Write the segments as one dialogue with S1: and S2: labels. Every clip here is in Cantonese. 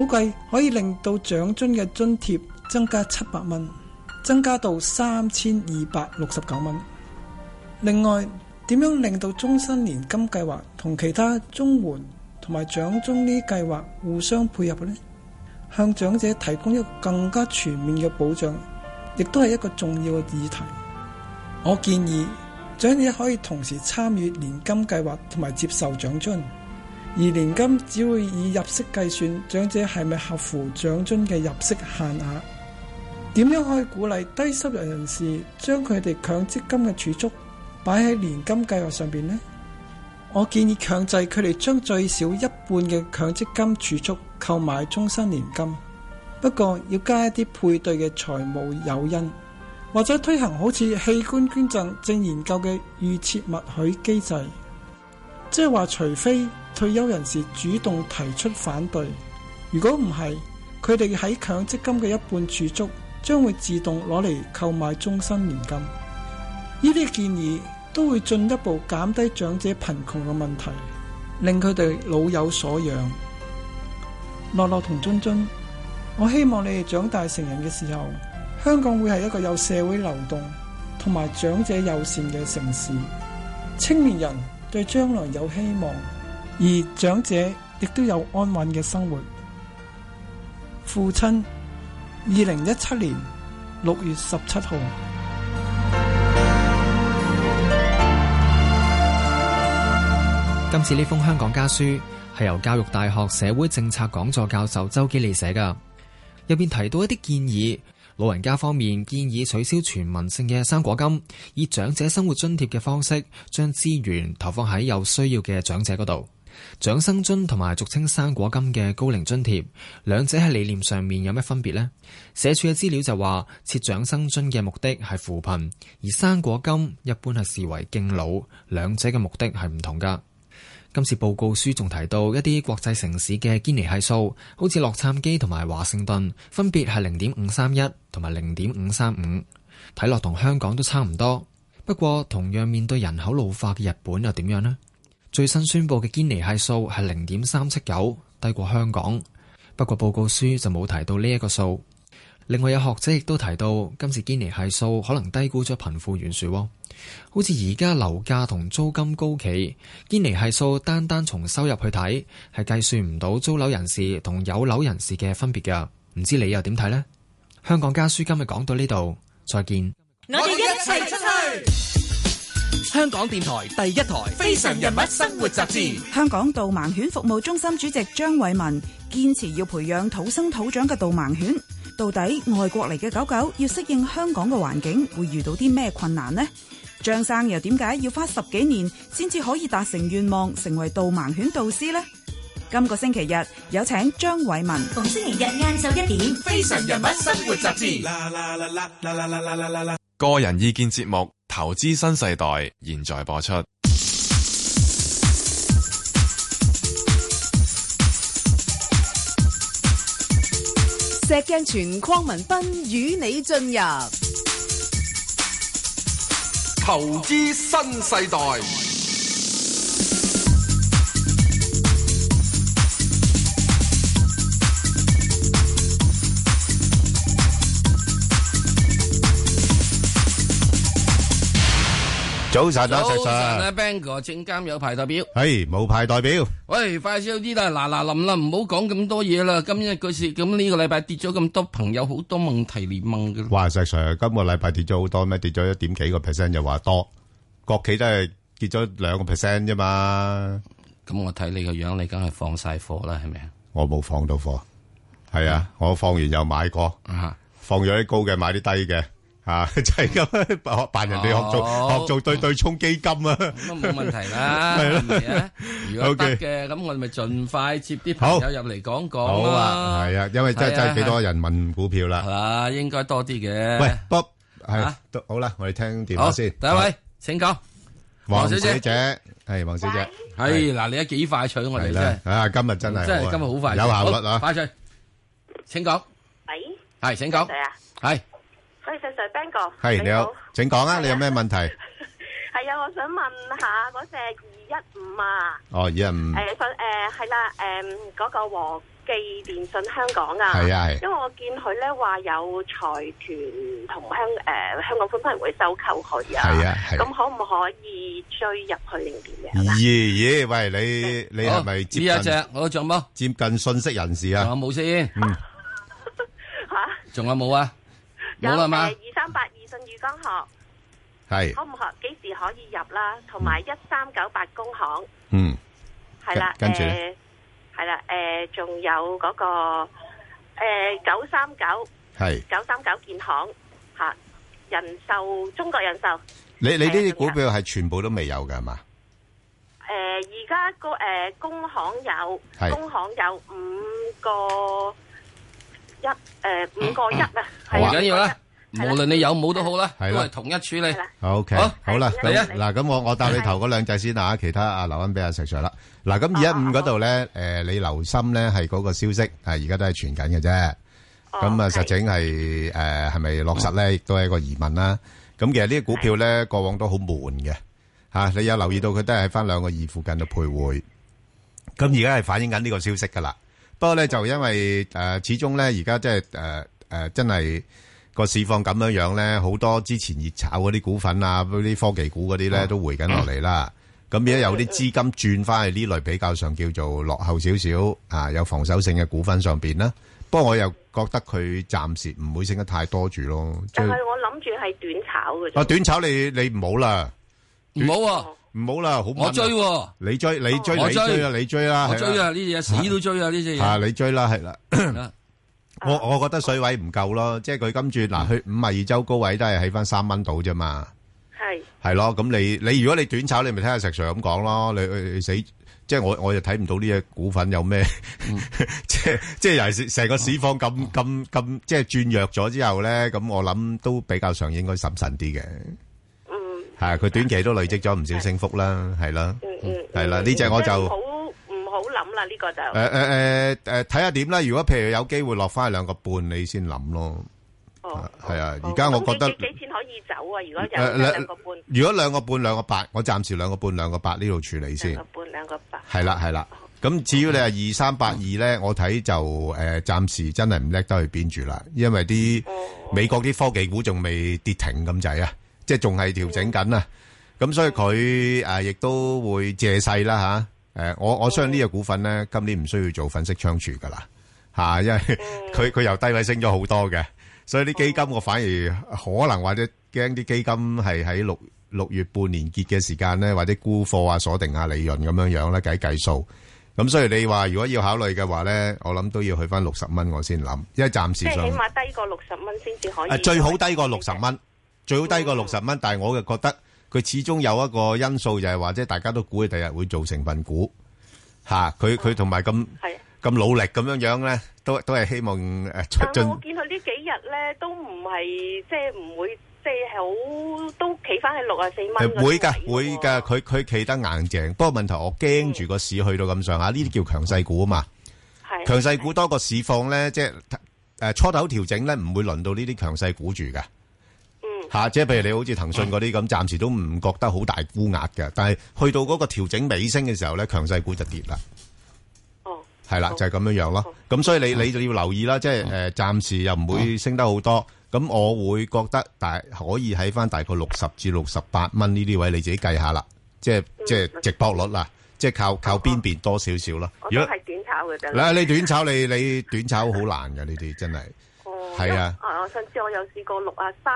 S1: 估計可以令到獎津嘅津貼增加七百蚊，增加到三千二百六十九蚊。另外，點樣令到終身年金計劃同其他綜援同埋獎津呢計劃互相配合呢？向長者提供一個更加全面嘅保障，亦都係一個重要嘅議題。我建議長者可以同時參與年金計劃同埋接受獎津。而年金只會以入息計算長者係咪合乎獎津嘅入息限額。點樣可以鼓勵低收入人士將佢哋強積金嘅儲蓄擺喺年金計劃上邊呢？我建議強制佢哋將最少一半嘅強積金儲蓄購買終身年金，不過要加一啲配對嘅財務誘因，或者推行好似器官捐贈正研究嘅預設默許機制，即係話除非退休人士主動提出反對，如果唔係，佢哋喺強積金嘅一半儲蓄將會自動攞嚟購買終身年金。呢啲建議都會進一步減低長者貧窮嘅問題，令佢哋老有所養。樂樂同津津，我希望你哋長大成人嘅時候，香港會係一個有社會流動同埋長者友善嘅城市。青年人對將來有希望，而長者亦都有安穩嘅生活。父親，二零一七年六月十七號。
S2: 今次呢封香港家書係由教育大學社會政策講座教授周基利寫㗎，入邊提到一啲建議。老人家方面建議取消全民性嘅生果金，以長者生活津貼嘅方式，將資源投放喺有需要嘅長者嗰度。長生津同埋俗稱生果金嘅高齡津貼，兩者喺理念上面有咩分別呢？社署嘅資料就話，設長生津嘅目的係扶貧，而生果金一般係視為敬老，兩者嘅目的係唔同㗎。今次報告書仲提到一啲國際城市嘅堅尼係數，好似洛杉磯同埋華盛頓，分別係零點五三一同埋零點五三五，睇落同香港都差唔多。不過同樣面對人口老化嘅日本又點樣呢？最新宣布嘅堅尼係數係零點三七九，低過香港。不過報告書就冇提到呢一個數。另外有學者亦都提到，今次堅尼係數可能低估咗貧富懸殊喎。好似而家樓價同租金高企，堅尼係數單單從收入去睇，係計算唔到租樓人士同有樓人士嘅分別㗎。唔知你又點睇呢？香港家書今日講到呢度，再見。
S3: 我哋一齊出去。
S4: 香港電台第一台《非常人物生活雜誌》。
S5: 香港導盲犬服務中心主席張偉文堅持要培養土生土長嘅導盲犬。到底外國嚟嘅狗狗要適應香港嘅環境，會遇到啲咩困難呢？張生又點解要花十幾年先至可以達成願望，成為導盲犬導師呢？今個星期日有請張偉文，
S6: 逢星期日晏晝一點，《
S4: 非常人物生活雜誌》。
S7: 個人意見節目《投資新世代》現在播出。
S8: 石鏡泉鄺民彬與你進入
S9: 投資新世代。
S10: 早晨啊，石 Sir！
S11: 早晨啊，Bang 哥，證監有牌代表。
S10: 係冇牌代表。
S11: 喂，快少啲啦，嗱嗱臨啦，唔好講咁多嘢啦。今日嗰時咁呢個禮拜跌咗咁多，朋友好 多問題連問嘅。
S10: 哇！石 Sir，今個禮拜跌咗好多咩？跌咗一點幾個 percent 又話多，國企都係跌咗兩個 percent 啫嘛。
S11: 咁我睇你個樣，你梗係放晒貨啦，係咪啊？
S10: 我冇放到貨，係啊，我放完又買過，放咗啲高嘅買啲低嘅。啊， 就係咁扮人哋學做學做對對沖基金啊，
S11: 咁啊冇問 題啦，係咪？如果得嘅，咁我哋咪盡快接啲朋友入嚟講講
S10: 好啊，係啊，因為真係真係幾多人問股票啦，
S11: 係啦，應該多啲嘅。
S10: 喂，Bob，係好啦，我哋聽電話先。
S11: 第一位，請講，
S10: 黃小姐，係黃小姐，
S11: 係嗱，你啊幾快脆我哋真
S10: 係，啊今日真係，
S11: 真係今日好快，
S10: 有效率啊，
S11: 快脆，請講。
S12: 喂，
S11: 係請講，係。
S12: 喂，石 Sir Ben 哥，
S10: 係你好，請講啊！你有咩問題？
S12: 係啊，我想問下嗰隻二一五啊。
S10: 哦，二一五。
S12: 誒，誒係啦，誒嗰個和記技電訊香港啊，
S10: 係啊係
S12: 因為我見佢咧話有財團同香誒、呃香港分分會收購佢啊，
S10: 係啊係
S12: 咁可唔可以追入去定點樣？
S10: 咦咦，喂，你你係咪接
S11: 哦呢
S10: 近
S11: 一隻我仲有冇？
S10: 接近信息人士啊？
S11: 仲有冇先？
S10: 嗯，
S11: 仲有冇啊？冇啦嘛
S12: 誒，二三八二信宇江學
S10: 係
S12: 可唔可幾時可以入啦？同埋一三九八工行
S10: 嗯，
S12: 係啦，
S10: 跟跟住
S12: 誒
S10: 咧
S12: 係啦，誒仲有嗰個誒九三九
S10: 係
S12: 九三九建行嚇人壽中國人壽。
S10: 你你呢啲股票係全部都未有嘅係嘛？
S12: 誒而家個誒工行有，
S10: 係
S12: 工行有五個一誒
S10: 嗯
S12: 五個一啊，係
S11: 唔
S12: 啊
S11: 緊要啦，無論你有冇都好啦，都
S10: 係啦
S11: 係同一處理。
S10: OK，
S11: 好，
S10: 好啦，
S11: 嚟
S10: 咁-
S11: 啊。
S10: 嗱，咁我-我答你頭嗰兩隻先啊，其他啊，留返俾阿石Sir啦。嗱，咁215嗰度呢，誒，你留心呢，係嗰個消息，啊，而家都係傳緊嘅啫。
S11: 哦
S10: 咁啊，實情係，誒，係咪落實呢，亦都係一個疑問啦。咁其實呢啲股票呢，過往都好悶嘅。啊，你有留意到佢都係返兩個二附近度徘徊。咁而家係反映緊呢個消息㗎啦。不過呢，就因為，誒，始終呢，而家即係，誒，誒，真係個市況咁樣樣咧，好多之前熱炒嗰啲股份啊，嗰啲科技股嗰啲咧都回緊落嚟啦。咁而家有啲資金轉翻去呢類比較上叫做落後少少啊，有防守性嘅股份上邊啦。不過我又覺得佢暫時唔會升得太多住咯。
S12: 但係我諗住係短炒嘅啫。
S10: 啊，短炒你你唔好啦，
S11: 唔好啊，
S10: 唔好啦，好敏啊
S11: 我追喎
S10: 你追你追
S11: 我
S10: 你
S11: 追
S10: 追啊，你追啦，
S11: 我
S10: 係啦
S11: 追啊，呢隻嘢死都追啊，呢
S10: 啊，
S11: 隻嘢。啊
S10: 你追啦，係啦。我我覺得水位唔夠咯，即係佢今住嗱，去五廿二周高位都係喺翻三蚊度啫嘛。
S12: 係
S10: 係咯，咁你你如果你短炒，你咪睇下石 Sir 咁講咯。你你你死，即係我我就睇唔到呢只股份有咩， 即係即係尤其是成個市況咁咁咁，即係轉弱咗之後咧，咁我諗都比較上應該審慎啲嘅。嗯，係啊佢短期都累積咗唔少升幅啦，係啦，
S2: 嗯
S10: 係啦，呢只我
S12: 即係
S10: 就
S12: 唔好唔好諗啦，呢個就
S10: 誒誒誒誒，呃睇下點啦。如果譬如有機會落翻去兩個半，你先諗咯。
S12: 哦，
S10: 係啊，呃而家我覺得
S12: 咁幾幾幾錢可以走啊？如果有
S10: 誒
S12: 兩個半，
S10: 如果兩個半兩個八，我暫時兩個半兩個八呢度處理先
S12: 兩。個半兩個八，
S10: 係啦係啦，咁至於你係二三八二咧，我睇就誒暫時真係唔叻得去邊住啦，因為啲美國啲科技股仲未跌停咁滯啊，即係仲係調整緊啊，咁所以佢誒亦都會借勢啦吓，誒我我相信呢只股份咧今年唔需要做粉飾倉儲噶啦吓，因為佢佢由低位升咗好多嘅，所以啲
S12: 哦
S10: 基金我反而可能或者驚啲基金係喺六六月半年結嘅時間咧，或者沽貨啊、鎖定啊、利潤咁樣樣咧計計數。咁所以你話如果要考慮嘅話咧，我諗都要去翻六十蚊我先諗，因為暫時
S12: 即係
S10: 上
S12: 起碼低過六十蚊先至可以。
S10: 啊最好低過六十蚊，最好
S12: 嗯
S10: 低過六十蚊。但係我就覺得佢始終有一個因素就係話，即係大家都估佢第日會做成份股吓，佢佢同埋咁咁努力咁樣樣咧，都都係希望誒出
S12: 但係我
S10: 進。
S12: 見佢呢幾日咧都唔係即係唔會即係好都企翻喺六啊四蚊嗰啲位。
S10: 會㗎，會㗎，佢佢企得硬淨。不過問題我驚住個市去到咁上下，呢啲叫強勢股啊嘛。
S12: 係
S10: 強勢股多個市況咧，即係誒初頭調整咧，唔會輪到呢啲強勢股住嘅。
S12: 嗯
S10: 吓、即係譬如你好似騰訊嗰啲咁，暫時都唔覺得好大沽壓嘅，但係去到嗰個調整尾聲嘅時候咧，強勢股就跌啦。
S12: 哦
S10: 係啦，就係咁樣樣咯。咁所以你你就要留意啦，即係誒，暫時又唔會升得好多。咁我會覺得大可以喺翻大概六十至六十八蚊呢啲位，你自己計下啦。即係
S12: 嗯
S10: 即係直播率啦，即係靠靠邊邊多少少啦。
S12: 哦我都
S10: 如果
S12: 係短炒嘅啫。
S10: 嗱，你短炒你你短炒 好難嘅呢啲真係。
S12: 哦
S10: 係啊
S12: 因為我上次我有試過六啊三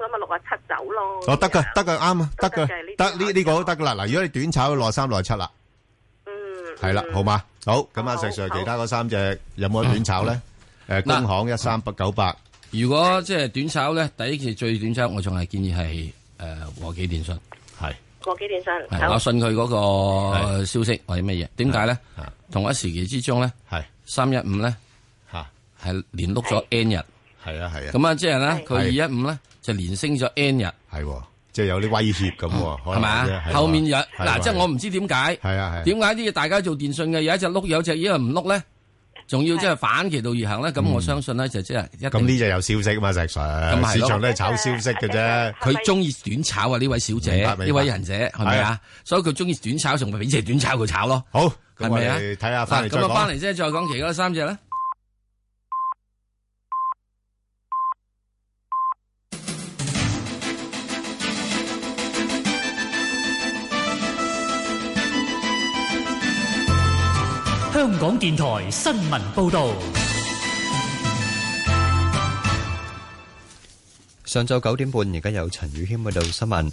S12: 咁啊，六啊七走咯。
S10: 哦，得㗎，得㗎，啱啊，得㗎，得呢呢個都得㗎啦。嗱，如果你短炒落三落七啦，嗯，係啦，好嘛，好咁啊，石 Sir，其他嗰三隻有冇得短炒咧？誒，工行一三八九八，
S11: 如果即係短炒咧，第一件最短炒，我仲係建議係誒和記電信。
S10: 係。
S12: 過幾電信
S11: 係我信佢嗰個消息或者乜嘢？點解咧？同一時期之中咧，
S10: 係
S11: 三一五咧，
S10: 嚇
S11: 係連碌咗 N 日，
S10: 係啊係啊。
S11: 咁啊，即係咧，佢二
S10: 係
S11: 一五咧就連升咗 N 日，
S10: 係喎即係有啲威脅咁喎，可能
S11: 係咪
S10: 啫
S11: 啊？
S10: 係
S11: 後面
S10: 喎
S11: 有
S10: 係
S11: 嗱，
S10: 喎
S11: 即係我唔知點解，
S10: 係啊係啊
S11: 點解啲大家做電信嘅有一隻碌有一隻因為唔碌咧，仲要即係反其道而行咧？咁我相信咧就即係一
S10: 嗯
S11: 定
S10: 咁呢就有消息啊嘛，石 Sir，
S11: 係咯
S10: 市場都係炒消息嘅啫。
S11: 佢中意短炒啊！呢位小姐，
S10: 明白明白
S11: 呢位仁者係咪
S10: 係
S11: 啊
S10: 啊？
S11: 所以佢中意短炒，仲咪俾隻短炒佢炒咯。
S10: 好，咁
S11: 係咪啊
S10: 我哋睇下返嚟
S11: 嗱
S10: 再
S11: 咁
S10: 講
S11: 啊，翻嚟即係再講其他三隻啦。
S13: 香港電台新聞報導，
S14: 上晝九點半，而家有陳宇軒報道新聞。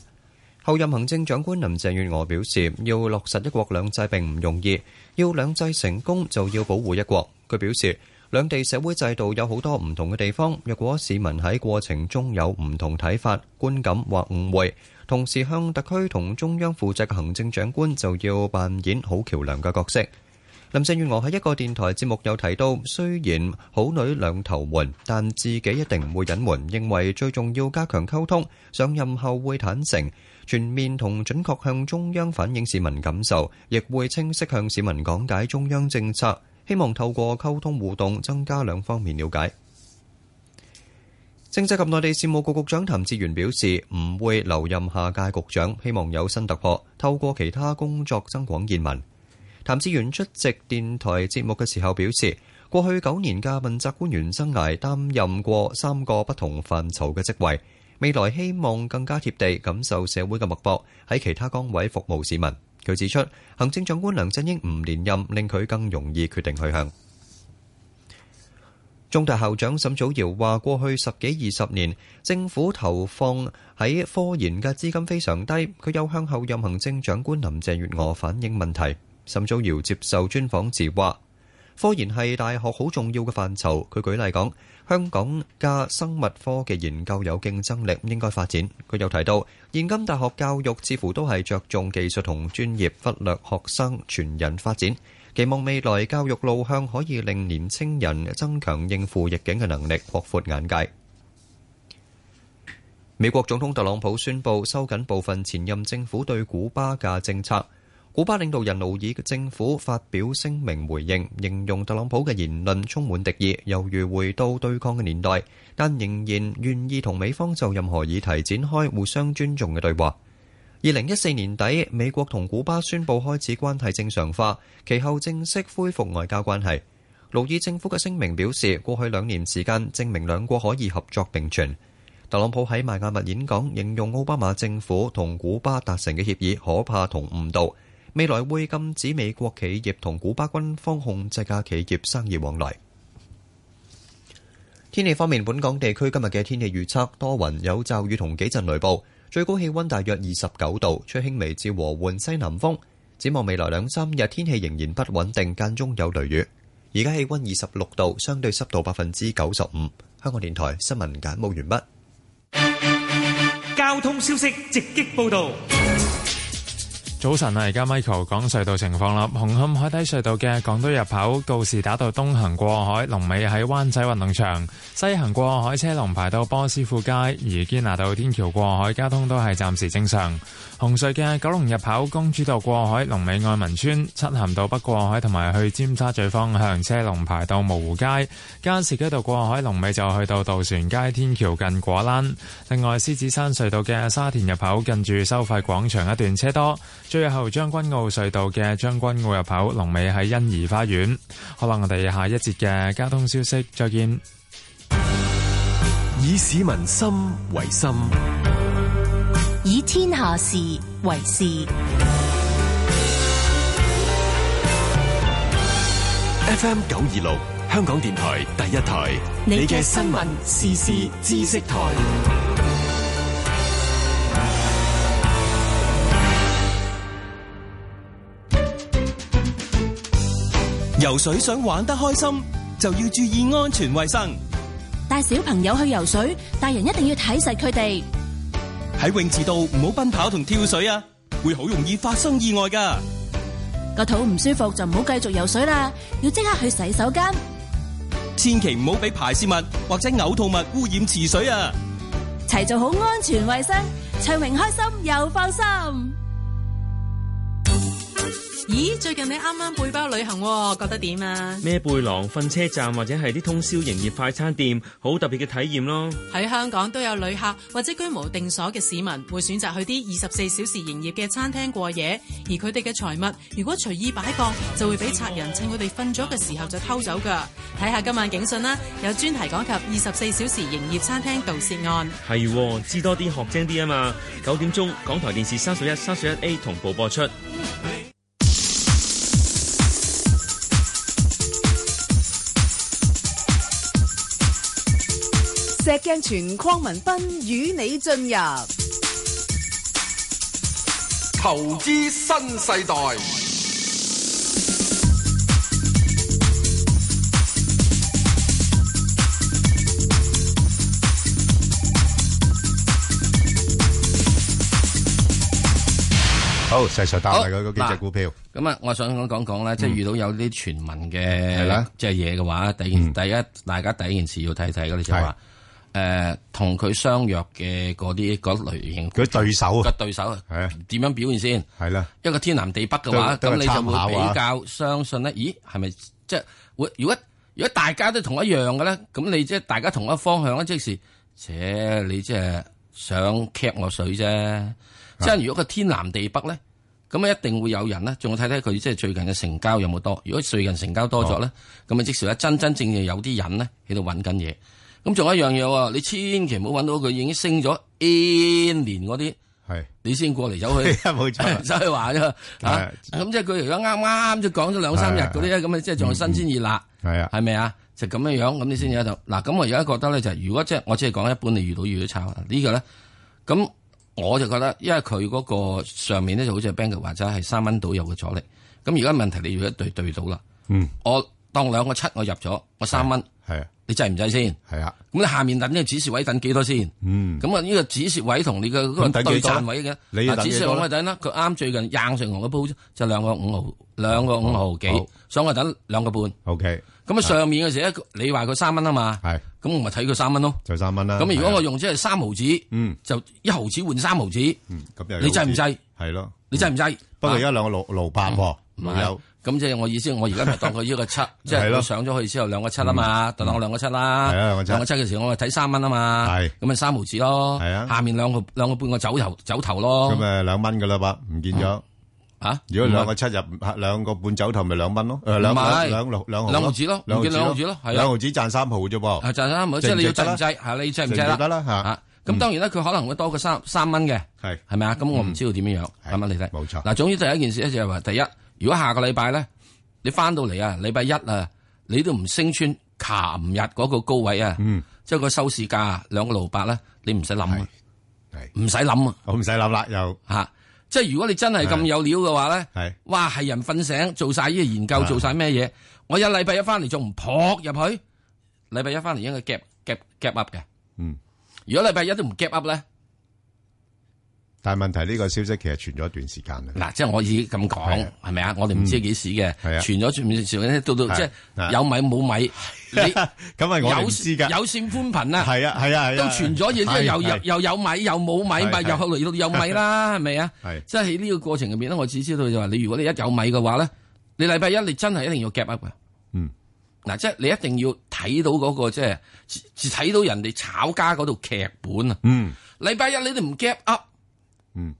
S14: 後任行政長官林鄭月娥表示，要落實一國兩制並唔容易，要兩制成功就要保護一國。佢表示，兩地社會制度有好多唔同嘅地方，若果市民喺過程中有唔同睇法、觀感或誤會，同時向特區同中央負責嘅行政長官就要扮演好橋梁嘅角色。林鄭月娥喺一個電台節目有提到，雖然好女兩頭瞞，但自己一定唔會隱瞞，認為最重要加強溝通，上任後會坦誠、全面同準確向中央反映市民感受，亦會清晰向市民講解中央政策，希望透過溝通互動增加兩方面了解。政制及內地事務局局長譚志源表示，唔會留任下屆局長，希望有新突破，透過其他工作增廣見聞。譚志源出席電台節目嘅時候表示，過去九年嘅問責官員生涯擔任過三個不同範疇嘅職位，未來希望更加貼地感受社會嘅脈搏，喺其他崗位服務市民。佢指出，行政長官梁振英唔連任，令佢更容易決定去向。中大校長沈祖堯話：過去十幾二十年，政府投放喺科研嘅資金非常低。佢又向後任行政長官林鄭月娥反映問題。沈祖堯接受專訪時話：科研係大學好重要嘅範疇。佢舉例講，香港嘅生物科技研究有競爭力，應該發展。佢又提到，現今大學教育似乎都係着重技術同專業，忽略學生全人發展。期望未來教育路向可以令年青人增強應付逆境嘅能力，擴闊眼界。美國總統特朗普宣布收緊部分前任政府對古巴嘅政策。古巴領導人勞爾政府發表聲明回應，形容特朗普嘅言論充滿敵意，猶如回到對抗嘅年代，但仍然願意同美方就任何議題展開互相尊重嘅對話。二零一四年底，美國同古巴宣布開始關係正常化，其後正式恢復外交關係。勞爾政府嘅聲明表示，過去兩年時間證明兩國可以合作並存。特朗普喺邁亞密演講形容奧巴馬政府同古巴達成嘅協議可怕同誤導，未來會禁止美國企業同古巴軍方控制嘅企業生意往來。天氣方面，本港地區今日嘅天氣預測多雲有驟雨同幾陣雷暴，最高氣温大約二十九度，吹輕微至和緩西南風。展望未來兩三日天氣仍然不穩定，間中有雷雨。而家氣温二十六度，相對濕度百分之九十五。香港電台新聞簡報完畢。
S13: 交通消息直擊報導。
S15: 早晨啊！而家 Michael 講隧道情況啦。紅磡海底隧道嘅港島入口告士打道東行過海，龍尾喺灣仔運動場；西行過海車龍排到波斯富街，而堅拿道天橋過海交通都係暫時正常。紅隧嘅九龍入口公主道過海，龍尾愛民村；漆咸道北過海同埋去尖沙咀方向車龍排到蕪湖街；加士居道過海龍尾就去到渡船街天橋近果欄。另外，獅子山隧道嘅沙田入口近住收費廣場一段車多。最後將軍澳隧道嘅將軍澳入口龍尾喺欣怡花園。好啦，我哋下一節嘅交通消息再見。
S16: 以市民心為心，
S17: 以天下事為事。
S16: FM 九二六香港電台第一台，你嘅新聞時事知識台，
S18: 游水想玩得開心，就要注意安全衛生。
S19: 帶小朋友去游水，大人一定要睇實佢哋。
S18: 喺泳池度唔好奔跑同跳水啊，會好容易發生意外噶。
S19: 個肚唔舒服就唔好繼續游水啦，要即刻去洗手間。
S18: 千祈唔好俾排泄物或者嘔吐物污染池水啊！
S19: 齊做好安全衛生，暢泳開心又放心。
S20: 咦，最近你啱啱背包旅行喎，覺得點啊？
S21: 孭背囊瞓車站或者係啲通宵營業快餐店，好特別嘅體驗咯。
S20: 喺香港都有旅客或者居無定所嘅市民會選擇去啲二十四小時營業嘅餐廳過夜，而佢哋嘅財物如果隨意擺放，就會俾賊人趁佢哋瞓咗嘅時候就偷走㗎。睇下今晚警訊啦，有專題講及二十四小時營業餐廳盜竊案。
S21: 係喎，知多啲學精啲啊嘛！九點鐘，港台電視三十一、三十一 A 同步播出。
S8: 石鏡泉鄺民彬與你進入
S9: 投資新世代。
S10: 好，細數答埋佢嗰幾隻股票。
S11: 咁啊，我想講講講
S10: 嗯
S11: 咧，即係遇到有啲傳聞嘅即係嘢嘅話，第
S10: 嗯
S11: 一第一大家第一件事要睇睇嗰啲就話，誒同佢相約嘅嗰啲嗰類型，
S10: 佢對手啊
S11: 個對手係點樣表現先？
S10: 係啦，
S11: 一個天南地北嘅話，咁你就會
S10: 啊
S11: 比較相信咧。咦，係咪即係會？如果如果大家都同一樣嘅咧，咁你即係大家同一方向咧，即是，且你即係想 cap 我水啫。即係如果佢天南地北咧，咁啊一定會有人咧，仲要睇睇佢即係最近嘅成交有冇多。如果最近成交多咗咧，咁啊即時咧真真正正有啲人咧喺度揾緊嘢。咁仲有一樣嘢喎，你千祈唔好揾到佢已經升咗 N 年嗰啲，
S10: 係
S11: 你先過嚟走去，
S10: 冇錯，
S11: 走去話啫嚇。咁即係佢而家啱啱就講咗兩三日嗰啲咧，咁啊即係仲係新鮮熱辣，
S10: 係啊，
S11: 係咪啊？就咁樣樣，咁你先至喺度。嗱，咁我而家覺得咧就係，如果即係我只係講一般，你遇到遇到炒啊呢個咧，咁。我就覺得，因為佢嗰個上面咧就好似 Banker 話齋係三蚊到有個阻力。咁而家問題你如果對對到啦，
S10: 嗯，
S11: 我當兩個七我入咗，我三蚊，
S10: 係啊，
S11: 你制唔制先？
S10: 係啊，
S11: 咁你下面等呢個指示位等幾多先？
S10: 嗯，
S11: 咁啊呢個指示位同你嘅嗰個對檔位嘅，啊
S10: 你
S11: 指示位等啦，佢啱最近硬上紅嘅鋪就兩個五毫，兩個五毫幾，所以我等兩個半。
S10: OK。
S11: 咁啊上面嘅時咧，你話佢三蚊啊嘛，
S10: 係，
S11: 咁我咪睇佢三蚊咯，
S10: 就三蚊啦。
S11: 咁如果我用即係三毫子，
S10: 嗯，
S11: 就一毫子換三毫子，
S10: 嗯，咁又
S11: 你制唔制？
S10: 係咯，嗯
S11: 你制唔制？啊嗯
S10: 不過而家兩個六六八喎，
S11: 唔係，咁即係我意思，我而家咪當佢呢 個七，即係上咗去之後兩個七啊嘛，
S10: 嗯
S11: 當我兩個七啦，
S10: 啊
S11: 兩個七嘅時我咪睇三蚊啊嘛，
S10: 係，
S11: 咁咪三毫子咯，
S10: 係啊，
S11: 下面兩個兩個半個走頭走頭咯，
S10: 咁誒兩蚊㗎啦吧，唔見咗。
S11: 啊！
S10: 如果兩個七入兩個半走頭，咪兩蚊咯，誒兩兩六兩毫
S11: 兩毫子咯，唔見兩毫子咯，係啊
S10: 兩毫子賺三毫啫噃，
S11: 係賺三毫，即係你要制唔制？係你制唔制啦？啊
S10: 得啦嚇。嗯
S11: 咁當然啦，佢可能會多過三三蚊嘅，
S10: 係嗯
S11: 係咪啊？咁我唔知道點樣樣，係咪你睇？
S10: 冇錯。
S11: 嗱，總之第一件事咧就係話，第一，如果下個禮拜咧，你翻到嚟啊，禮拜一啊，你都唔升穿琴日嗰個高位啊，
S10: 嗯
S11: 即係個收市價兩個六八咧，你唔使諗啊，唔使諗啊，
S10: 我唔使諗啦又
S11: 嚇。即係如果你真係咁有料嘅話咧，
S10: 係啊
S11: 哇係人瞓醒做晒呢個研究，做晒咩嘢？我有禮拜一翻嚟仲唔撲入去？禮拜一翻嚟應該夾夾夾 up 嘅。
S10: 嗯，
S11: 如果禮拜一都唔 gap up 咧，
S10: 但係問題呢個消息其實傳咗一段時間啦。
S11: 嗱，即係我已經咁講，係咪啊？我哋唔知幾時嘅，
S10: 係啊啊
S11: 傳咗傳傳咧，到到即係有米冇 米，你
S10: 咁係我唔知㗎。
S11: 有線寬頻啦，
S10: 係啊係啊係啊，
S11: 都傳咗嘢之後又
S10: 係
S11: 又又有米又冇米，咪
S10: 係係
S11: 又後嚟到有 米啦，係咪啊？
S10: 係
S11: 即係喺呢個過程入面咧，我只知道就話你如果你一有米嘅話咧，你禮拜一你真係一定要 gap up 嘅。
S10: 嗯，
S11: 嗱，即係你一定要睇到嗰個即係睇到人哋炒家嗰度劇本啊。
S10: 嗯，
S11: 禮拜一你哋唔 gap up。
S10: 嗯，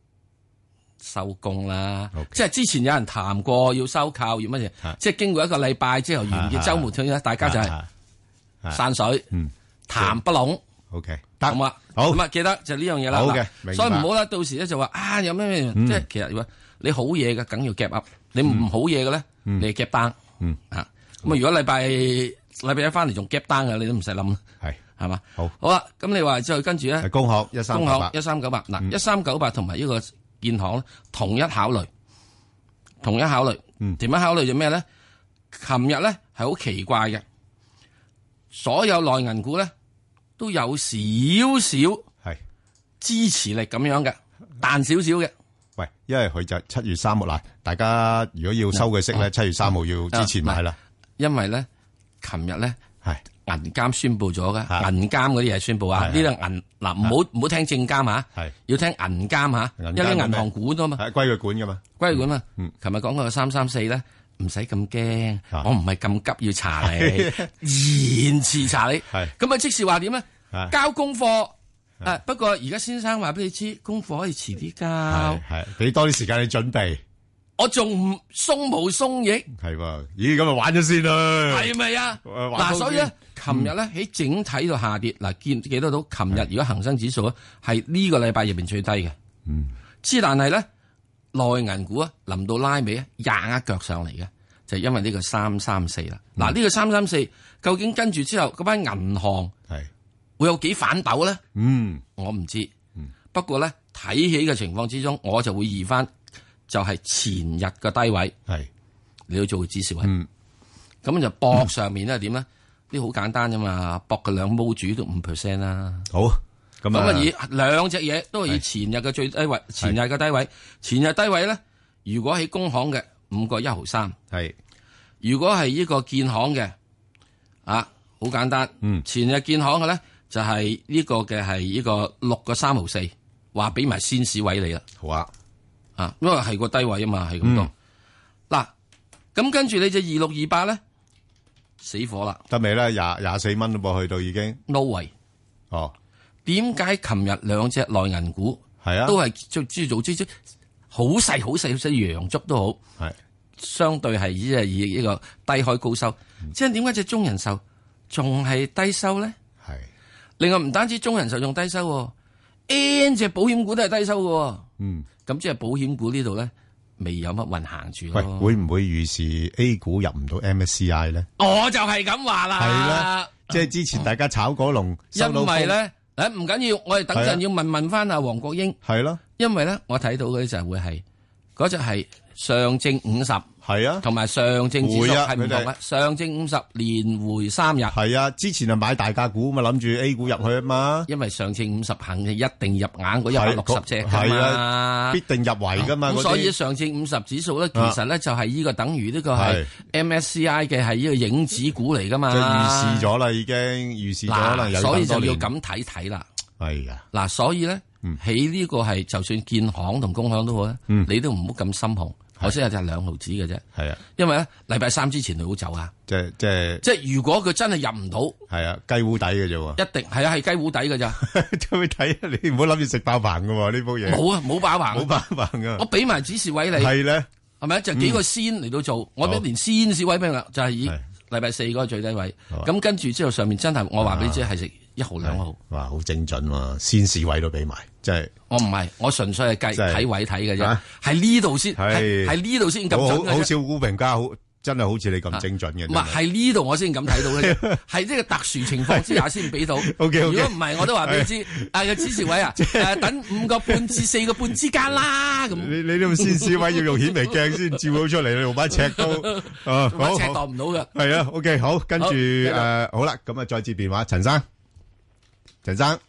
S11: 收工啦，即係之前有人談過要收購要乜嘢，即係經過一個禮拜之後完結週末推咧，大家就係散水，談不攏。
S10: OK，
S11: 得咁啊，
S10: 好
S11: 咁啊，記得就呢樣嘢啦。
S10: 好嘅
S11: 嗱
S10: 明白
S11: 所以唔好啦，到時咧就話啊，有咩咩，
S10: 嗯
S11: 即係其實你好嘢嘅，梗要 gap up；你唔好嘢嘅咧，你 gap down。
S10: 嗯
S11: 啊，咁啊，如果禮拜禮拜一翻嚟仲 gap down 嘅，你都唔使諗啦。
S10: 係
S11: 係嘛？
S10: 好
S11: 好啦，咁你話之後跟住咧，
S10: 工行1398
S11: 工行一三九八嗱，一三九八同埋呢個建行咧，同一考慮，同一考慮，點樣考慮就咩咧？琴日咧係好奇怪嘅，所有內銀股咧都有少少
S10: 係
S11: 支持力咁樣嘅，彈少少嘅。
S10: 喂，因為佢就七月三號嗱，大家如果要收佢息咧，七月三號要之前買啦。
S11: 因為咧，琴日咧
S10: 係
S11: 銀監宣布咗嘅，銀監嗰啲嘢宣布啊，呢個銀嗱唔好唔好聽證監嚇，要聽銀監嚇，因為銀行管啊嘛，
S10: 係歸佢管噶嘛，
S11: 歸佢管嘛。琴日講過三三四咧，唔使咁驚，我唔係咁急要查你，延遲查你。咁啊，即是話點咧？交功課啊，不過而家先生話俾你知，功課可以遲啲交，
S10: 係俾多啲時間你準備。
S11: 我仲唔鬆毛鬆翼？
S10: 係喎，咦咁啊玩咗先啦，
S11: 係咪啊？嗱，所以咧，琴日咧喺整體度下跌，嗱見幾多到？琴日如果恒生指數咧係呢個禮拜入邊最低嘅，嗯，之但係咧內銀股啊，臨到拉尾啊，廿一腳上嚟嘅，就係因為呢個三三四啦。嗱，呢個三三四究竟跟住之後嗰班銀行係會有幾反斗咧？
S10: 嗯，
S11: 我唔知，不過咧睇起嘅情況之中，我就會移翻。就係前日嘅低位，
S10: 係
S11: 你要做個指示位，咁就博上面咧點咧？啲好簡單啫嘛，博嘅兩毛主都五 percent 啦。
S10: 好，咁
S11: 啊以兩隻嘢都係以前日嘅最低位，前日嘅低位，前日低位咧，如果喺工行嘅五個一毫三，
S10: 係
S11: 如果係呢個建行嘅，啊好簡單，
S10: 嗯
S11: 前日建行嘅咧就係呢個嘅係呢個六個三毫四，話俾埋先市位你啦。
S10: 好啊。
S11: 啊，因為係個低位啊嘛，係咁
S10: 嗯
S11: 多。嗱，咁跟住你隻二六二八咧，死火啦！
S10: 得未咧？廿廿四蚊咯噃，去到已經。
S11: No way！
S10: 哦，
S11: 點解琴日兩隻內銀股
S10: 係啊，
S11: 都係做做做做好細好細好細陽燭都
S10: 好，係
S11: 相對係以係以呢個低開高收。
S10: 嗯
S11: 即係點解隻中人壽仲係低收咧？
S10: 係。
S11: 另外唔單止中人壽仲低收，N 隻保險股都係低收嘅。
S10: 嗯。
S11: 咁即係保險股呢度咧，未有乜運行住
S10: 喂，會唔會預示 A 股入唔到 MSCI 咧？
S11: 我就係咁話啦。
S10: 係啦，即係之前大家炒嗰龍，
S11: 啊因為咧，誒唔緊要，我哋等陣要問問翻阿黃國英。
S10: 係咯，
S11: 因為咧，我睇到嗰啲就係會係嗰隻係上證五十，
S10: 係啊，
S11: 同埋上證指數係唔同嘅。上證五十連回三日。
S10: 係啊，之前係買大價股嘛，諗住 A 股入去啊嘛。
S11: 因為上證五十肯定一定入硬嗰一百六十隻㗎嘛，
S10: 必定入圍㗎嘛。
S11: 咁所以上證五十指數咧，其實咧就係呢個等於呢個係 MSCI 嘅係呢個影子股嚟㗎嘛。
S10: 即係預示咗啦，已經預示咗啦，
S11: 所以就要咁睇睇啦。
S10: 係啊，嗯
S11: 嗱，所以咧喺呢個係就算建行同工行都好咧，啊你都唔好咁心紅。我先係就係兩毫子嘅啫。
S10: 係啊，
S11: 因為咧禮拜三之前佢好走啊。
S10: 即係即係
S11: 即係如果佢真係入唔
S10: 到，係啊雞糊底嘅啫喎。
S11: 一定係啊係雞糊底 嘅咋。
S10: 雞底 你唔好諗住食爆棚嘅喎呢煲嘢。
S11: 冇啊冇爆 棚，
S10: 冇爆棚 啊！
S11: 我俾埋指示位你。
S10: 係咧，嗯
S11: 係咪就幾個先嚟到做？我俾連先示位俾啦，就係以禮拜四嗰個最低位。
S10: 啊
S11: 咁跟住之後上面真係我話俾你知係食一毫兩毫。
S10: 哇！好精準喎，先示位都俾埋，真係。啊
S11: 我唔係，我純粹係計睇位睇嘅啫，喺呢度先，喺呢度先咁準。
S10: 好少股評家好。真係好似你咁精準嘅，
S11: 唔係係呢度我先咁睇到 嘅，係呢個特殊情況之下先俾到。
S10: 如
S11: 果唔係，我都話俾 你知，啊個指示位啊，等五個半至四個半之間啦。咁
S10: 你你呢個先示位要用顯微鏡先照到出嚟，你用把 尺都啊，
S11: 把尺度唔到嘅。
S10: 係啊，OK，好，跟住誒好啦，咁啊再接電話，陳生，陳生，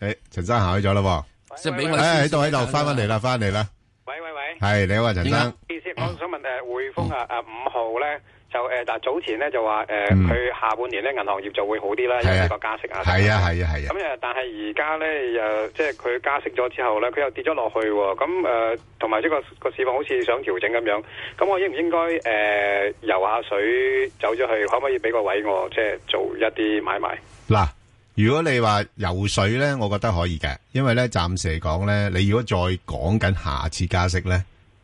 S10: 誒陳生行開咗啦，
S11: 即係俾我
S10: 喺度喺度翻返嚟啦，翻嚟啦。
S1: 喂喂喂，
S10: 係你好啊，陳生。
S1: 意思我想問誒匯豐啊啊五號咧就誒嗱早前咧就話誒
S10: 嗯
S1: 佢下半年咧銀行業就會好啲啦，因為呢個加息啊。
S10: 係啊係啊係啊。
S1: 咁誒，但係而家咧誒，即係佢加息咗之後咧，佢又跌咗落去喎。咁誒，同埋呢個個市況好似想調整咁樣。咁我應唔應該誒游下水走咗去？可唔可以俾個位我即係做一啲買賣？
S10: 嗱。如果你話游水咧，我覺得可以嘅，因為咧暫時嚟講咧，你如果再講緊下次加息咧，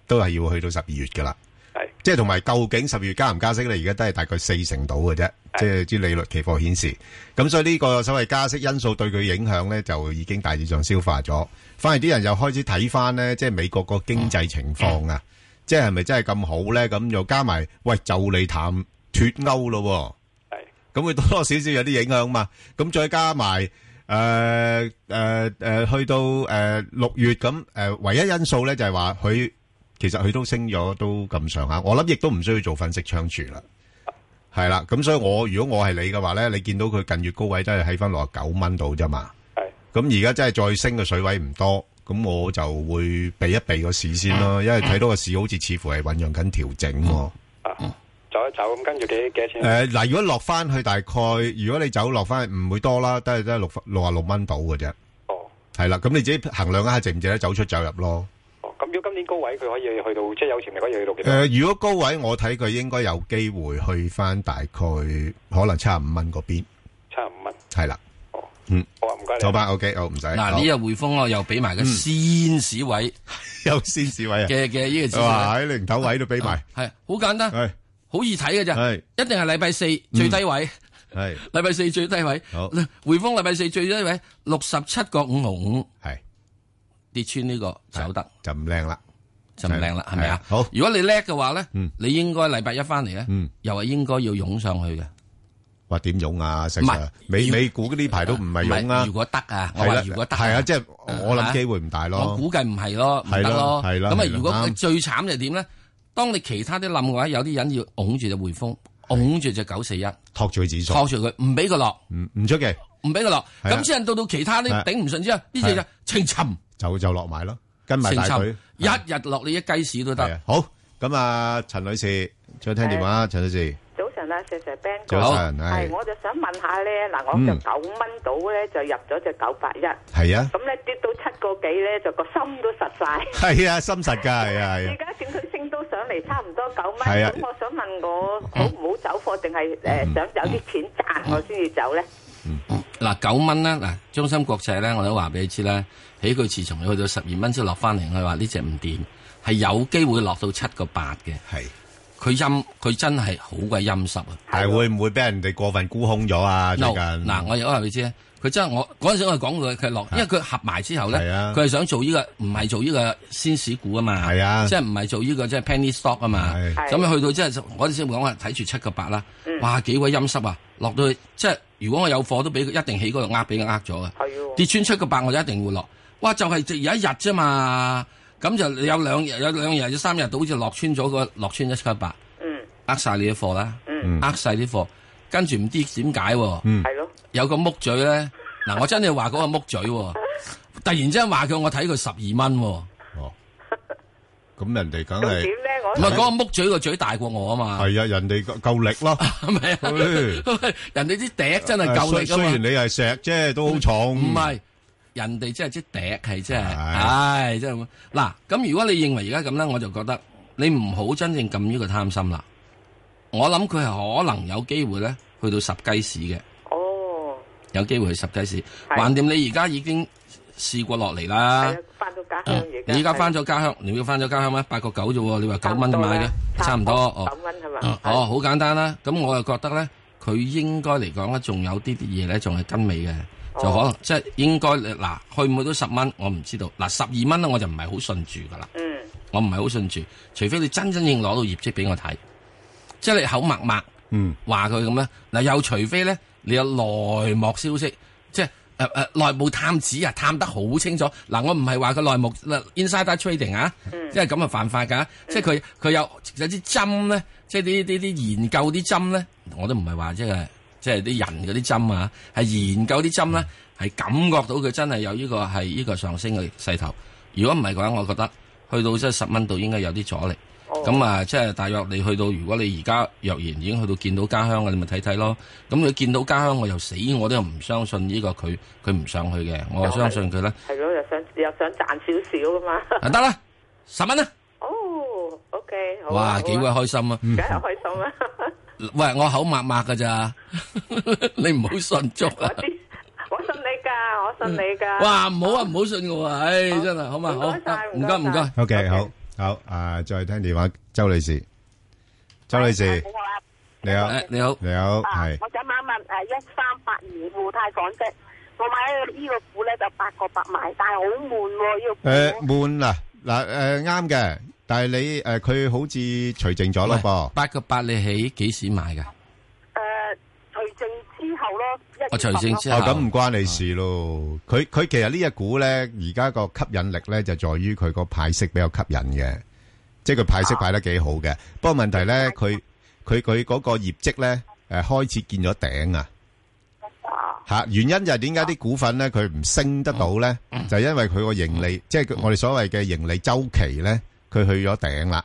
S10: 都係要去到十二月噶啦。
S1: 係，
S10: 即係同埋究竟十二月加唔加息咧？而家都係大概四成到嘅啫，即係啲利率期貨顯示。咁所以呢個所謂加息因素對佢影響咧，就已經大致上消化咗。反而啲人又開始睇翻咧，即係美國個經濟情況啊，即係係咪真係咁好咧？咁又加埋，喂，就你談脫歐咯。咁會多多少少有啲影響嘛，咁再加埋呃誒誒誒，去到誒六月咁誒，唯一因素咧就係話佢其實佢都升咗都咁上下，我諗亦都唔需要做粉飾窗住啦，係啦，咁所以我如果我係你嘅話咧，你見到佢近月高位都係喺翻六十九蚊度啫嘛，係，咁而家真係再升嘅水位唔多，咁我就會避一避個市先咯，因為睇到個市好似似乎係醖釀緊調整喎。
S1: 就走一走，咁跟住幾幾錢？
S10: 誒嗱，如果落翻去大概，如果你走落翻去唔會多啦，都係得六六啊六蚊到嘅啫。
S1: 哦，
S10: 係啦，咁你自己衡量一下值唔值得走出走入咯。
S1: 哦，咁如果今年高位佢可以去到，即係有潛力可以去到幾多？
S10: 誒，如果高位我睇佢應該有機會去翻大概可能七十五蚊嗰邊。
S1: 七十五蚊。
S10: 係啦。
S1: 哦。嗯。好啊，唔該你。
S10: 走吧，OK，好唔使。
S11: 嗱，呢個匯豐我又俾埋個先市位，
S10: 嗯 有先市位啊。
S11: 嘅嘅呢個指數。
S10: 哇！喺零頭位都俾埋。
S11: 啊係，好簡單。
S10: 係。嗯
S11: 好易睇嘅咋，一定係禮拜四最低位，
S10: 係
S11: 禮拜四最低位，匯豐禮拜四最低位六十七個五毫五，
S10: 係
S11: 跌穿呢個走得
S10: 就唔靚啦，
S11: 就唔靚啦，係咪啊？
S10: 好，嗯
S11: 如果你叻嘅話咧，你應該禮拜一翻嚟咧，又係應該要湧上去嘅。
S10: 話點湧啊？唔係美美股呢排都唔係湧啊。
S11: 如果得啊，我話如果得
S10: 係啊，即係我諗機會唔大咯。
S11: 我估計唔係咯，唔得咯。
S10: 係啦，
S11: 咁啊，如果佢最慘就係點咧？當你其他啲冧嘅話，有啲人要拱住隻匯豐，拱住隻九四一，
S10: 托住指數，
S11: 托住佢，唔俾佢落，
S10: 唔唔出奇，啊
S11: 唔俾佢落。咁先到到其他啲頂唔順之後，呢隻就清沉，
S10: 就就落埋咯，跟埋大佢，
S11: 一日落你一雞屎都得。
S10: 好，咁啊，陳女士，再聽電話，陳女士。
S2: 早晨啊，石 Sir Ben
S10: 哥，早晨，係，嗯
S2: 我就想問下咧，嗱，我就九蚊到咧就入咗隻九八一，
S10: 係啊，
S2: 咁咧跌到七個幾咧就個心都實晒，
S10: 係啊，心實㗎，係啊，係啊，啊
S2: 而家點佢升到上嚟差唔多九蚊，咁我想問我好唔好走貨，定係誒
S10: 嗯
S2: 想有啲錢賺我先至走咧？
S11: 嗱，九蚊咧，嗱，中芯國際咧，我都話俾你知啦，起佢自從去到十二蚊先落翻嚟，我話呢隻唔掂，係有機會落到七個八嘅，
S10: 係。
S11: 佢陰佢真係好鬼陰濕啊！
S10: 係會唔會俾人哋過分沽空咗啊？最近
S11: 嗱，我有話你知咧，佢真係我嗰陣時我講佢佢
S10: 啊
S11: 落，因為佢合埋之後咧，佢係想做呢個唔係做呢個先市股啊嘛，
S10: 係啊，
S11: 即係唔係做呢個即係 penny stock 啊嘛，咁去到即係我哋先講話睇住七個八啦，哇幾鬼陰濕啊！落到去即係如果我有貨都俾佢一定起嗰度呃俾佢呃咗啊，跌穿七個八我就一定會落，哇就係有一日啫嘛。咁就有兩日、有兩日、有三日，到好似落穿咗個落穿一七八，
S2: 嗯，
S11: 呃晒你啲貨啦，
S2: 嗯，
S11: 呃晒啲貨，跟住唔知點解喎，
S10: 嗯，
S2: 係咯，
S11: 有個木嘴咧，嗱，我真係話嗰個木嘴喎，突然之間話佢，我睇佢十二蚊喎，
S10: 哦，咁人哋梗係
S2: 點咧？我
S11: 唔係嗰個木嘴個嘴大過我啊嘛，
S10: 係啊，人哋夠力 咯，
S11: 係咪啊？人哋啲笛真係夠力啊
S10: 雖然你係石啫，都好重，
S11: 唔係。人哋即係即笛係真係，唉，真係嗱。咁如果你認為而家咁咧，我就覺得你唔好真正咁呢個貪心啦。我諗佢係可能有機會咧，去到十雞市嘅。
S2: 哦，
S11: 有機會去十雞市。橫掂你而家已經試過落嚟啦。啊
S2: 翻到家鄉而家。
S11: 你而家翻咗家鄉，你要翻咗家鄉咩？八個九啫喎，你話九蚊買嘅，差唔多哦。
S22: 啊
S2: 九蚊係
S4: 啊
S2: 嘛？
S11: 哦，好簡單啦。咁我又覺得咧，佢應該嚟講咧，仲有啲啲嘢咧，仲係跟尾嘅。就可能即係應該嗱，去唔去到十蚊，我唔知道。嗱，十二蚊咧，我就唔係好信住噶啦。
S2: 嗯，
S11: 我唔係好信住，除非你真真正攞到業績俾我睇，即係你口默默，
S10: 嗯，
S11: 話佢咁咧。嗱，又除非咧，你有內幕消息，即係誒誒內部探子啊，探得好清楚。嗱，我唔係話佢內幕 insider trading 啊，即係咁啊犯法㗎。即係佢佢有有啲針咧，即係啲啲啲研究啲針咧，我都唔係話即係。即係啲人嗰啲針啊，係研究啲針咧，係感覺到佢真係有呢個係呢個上升嘅勢頭。如果唔係嘅話，我覺得去到即係十蚊度應該有啲阻力。咁啊、即係大約你去到，如果你而家若然已經去到見到家鄉嘅，你咪睇睇咯。咁你見到家鄉，我又死我都唔相信呢個佢佢唔上去嘅，我相信佢啦。
S2: 係咯，又想又想賺少少噶嘛。
S11: 啊得啦，十蚊啦。
S2: 哦，OK，好
S22: Oh,
S11: 哇，幾鬼開心啊！
S2: 梗係
S22: Dạ,
S2: 開 心啦。
S11: 喂，我口默默噶 咋，你唔好信足
S2: 我
S11: 啊！
S2: 知，我信你㗎，我信你㗎。
S11: 哇，唔好啊，唔好信我啊！唉，真係好嘛，好，啊唔該唔該。
S10: OK，好，好，啊，再聽電話，周女士，周女士，
S12: à,
S10: 你好，
S11: 你好，
S10: 你好，係
S23: 我想問一
S22: à,
S23: 問誒，一三八二互太紡織，我買呢個股咧就八個八買，但係好悶喎呢個股。
S10: 誒，悶啊，嗱，誒，啱嘅，但係你，誒，佢好似除淨咗咯噃。
S11: 八個八你起幾時買㗎？
S22: Ờ,
S23: 誒，除淨之後咯，
S22: Dạ,
S23: 一月
S10: Ờ,
S11: 我除淨之後
S10: 哦哦，咁唔關你事咯。佢-佢其實呢一股呢，而家個吸引力呢，就在於佢個派息比較吸引嘅，即係佢派息派得幾好嘅。不過問題呢，佢-佢-佢嗰個業績呢，誒，開始見咗頂啊。吓，原因就係點解啲股份呢，佢唔升得到呢？
S11: 嗯
S10: 就因為佢個盈利，即係佢-我哋所謂嘅盈利周期呢，佢去咗頂啦。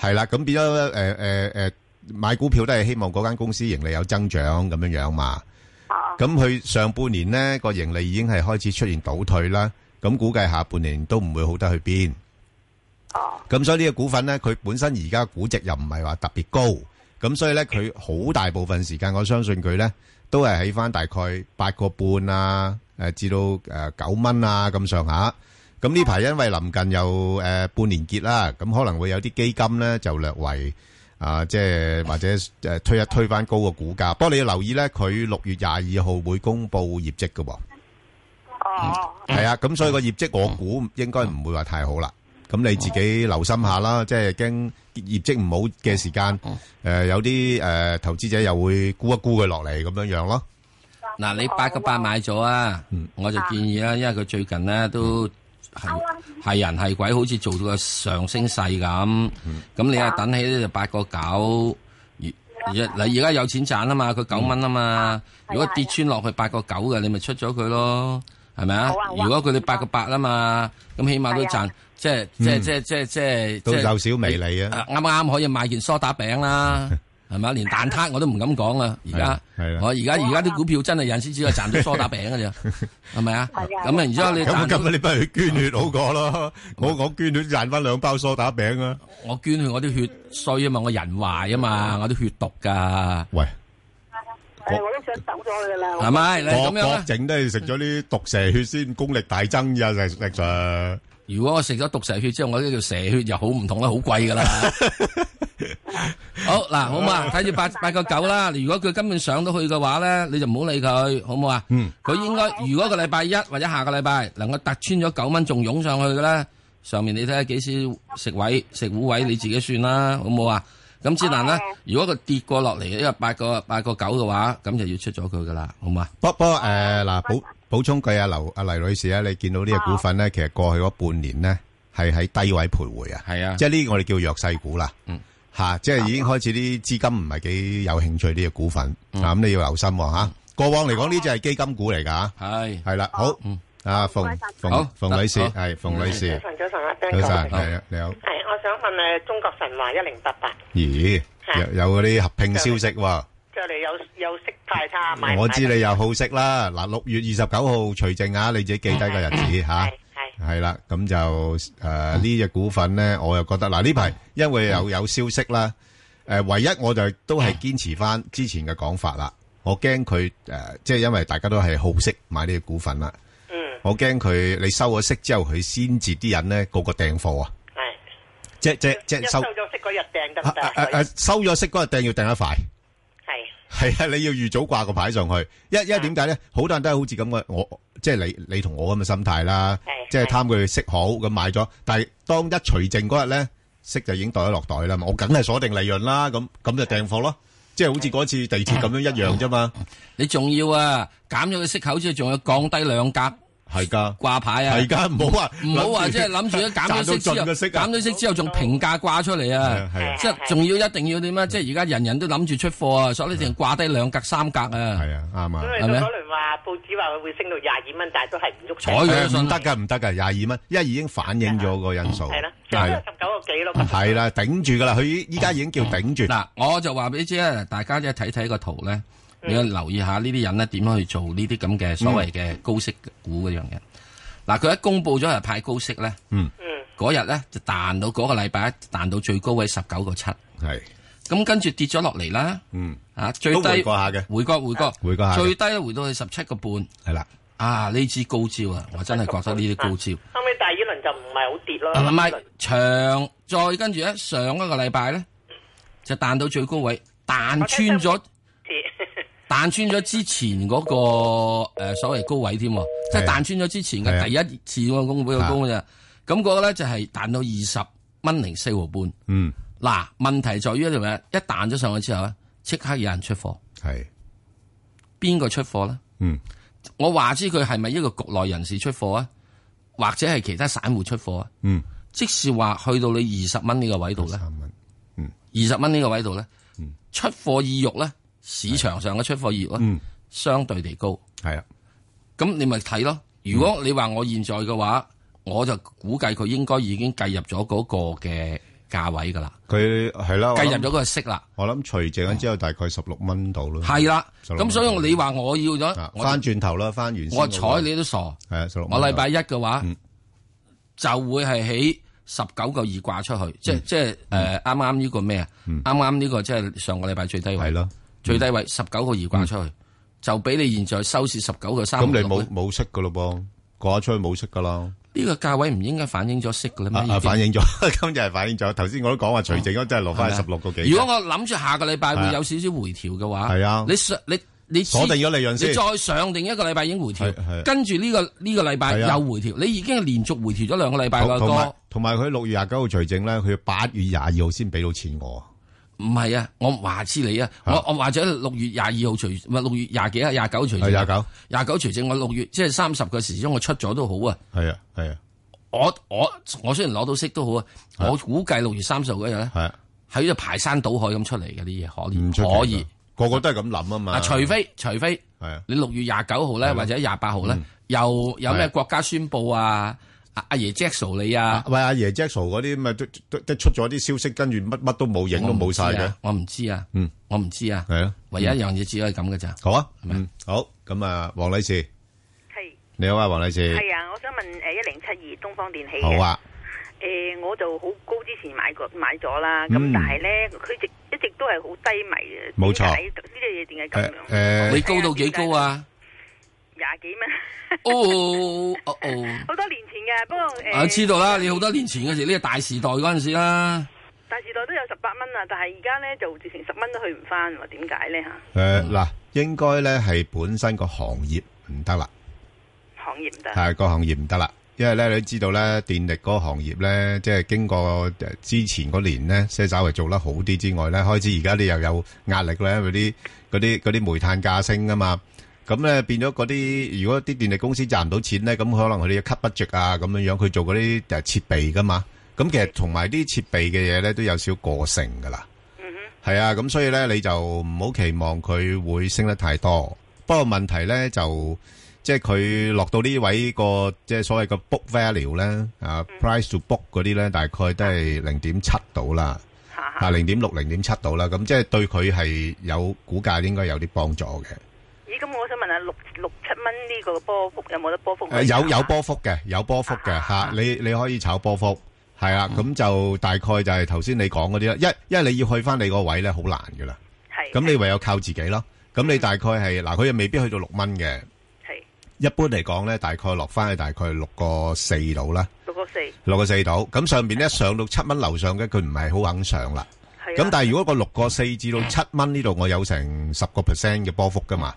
S10: 係啦，咁變咗呃诶诶诶，买股票都係希望嗰間公司盈利有增長咁樣樣嘛。咁佢上半年呢個盈利已經係開始出現倒退啦，咁估計下半年都唔會好得去邊。咁所以呢個股份呢，佢本身而家估值又唔係話特別高，咁所以呢，佢好大部分時間，我相信佢呢都係喺翻大概八個半啊，誒至到誒九蚊啊咁上下。咁呢排因為臨近又誒、呃半年結啦，咁可能會有啲基金呢就略為啊、即係或者誒、呃推一推翻高個股價。不過你要留意呢，佢六月廿二號會公布業績嘅喎。系啊，咁所以個業績我估應該唔會話太好啦。咁你自己留心下啦，即係驚業績唔好嘅時間，诶、有啲诶、誒投資者又會估一估佢落嚟咁樣樣咯。
S11: 嗱，你八個八買咗啊，我就建議啦，因為佢最近咧都係係人係鬼，好似做到個上升勢咁。咁你啊等起呢就八個九，而而嗱而家有錢賺啊嘛，佢九蚊啊嘛。如果跌穿落去八個九嘅，你咪出咗佢咯，係咪啊？如果佢哋八個八啊嘛，咁起碼都賺，即係即係
S10: 嗯
S11: 即係即係即係
S10: 都
S11: 即係
S10: 有少微利啊
S11: 啊啱啱可以買件梳打餅啦，係咪啊？連蛋撻我都唔敢講啊！而家
S10: 係啦
S11: 我而家而家啲股票真係有陣時只係賺到梳打餅 嘅啫，係咪啊？咁啊，然之後你
S10: 咁
S11: 賺到
S10: 咁你不如捐血好過咯。我我捐血賺翻兩包梳打餅啊！
S11: 我捐去我啲血衰啊嘛，我人壞啊嘛，我啲血毒噶。
S10: 哦喂，
S23: 我都想走咗佢啦。
S11: 係咪你
S10: 郭
S11: 咁樣啦
S10: 郭整都係食咗啲毒蛇血先功力大增咋，石石 Sir。
S11: 如果我食咗毒蛇血之後，我呢條蛇血又好唔同啦，好貴噶啦。好嗱，好嘛，睇住八八個九啦。如果佢根本上到去嘅話咧，你就唔好理佢，好唔好啊？
S10: 嗯，
S11: 佢應該如果個禮拜一或者下個禮拜能夠突穿咗九蚊，仲湧上去嘅咧，上面你睇下幾時食位食糊位，你自己算啦，好唔好啊？咁之但咧，如果佢跌過落嚟，因為八個八個九嘅話，咁就要出咗佢噶啦，好啊嘛？
S10: 不不過誒嗱，補補充句啊，劉阿黎女士啊，你見到呢個股份咧，其實過去嗰半年咧係喺低位徘徊啊，
S11: 係啊
S10: 即係呢個我哋叫弱勢股啦，
S11: 嗯，
S10: 嚇，即係已經開始啲資金唔係幾有興趣呢個股份啊，咁你要留心喎嚇。過往嚟講呢只係基金股嚟㗎，
S11: 係
S10: 係啦，好，啊
S3: 唔該
S10: 馮
S3: 晒
S10: 馮
S3: 好
S10: 馮女士
S3: 好
S10: 係馮女士，
S3: 早晨早晨啊
S10: 早
S3: Ben 哥
S10: 晨係啊，你好，
S3: 係我想問誒中國神話一零八八，
S10: 咦有有嗰啲合併消息喎。
S3: 即係你有有息派差買唔買？
S10: 我知你又好色啦，嗱六月二十九號除淨啊，你自己記低個日子吓，嗯係啦，咁就诶呢只股份咧，我又覺得嗱呢排因為又有消息啦，诶唯一我就都係堅持翻之前嘅講法啦，我驚佢诶即係因為大家都係好色買呢只股份啦，
S13: Ừ.
S10: 我驚佢你收咗息之後，佢先至啲人咧個個訂貨啊，即即即
S3: 一收
S10: 收
S3: 咗息嗰日訂得唔得
S10: 诶诶
S3: 啊？
S10: 诶收咗息嗰日訂要訂得快。
S3: 係
S10: 系啊，你要預早掛個牌上去，因因為點解咧？好多人都係好似咁嘅，我即係你你同我咁嘅心態啦，即係貪佢息好咁買咗，但係當一除淨嗰日咧，息就已經袋咗落袋啦嘛，我梗係鎖定利潤啦，咁咁就訂貨咯，即係好似嗰次地鐵咁樣一樣啫嘛。
S11: 你仲要啊，減咗佢息口之後，仲要降低兩格，
S10: 係噶
S11: 掛牌啊，
S10: 係㗎唔好話
S11: 唔好
S10: 諗
S11: 話
S10: 住
S11: 即係諗住一減咗息之
S10: 賺
S11: 後，
S10: 到盡嘅息啊
S11: 減咗息之後仲平價掛出嚟啊
S10: 係啊係啊，
S11: 即係仲要一定要點啊？即係而家人人都諗住出貨啊，所以一定要掛低兩格三格啊，係
S10: 啊，啱啊
S3: 因為
S11: 係咪
S3: 嗰？輪話報紙話佢會升到廿二蚊，但係都係唔喐。
S10: 誒唔得㗎，唔得㗎，廿二蚊，因為已經反映咗個因素，
S3: 係啦，即係
S10: 係啊
S3: 十九個幾咯。
S10: 係啦，頂住㗎啦，佢依家已經叫頂住
S11: 嗱，我就話俾你知啊，大家一睇睇個圖咧，你要留意下呢啲人咧點樣去做呢啲咁嘅所謂嘅高息股嗰樣嘢。嗱，佢一公佈咗係派高息咧，
S10: 嗯，
S13: Ừ.
S11: 嗰日咧就彈到嗰個禮拜一彈到最高位十九個七，
S10: 係，
S11: 咁跟住跌咗落嚟啦，
S10: 嗯，
S11: 啊最
S10: 都回
S11: 低
S10: 過下嘅，
S11: 回過回過
S10: 回過下嘅
S11: 最低咧回到去十七個半，
S10: 係啦，
S11: 啊呢支高招啊，我真係覺得呢啲高招。啊
S3: 後尾第二輪就唔係好跌咯。
S11: 唔
S22: 啊
S11: 咪 長再跟住咧，上一個禮拜咧就彈到最高位，彈穿咗，彈穿咗之前嗰、個呃所謂高位添喎，即係
S5: 係
S11: 彈穿咗之前嘅
S5: 係啊
S11: 第一次嗰個公會嘅高嘅啫。咁嗰個咧就係彈到二十蚊零四毫半。
S10: 嗯，
S11: 嗱問題在於一樣嘢，一彈咗上去之後咧，即刻有人出貨。
S10: 係
S11: 邊個出貨咧？
S10: 嗯，
S11: 我話知佢係咪一個局內人士出貨啊，或者係其他散户出貨啊？
S10: 嗯。
S11: 即使話去到你二十蚊呢個位度咧，
S10: 嗯
S11: 二十蚊呢個位度咧，出貨意欲咧，市場上嘅出貨意欲咧，相對地高。
S10: 系嗯啊，
S11: 咁你咪睇咯。如果你話我現在嘅話，我就估計佢應該已經計入咗嗰個嘅價位噶啦，
S10: 佢係啦，
S11: 計入咗個息啦。
S10: 我諗除剩咗之後大概十六蚊度咯。
S11: 係啦，
S10: 16
S11: 咁所以你話我要咗，我
S10: 翻轉頭啦，翻完啊先
S11: 我
S10: 嗰個
S11: 睬你都傻。
S10: 係啊，十六。嗯
S11: 我禮拜一嘅話，就會係喺十九個二掛出去，
S10: 嗯
S11: 即係即係誒啱啱呢個咩啊？啱啱呢個即係上個禮拜最低位，係咯，最低位
S10: 嗯
S11: 十九個二掛出去，就俾你現在收市十九個三。
S10: 咁你冇冇息噶咯噃？嗰一出去冇息噶啦。
S11: 呢個價位唔應該反映咗息嘅咩？
S10: 啊
S11: 已
S10: 啊
S11: 經
S10: 反映咗，今日係反映咗。頭先我都講話除剩咗真係落翻十六個幾。
S11: 如果我諗住下個禮拜會
S10: 係啊
S11: 有少少回調嘅話，
S10: 係啊
S11: 你上你你知
S10: 鎖定咗利潤先
S11: 你再上定一個禮拜已經回
S10: 係
S11: 調，跟住呢個呢個禮拜
S10: 係啊
S11: 又回調，你已經係連續回調咗兩個禮拜
S10: 同
S11: 啦，
S10: 同埋
S11: 哥。
S10: 同埋佢六月廿九號除證咧，佢要八月廿二號先俾到錢我。
S11: 唔係啊，我話知你啊，我我或者六月廿二號除，唔係六月廿幾啊，廿九除證，
S10: 係29
S11: 廿九除證，我六月即係三十嘅時鐘我出咗都好啊。
S10: 係啊，係啊，
S11: 我我我雖然攞到息都好啊，我估計六月三十號嗰日咧，喺度排山倒海咁出嚟嘅啲嘢，可
S10: 唔出奇
S11: 以可以
S10: 㗎。個個都係咁諗啊嘛。
S11: 啊，除非除非
S10: 啊
S11: 你六月廿九號咧，或者廿八號
S10: 嗯
S11: 咧，又有咩國家宣布啊？阿阿爺 Jack 數你啊？
S10: 喂，阿爺 Jackson 嗰啲咪都都都出咗啲消息，跟住乜乜都冇影都冇晒嘅。
S11: 我唔知啊，
S10: 嗯，
S11: 我唔知啊，
S10: 係啊，
S11: 唯一一樣嘢只可以咁嘅咋。
S10: 好啊，嗯，好，咁啊，黃女士，
S5: 係
S10: 你好啊，黃女士，
S5: 係啊，我想問誒一零七二東方電器
S10: 好
S5: 嘅
S10: 啊，
S5: 誒、我就好高之前買過買咗啦，咁、
S10: 嗯
S5: 但係咧佢直一直都係好低迷嘅，
S10: 冇錯
S5: 點解呢隻嘢點解咁樣？
S10: 誒
S11: 你高到幾高啊？
S5: 廿幾蚊，
S11: 哦哦哦，
S5: 好多年前嘅，不過誒、
S11: 我啊知道啦，你好多年前嘅時，呢個大時代嗰陣時啦，
S5: 大時代都有十八蚊啊，但係而家咧就直情十蚊都去唔翻喎，點解咧嚇？
S10: 誒呃嗱，應該咧係本身個行業唔得啦。
S5: 行業唔得，
S10: 係個行業唔得啦，因為咧你都知道咧電力嗰個行業咧，即係經過呃之前嗰年咧，即係稍微做得好啲之外咧，開始而家你又有壓力咧，因為啲嗰啲嗰啲煤炭價升啊嘛，咁咧變咗嗰啲如果啲電力公司賺唔到錢咧，咁可能佢哋要 cut budget 啊咁樣樣，佢做嗰啲誒設備噶嘛，咁其實同埋啲設備嘅嘢咧都有少過剩噶啦。系啊，咁所以咧你就唔好期望佢會升得太多。不過問題咧就即係佢落到呢位個即係所謂個 book value 咧啊 price to book 嗰啲咧，大概都係零點七到啦，啊零點六、零點七到啦。咁即係對佢係有股價應該有啲幫助嘅。
S5: 咦？咁我想問下六六七蚊呢個波幅有冇得波幅？
S10: 誒有有波幅嘅，有波幅嘅嚇，你你可以炒波幅，係啊，咁就大概就係頭先你講嗰啲啦，一因為你要去翻你個位咧，好難噶啦，咁你唯有靠自己咯，咁你大概係嗱，佢又未必去到六蚊嘅，一般嚟講咧，大概落翻去大概六個四度啦，
S5: 六個四，
S10: 六個四度，咁上面咧上到七蚊樓上嘅，佢唔係好肯上啦，
S5: 係啊
S10: 咁但係如果個六個四至到七蚊呢度，我有成十個 percent 嘅波幅噶嘛。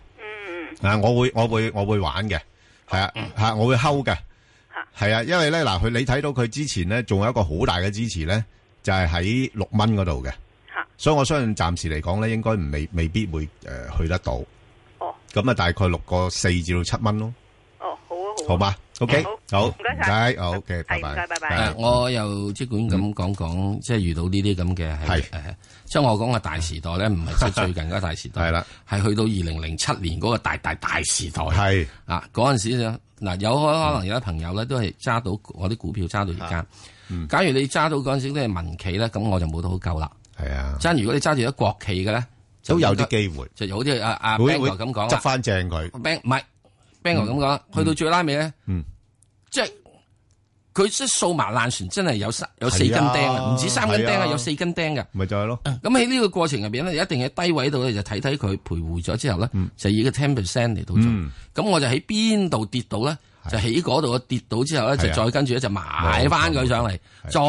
S10: 啊，我會我會我會玩嘅，係啊吓，我會睺嘅，係啊，因為咧嗱，佢你睇到佢之前咧，仲有一個好大嘅支持咧，就係喺六蚊嗰度嘅，所以我相信暫時嚟講咧，應該唔未未必會诶、呃去得到，
S5: 哦，
S10: 咁啊大概六個四至到七蚊咯，
S5: 哦，好啊，好啊，
S10: 好嘛，OK，好，
S5: 唔該
S10: 唔
S5: 晒
S10: 使，好嘅，拜拜，嗯
S11: 誒我又即管咁講講，即係遇到呢啲咁嘅係誒，即係我講嘅大時代咧，唔係即係最近嗰個大時代，係
S10: 啦，
S11: 係去到二零零七年嗰個大大大時代，係啊，嗰陣時就嗱有可可能有啲朋友咧都係揸到我啲股票揸到而
S10: 啊
S11: 家，
S10: 嗯
S11: 假如你揸到嗰陣時都係民企咧，咁我就冇得好救啦，
S10: 係啊，
S11: 真如果你揸住咗國企嘅咧，就
S10: 都有
S11: 應該
S10: 啲機會，
S11: 就好似阿阿 b a
S10: 會
S11: n
S10: 會
S11: 啊咁講啦
S10: 執翻正佢，
S11: Bang 唔係 Bang 哥咁講，去到最拉尾咧，
S10: 嗯
S11: 即係佢即係掃埋爛船，真係有三有四根釘
S10: 係
S11: 啊，
S10: 啊
S11: 唔止三根釘
S10: 係
S11: 啊，
S10: 啊
S11: 有四根釘嘅。嗯
S10: 咪就係咯，
S11: 咁喺呢個過程入邊咧，一定喺低位度咧就睇睇佢徘徊咗之後咧，就以個 ten percent 嚟到做。
S10: 嗯
S11: 咁我就喺邊度跌到咧，就喺嗰度跌到之後咧，
S10: 係
S11: 就
S10: 啊
S11: 再跟住咧就買翻佢上嚟，再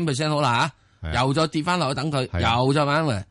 S11: ten percent 好啦
S10: 啊
S11: 嚇，又再跌翻落去等佢，又再買翻嚟。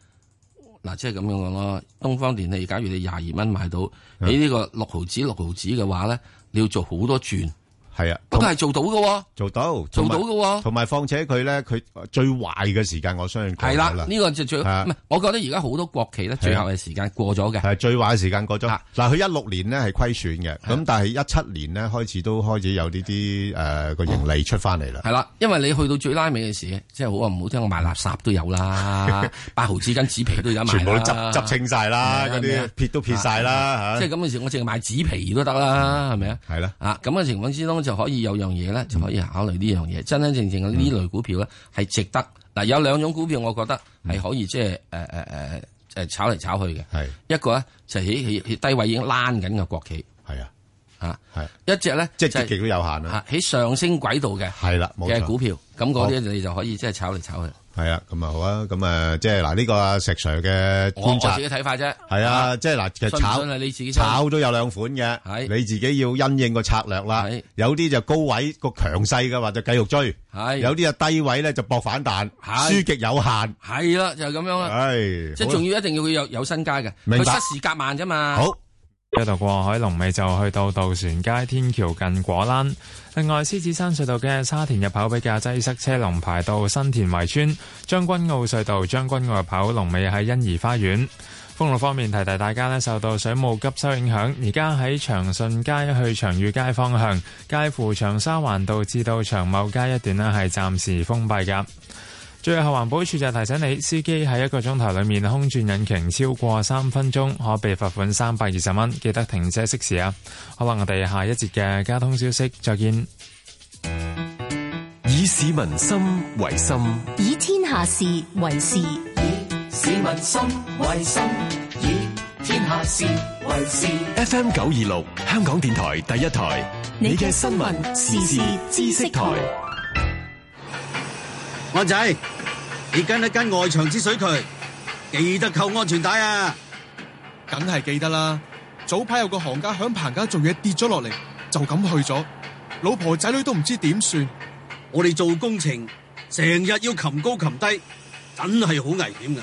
S11: 嗱，即係咁樣講咯。東方電器，假如你廿二蚊買到
S10: 啊
S11: 喺呢個六毫子六毫子嘅話咧，你要做好多轉。
S10: 係啊，
S11: 不過係做到嘅喎，
S10: 做到，
S11: 做到嘅喎
S10: 同埋況且佢咧，佢最壞嘅時間，我相信過咗
S11: 係啦，呢個就最唔
S10: 係啊啊
S11: 係。我覺得而家好多國企咧，最後係時間過咗嘅。啊
S10: 係最壞嘅時間過咗。嗱，佢一六年咧係虧損嘅，咁但係一七年咧開始都開始有呢啲誒個盈利出翻嚟啦。
S11: 係啦，因為你去到最拉尾嘅時，即係好話唔好聽，我賣垃圾都 有啦，八毫紙巾紙皮都有得賣啦
S10: 全部都執執清晒啦
S11: 係啊
S10: 嗰啲
S11: 係咪啊
S10: 撇都撇晒啦
S11: 啊
S10: 嚇
S11: 即係咁嘅時，我淨係賣紙皮都得啦，係咪啊？
S10: 係啦，
S11: 啊咁嘅情況之中就可以有樣嘢咧，就可以考慮呢樣嘢。真真正正嘅呢類股票咧係值得嗱，有兩種股票我覺得係可以即係誒誒誒誒炒嚟炒去嘅。
S10: 嗯係
S11: 一個咧就係喺喺喺低位已經躝緊嘅國企。
S10: 係啊。
S11: 啊，
S10: 系
S11: 一隻咧，
S10: 即係極都有限啊！
S11: 喺上升軌道嘅
S10: 係啦，冇錯
S11: 嘅股票，咁嗰啲你就可以即係炒嚟炒去。
S10: 系啊，咁啊好啊，咁啊即係嗱呢個啊石 Sir 嘅
S11: 我
S10: 觀
S11: 我
S10: 察
S11: 自己睇法啫。
S10: 係啊，即係嗱，其實
S11: 信唔
S10: 炒
S11: 信啊係你自己信
S10: 炒都有兩款嘅，你自己要因應個策略啦。有啲就高位個強勢嘅話就繼續追，有啲就低位咧就搏反彈，輸極有限。
S11: 係啦，就係咁樣啦。
S10: 係
S11: 即係仲要一定要佢有有身家嘅，
S15: 明
S11: 佢
S15: 白
S11: 失時夾慢啫嘛。
S10: 好。
S15: 一度過海龍尾就去到渡船街天橋近果欄。另外，獅子山隧道嘅沙田入口比較擠塞，車龍排到新田圍村。將軍澳隧道將軍澳入口龍尾喺欣怡花園。封路方面，提提大家呢，受到水務急修影響，而家喺長順街去長裕街方向，介乎長沙灣道至到長茂街一段呢，係暫時封閉㗎。最後，環保署就提醒你，司機喺一個鐘頭裏面空轉引擎超過三分鐘，可被罰款三百二十蚊。記得停車熄匙啊！好啦，我哋下一節嘅交通消息再見。
S16: 以市民心為心，
S17: 以天下事為事，
S4: 市民心為心，以天下事為事。
S16: FM 九二六，香港電台第一台，你嘅新聞時事知識台，
S6: 安仔，你跟一跟外牆之水渠，記得扣安全帶啊！
S24: 梗係記得啦。早排有個行家響棚架做嘢跌咗落嚟，就咁去咗，老婆仔女都唔知點算。
S6: 我哋做工程成日要擒高擒低，真係好危險噶。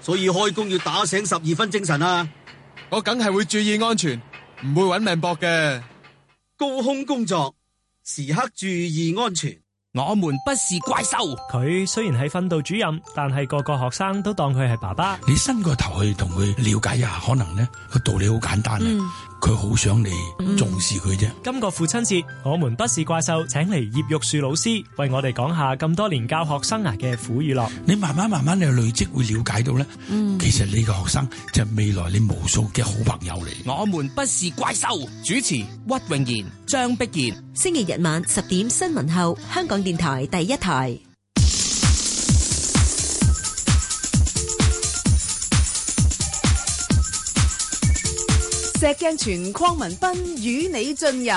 S6: 所以開工要打醒十二分精神啊！
S24: 我梗係會注意安全，唔會揾命搏嘅。
S6: 高空工作時刻注意安全。
S25: 我們不是怪獸。
S26: 佢雖然係訓導主任，但係個個學生都當佢係爸爸。
S27: 你伸個頭去同佢了解一下，可能咧個道理好簡單嘅
S26: 嗯，
S27: 佢好、想你
S4: 嗯
S27: 重視佢啫。
S26: 今個父親節，我們不是怪獸，請嚟葉玉樹老師為我哋講下咁多年教學生涯嘅苦與樂。
S27: 你慢慢慢慢你累積會了解到咧，
S26: 嗯
S27: 其實你個學生就係未來你無數嘅好朋友嚟。
S25: 我們不是怪獸。主持屈永賢、張碧賢。
S28: 星期日晚十點新聞後，香港電台第一台。
S8: 石鏡泉邝文斌與你進入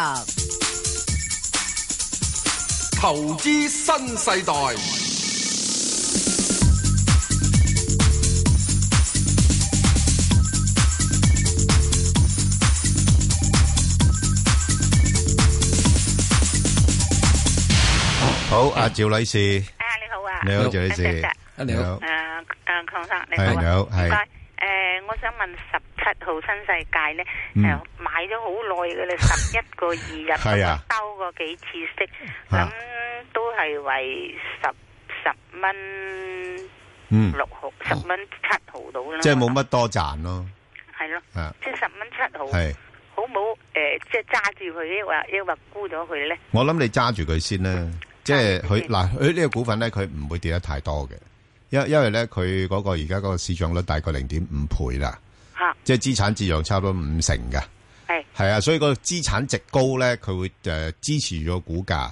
S9: 投資新世代，
S10: 好，阿趙女士，
S22: 啊，你好啊，
S10: 你好趙女士
S22: 啊
S10: 你好
S22: 誒誒，邝生你
S10: 係
S22: 好啊，
S10: 你好係
S22: 唔該，誒，我想問十七號新世界咧，
S10: 嗯
S5: 啊
S22: 誒，買咗好耐 嘅啦，十一個二日，
S10: 係啊
S22: 收過幾次息，咁都係為十十蚊
S10: 嗯，
S22: 六毫，十蚊七毫到啦，
S10: 即係冇乜多賺咯，
S22: 係咯
S10: 啊，
S22: 即係十蚊七毫，
S10: 係。
S22: 好冇誒，即係揸住佢，抑或抑或沽咗佢咧？
S10: 我諗你揸住佢先啦，即係佢嗱，佢呢個股份咧，佢唔會跌得太多嘅，因因為咧佢嗰個而家嗰個市漲率大概零點五倍啦，即係資產折讓差唔多五成嘅，
S22: 係
S10: 係啊，所以個資產值高咧，佢會誒支持咗股價，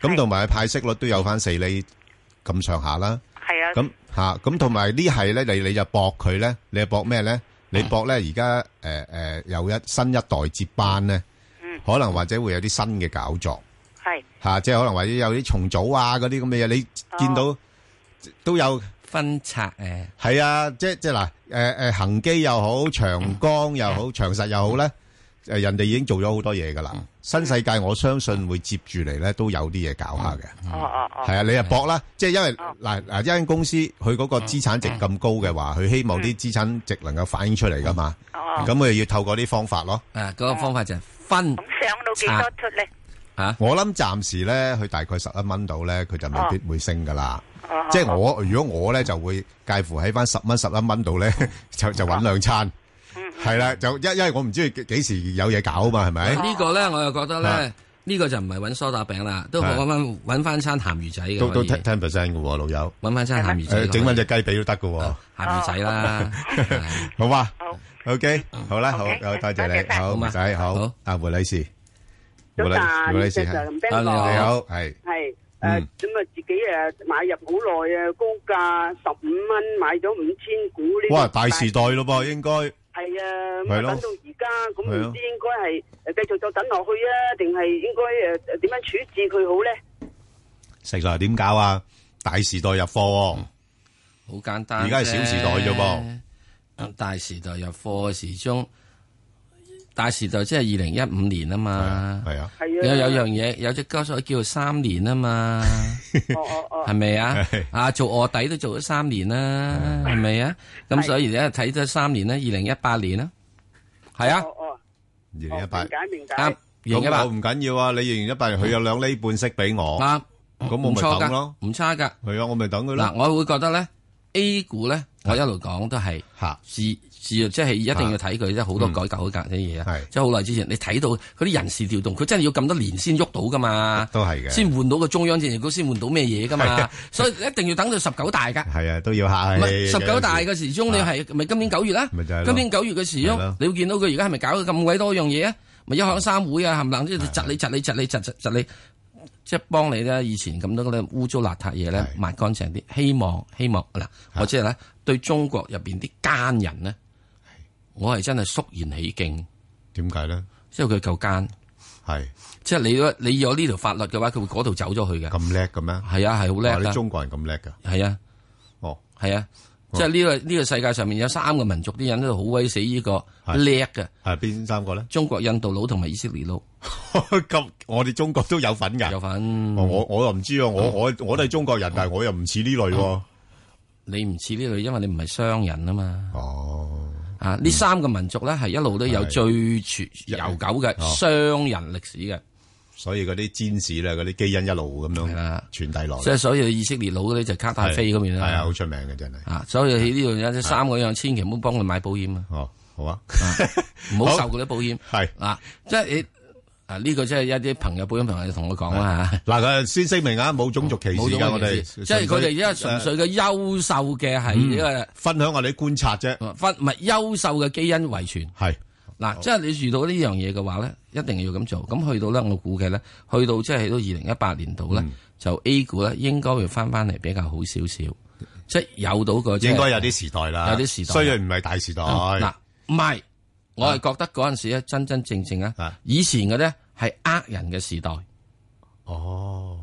S10: 咁同埋派息率都有翻四厘咁上下啦，
S22: 係啊，
S10: 咁吓咁同埋呢係咧，你你就搏佢咧，你係搏咩咧？你
S22: 嗯
S10: 搏咧而家誒誒有一新一代接班咧，
S22: 嗯
S10: 可能或者會有啲新嘅搞作。
S22: 係。
S10: 吓、即係可能或者有啲重組啊嗰啲咁嘅嘢，你見
S22: 哦
S10: 到都有
S11: 分拆誒，
S10: 係啊，即係即係嗱，诶、誒诶，恒基又好，長江又好，長實又好咧，诶、人哋已經做咗好多嘢噶啦。新世界我相信會接住嚟咧，都有啲嘢搞下嘅。
S22: 哦
S13: Ờ,
S22: 哦
S13: 嗯
S22: 哦，
S10: 係啊，你啊搏啦，即係因為嗱嗱，一間公司佢嗰個資產值咁高嘅話，佢希望啲資產值能夠反映出嚟噶嘛。咁佢要透過啲方法咯。
S11: 誒啊嗰個方法就係分
S22: 上到幾多出咧？
S10: 吓，我諗暫時咧，佢大概十一蚊到咧，佢就未必會升噶啦。
S22: 哦
S10: 即係我如果我咧就會介乎喺翻十蚊十一蚊度咧， 就就揾兩餐。係啦，就因因為我唔知佢幾時有嘢搞啊嘛，係咪？
S11: 呢個咧，我又覺得
S10: 啊
S11: 咧，呢個就唔係揾梳打餅啦，都
S10: 係
S11: 揾翻揾翻餐鹹魚仔嘅
S10: 都
S11: 可
S10: 都
S11: 以
S10: ten ten percent 嘅喎，老友。
S11: 揾翻餐鹹魚仔
S10: 誒
S11: 嘅
S10: 整翻只雞髀都得嘅喎。
S11: 鹹魚仔啦，
S10: 好嘛？好。OK，好啦，好，好多謝你，好，唔使，好，阿胡女士。胡女
S7: 早晨
S10: 胡女士
S7: 石 Sir，
S10: 係
S7: 林彬哥
S10: 你好係
S7: 系诶
S10: 嗯
S7: 咁啊，自己
S22: à,
S7: 诶買入好耐啊，高價十五蚊買咗五千股呢個禮拜。
S10: 哇大時代咯噃應該
S7: 係
S22: à,
S7: 啊，咁
S10: 係
S7: 啊
S10: 咯
S7: 等到而家，咁
S10: 係咯
S7: 唔知應該係诶繼續再等落去啊，
S22: à,
S7: 定係應該诶诶点样处置佢好咧？
S10: 石 Sir 點搞啊？大時代入貨喎，
S11: 好簡單
S10: 哦
S11: 啫。
S10: 而家係小時代啫噃
S11: 噃，嗯大時代入貨嘅時鐘，大時代即係二零一五年啊嘛。
S10: 係啊，
S11: 有有樣嘢有隻歌手叫做三年 啊嘛，
S10: 哦
S11: 係咪啊？啊做卧底都做咗三年啦，係咪啊？咁所以而家睇咗三年啦，二零一八年啦，係
S10: 哦
S11: 啊，
S10: 二零一八。
S7: 解明解。
S11: 啱，贏一
S10: 咁我唔緊要啊，你贏一八，佢有兩厘半息俾我，
S11: 啱，
S10: 咁我咪等咯，
S11: 嗯唔差噶，
S10: 係啊，我咪等佢咯。
S11: 嗱，我會覺得咧 A 股咧，我一路講都係自自即係一定要睇佢，即係好
S10: 嗯
S11: 多改革改革啲嘢啊，即係好耐之前你睇到佢啲人事調動，佢真係要咁多年先喐到噶嘛，
S10: 都係嘅
S11: 先換到個中央政治局，先換到咩嘢噶
S10: 係
S11: 嘛
S10: 啊，
S11: 所以一定要等到十九大噶。
S10: 係啊，都要客
S11: 唔
S10: 氣
S11: 係十九大嘅時鐘，你
S10: 啊
S11: 係咪今年九月啦？
S10: 咪就係咯
S11: 今年九月嘅時
S10: 係
S11: 鐘
S10: 咯，
S11: 你會見到佢而家係咪搞咗咁鬼多樣嘢啊？咪一行三會啊，冚唪唥即係窒你窒你窒你窒窒窒你，即係幫你咧以前咁多嘅污糟邋遢嘢咧抹乾淨啲，希望希望嗱，我即係咧對中國入邊啲奸人咧，我係真係肅然起敬。
S10: 點解咧？
S11: 因為佢夠奸。
S10: 係。
S11: 即係你嗰你有呢條法律嘅話，佢會嗰度走咗去嘅。
S10: 咁叻嘅咩？
S11: 係啊，係好叻
S10: 哇
S11: 㗎
S10: 你中國人咁叻㗎？
S11: 係啊，
S10: 哦，
S11: 係啊，即係呢個呢個世界上面有三個民族啲人都好威死呢個叻嘅。
S10: 係邊三個咧？
S11: 中國、印度佬同埋以色列佬。
S10: 咁我哋中國都有份㗎？
S11: 有份。
S10: 我我又唔知啊，我我我都係中國人，但係我又唔似呢類喎。
S11: 你唔似呢類，因為你唔係商人啊嘛。哦。啊！呢三個民族咧係一路都有
S10: 係
S11: 最傳悠久嘅
S10: 哦
S11: 商人歷史嘅，
S10: 所以嗰啲戰士咧，嗰啲基因一路咁樣傳遞落嚟。
S11: 即係所以以色列佬嗰啲就卡塔菲嗰邊啦。
S10: 係啊，好出名嘅真係。
S11: 啊，所以喺呢度有啲三個樣，千祈唔好幫佢買保險啊。
S10: 哦，好啊，
S11: 唔好受佢啲保險。
S10: 係
S11: 啊，即係你啊呢個即係一啲朋友保險朋友同我講啦嚇。
S10: 嗱，佢先聲明啊，冇種族歧視
S11: 冇咗
S10: 㗎，我
S11: 嗰
S10: 哋
S11: 件事即係佢哋而家純粹嘅優秀嘅係呢個
S10: 嗯分享我哋觀察啫，
S11: 分唔係優秀嘅基因遺傳
S10: 係
S11: 嗱，即係你遇到呢樣嘢嘅話咧，一定要咁做。咁去到咧，我估計咧，去到即係到二零一八年
S10: 嗯
S11: 度咧，就 A 股咧應該會翻翻嚟比較好少少，即係有到個即係
S10: 應該有啲時代啦，
S11: 有啲時代，
S10: 雖然唔係大時代。啊
S11: 嗯嗱，唔係，我係覺得嗰陣時咧，真真正正啊，以前嘅咧係呃人嘅時代。哦，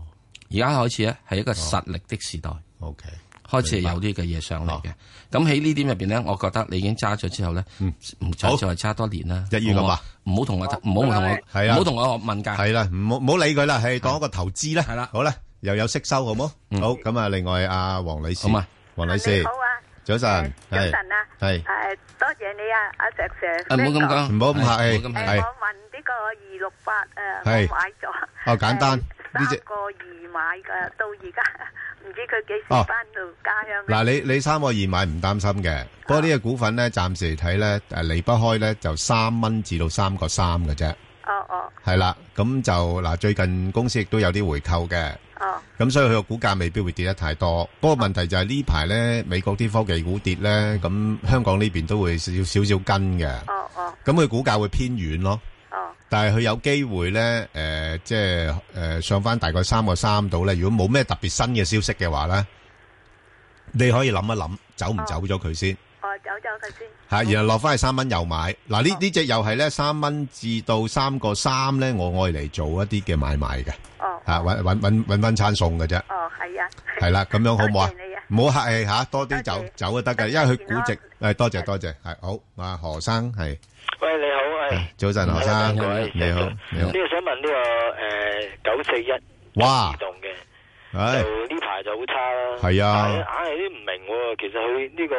S11: 而家開始咧係一個實力的時代。
S10: OK，
S11: 開始係有啲嘅嘢上嚟嘅。咁喺呢點入邊咧，我覺得你已經揸咗之後咧，唔再
S10: 好
S11: 再揸多年啦。
S10: 一於咁話，
S11: 唔好同我唔好同我
S10: 係
S11: 唔
S10: 啊，
S11: 好同我問價。
S10: 係啦，唔好唔好理佢啦，係講一個投資啦。係啦，好啦，又有息收好冇？好咁啊，另外阿黃女士，好嘛，黃女士
S12: 你好，啊，
S10: 早晨，
S12: 早晨
S5: à.
S12: 啊，
S10: 係
S12: 诶，多謝你啊，阿石 Sir。
S10: 啊唔好咁講唔好咁客氣
S12: 誒
S10: 係
S12: 我問呢個二六八
S5: ờ,
S12: 诶，我
S10: 係
S12: 買咗
S10: 哦簡單
S12: 誒
S10: 呢
S12: 三
S10: 隻
S12: 個二買
S5: ờ,
S12: 嘅，到而家唔知佢幾時
S10: 哦
S12: 翻到家鄉。
S10: 嗱，你你三個二買唔擔心嘅，不過呢個股份咧，暫時嚟睇咧，誒離不開咧就三蚊至到三個三嘅啫。
S13: Ờ,
S12: 哦哦
S10: 係啦，咁就嗱，最近公司亦都有啲回購嘅，
S12: 哦，
S10: 咁所以佢個股價未必會跌得太多。不過問題就係呢排咧，美國啲科技股跌咧，咁香港呢邊都會少少少跟嘅。
S12: 哦哦
S10: 咁佢股價會偏軟咯。
S12: 哦
S10: 但係佢有機會咧，誒、即係誒、上翻大概三個三度咧。如果冇咩特別新嘅消息嘅話咧，你可以諗一諗，走唔走咗佢先
S12: 我哦走咗佢先。
S10: 嚇、然後落翻去三蚊又買。嗱，呢呢只又係咧三蚊至到三個三咧，我愛嚟做一啲嘅買賣嘅，
S12: 哦
S10: 嚇揾揾揾揾翻餐餸嘅啫，
S13: Ờ,
S12: 哦，
S13: à.
S12: 係啊。
S10: 係啦，咁樣好唔好啊
S12: 多謝你啊？
S10: 唔好客氣嚇，多啲走走就得㗎，因為佢估值誒多謝多謝，係好啊，何生係
S13: 喂，你好，诶，
S10: 早晨，何生
S13: 各位，
S10: 你好你好
S13: 呢。個想問呢個诶九四一
S10: 哇
S13: 移動嘅，Dạ.
S10: 唉
S13: 就呢排就好差啦。
S10: 係啊
S13: 但係硬係啲唔明喎。其實佢呢個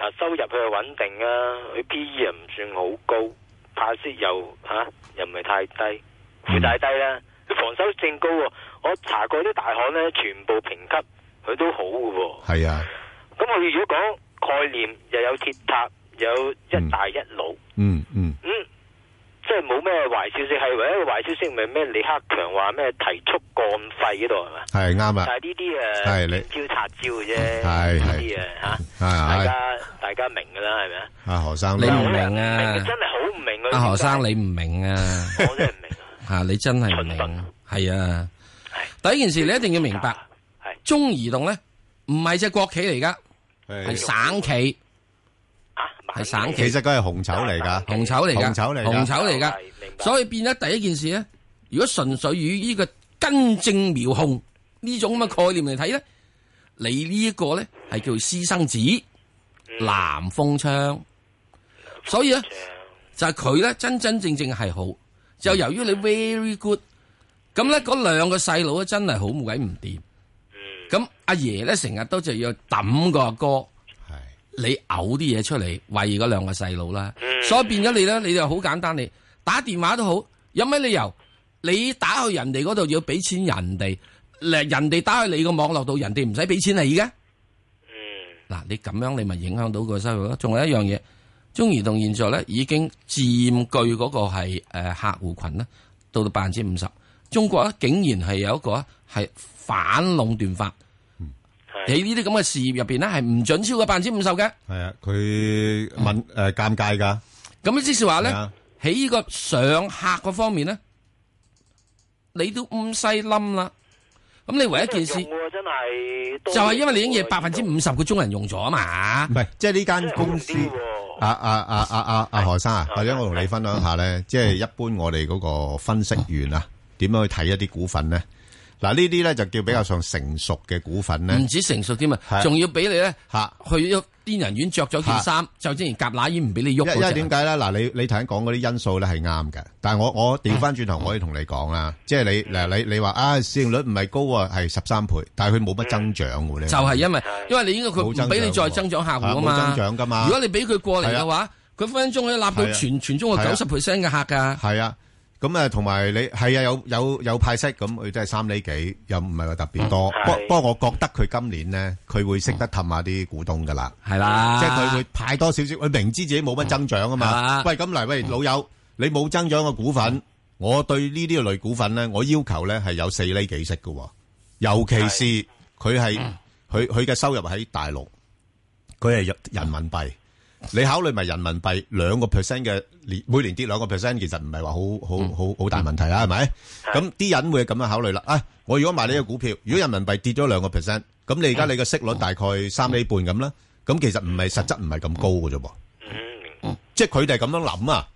S13: 嗱收入佢係穩定啊，佢 P E 又唔算好高，派息又吓又唔係太低，負債低啦。佢防守性高喎，我查過啲大行咧，全部評級佢都好嘅喎。
S10: 係啊，
S13: 咁佢如果講概念，又有鐵塔，又有一大一老。
S10: 嗯嗯。
S13: 嗯，即係冇咩壞消息，係唯一個壞消息咪咩李克強話咩提速降費嗰度係嘛？
S10: 係啱啦
S13: 但係呢啲
S10: 係
S13: 誒
S10: 你
S13: 明招拆招嘅啫，
S10: 係
S13: 呢啲嘢嚇，
S10: 係
S13: 大家大家明㗎啦，係咪啊？
S10: 啊，何生，
S11: 你唔
S13: 但係我
S11: 明啊
S13: 真係好唔明啊！
S11: 阿何生你唔明啊，我真係唔明。吓，你真係唔明，係啊。第一件事你一定要明白，中移動咧唔係只國企嚟噶，係省企，係省企。
S10: 哦其實佢係紅籌嚟㗎。
S11: 紅籌嚟噶，
S10: 紅籌嚟㗎。
S11: 紅籌嚟噶，所以變咗第一件事咧，如果純粹以呢個根正苗紅呢種咁嘅概念嚟睇咧，你呢一個咧係叫做私生子南風窗，所以咧就係佢咧真真正正係好，就由於你 very good，咁咧嗰兩個細佬咧啊真係好冇鬼唔掂，咁阿爺咧成日都就要揼個阿哥。你嘔啲嘢出嚟喂嗰兩個細路啦，所以變咗你咧，你就好簡單，你打電話都好，有咩理由你打去人哋嗰度要俾錢人哋，嗱人哋打去你個網絡度，人哋唔使俾錢你嘅。嗱，你咁樣你咪影響到個收入咯。仲有一樣嘢，中移動現在咧已經佔據嗰個係誒客戶群咧，到到百分之五十。中國咧竟然係有一個係反壟斷法，
S10: 嗯
S11: 喺呢啲咁嘅事業入邊咧係唔準超過百分之五十嘅。
S10: 係啊，佢問-誒，尷尬㗎。
S11: 咁即是話咧
S10: 係啊，
S11: 喺呢個上客嗰方面咧，你都唔西冧啦。咁你唯一一件事
S13: 真係
S11: 就係因為你已經嘢百分之五十嘅中人用咗啊嘛。
S10: 唔係，即係呢間公司- À, 啊，啊，啊，啊，啊，何生啊，或者我同你分享下呢，à? 即係一般我哋嗰個分析員啊，點樣去睇一啲股份呢？嗱，呢啲呢，就叫比較上成熟嘅股份呢，
S11: 唔止成熟添啊，
S10: 係
S11: 仲要俾你咧
S10: 嚇
S11: 去咗癲人院着咗件衫，就之前夾乸煙唔俾你喐
S10: 因
S11: 嗰隻。
S10: 因為點解咧？嗱，你你頭先講嗰啲因素咧係啱嘅，但係我我調翻轉頭，我可以同你講啦，即係你嗱你你話啊市盈率唔係高啊，係十三倍，但係佢冇乜增長喎，你
S11: 就係因為因為你應該佢唔俾你再增長客戶啊嘛。
S10: 冇增長㗎嘛
S11: 如果你俾佢過嚟
S10: 係
S11: 嘅
S10: 啊
S11: 話，佢分分鐘可以納
S10: 係
S11: 到
S10: 啊
S11: 全全中國
S10: 係啊
S11: 九十 percent 嘅客㗎。
S10: 係啊，咁啊同埋你係啊有有有派息咁，佢都係三厘幾，又唔係話特別多。
S11: 嗯係
S10: 不不過我覺得佢今年咧，佢會識得氹下啲股東㗎啦，
S11: 係啦
S10: 即係佢會派多少少，佢明知自己冇乜增長啊
S11: 嗯係
S10: 嘛
S11: 啦。
S10: 喂，咁嚟喂老友，你冇增長嘅股份，我對呢啲類股份咧，我要求咧係有四厘幾息嘅喎，尤其是佢係嗯佢佢嘅收入喺大陸。佢係人人民幣。你考慮埋人民幣兩個 percent 嘅年每年跌兩個 percent，其實唔係話好好好好大問題嗯啦，係咪？咁啲人會咁樣考慮啦。啊，我如果買呢個股票，如果人民幣跌咗兩個 percent，咁你而家你嘅息率大概三厘半咁啦，咁其實唔係實質唔係咁高嘅啫噃。即係佢哋係咁樣諗啊，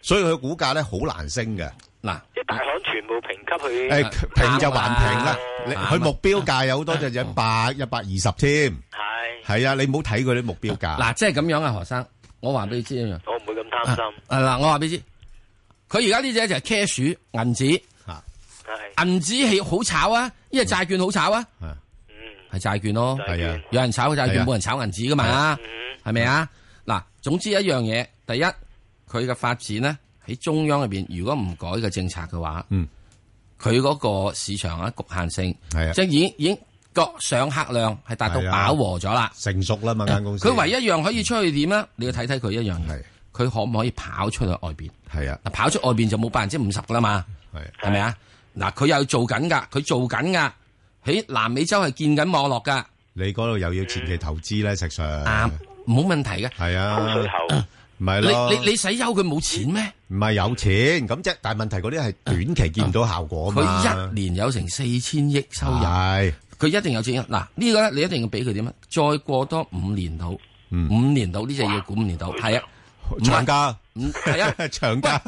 S10: 所以佢嘅股價咧好難升嘅。
S11: 嗱，
S13: 啲大行全部評級佢
S10: 誒
S11: Ờ,
S10: 平就還平啦，你佢目標價有好多隻一百一百二十添。係係啊，你唔好睇佢啲目標價。
S11: 嗱，即係咁樣啊，何生，我話俾你知啊一樣。
S13: 我唔會咁貪心。
S11: 啊嗱，我話俾你知，佢而家呢只就係 cash 銀紙，
S10: 啊
S11: 銀紙係好炒啊，因為債券好炒啊，係債券咯，
S10: 係啊，
S11: 有人炒債
S10: 嗯係
S11: 券，
S10: 啊
S11: 冇人炒銀紙噶嘛，係咪啊？嗱，總之一樣嘢，第一，佢嘅發展呢，喺中央入邊，如果唔改嘅政策嘅話，
S10: 嗯，
S11: 佢嗰個市場啊局限性，
S10: 係啊
S11: 即係已經已經個上客量係達到
S10: 係啊
S11: 飽和咗啦，
S10: 成熟啦嘛間公司。
S11: 佢唯一一樣可以出去點咧？你要睇睇佢一樣嘢，佢可唔可以跑出去外邊？
S10: 係啊，
S11: 嗱，跑出外邊就冇百分之五十噶啦嘛，
S10: 係
S11: 係咪啊？嗱，佢又做緊噶，佢做緊噶，喺南美洲係建緊網絡嗯噶，
S10: 你嗰度又要前期投資咧，石 Sir。
S11: 啱，冇問題嘅。
S10: 係啊，
S11: 口水
S10: 唔係咯，
S11: 你你你使憂佢冇錢咩？
S10: 唔係有錢咁即係，但係問題嗰啲係短期見唔到效果啊嘛。
S11: 佢一年有成四千億收入，
S10: 係
S11: 佢一定有錢。嗱，呢個咧你一定要俾佢點啊？再過多五年到，
S10: 嗯
S11: 五年到呢只嘢估五年到，係啊，
S10: 長家，
S11: 唔係啊，
S10: 長家。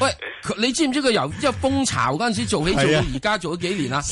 S11: 喂，佢你知唔知佢由即係蜂巢嗰陣時做起做
S10: 係
S11: 到
S10: 啊
S11: 而家做咗幾年啦？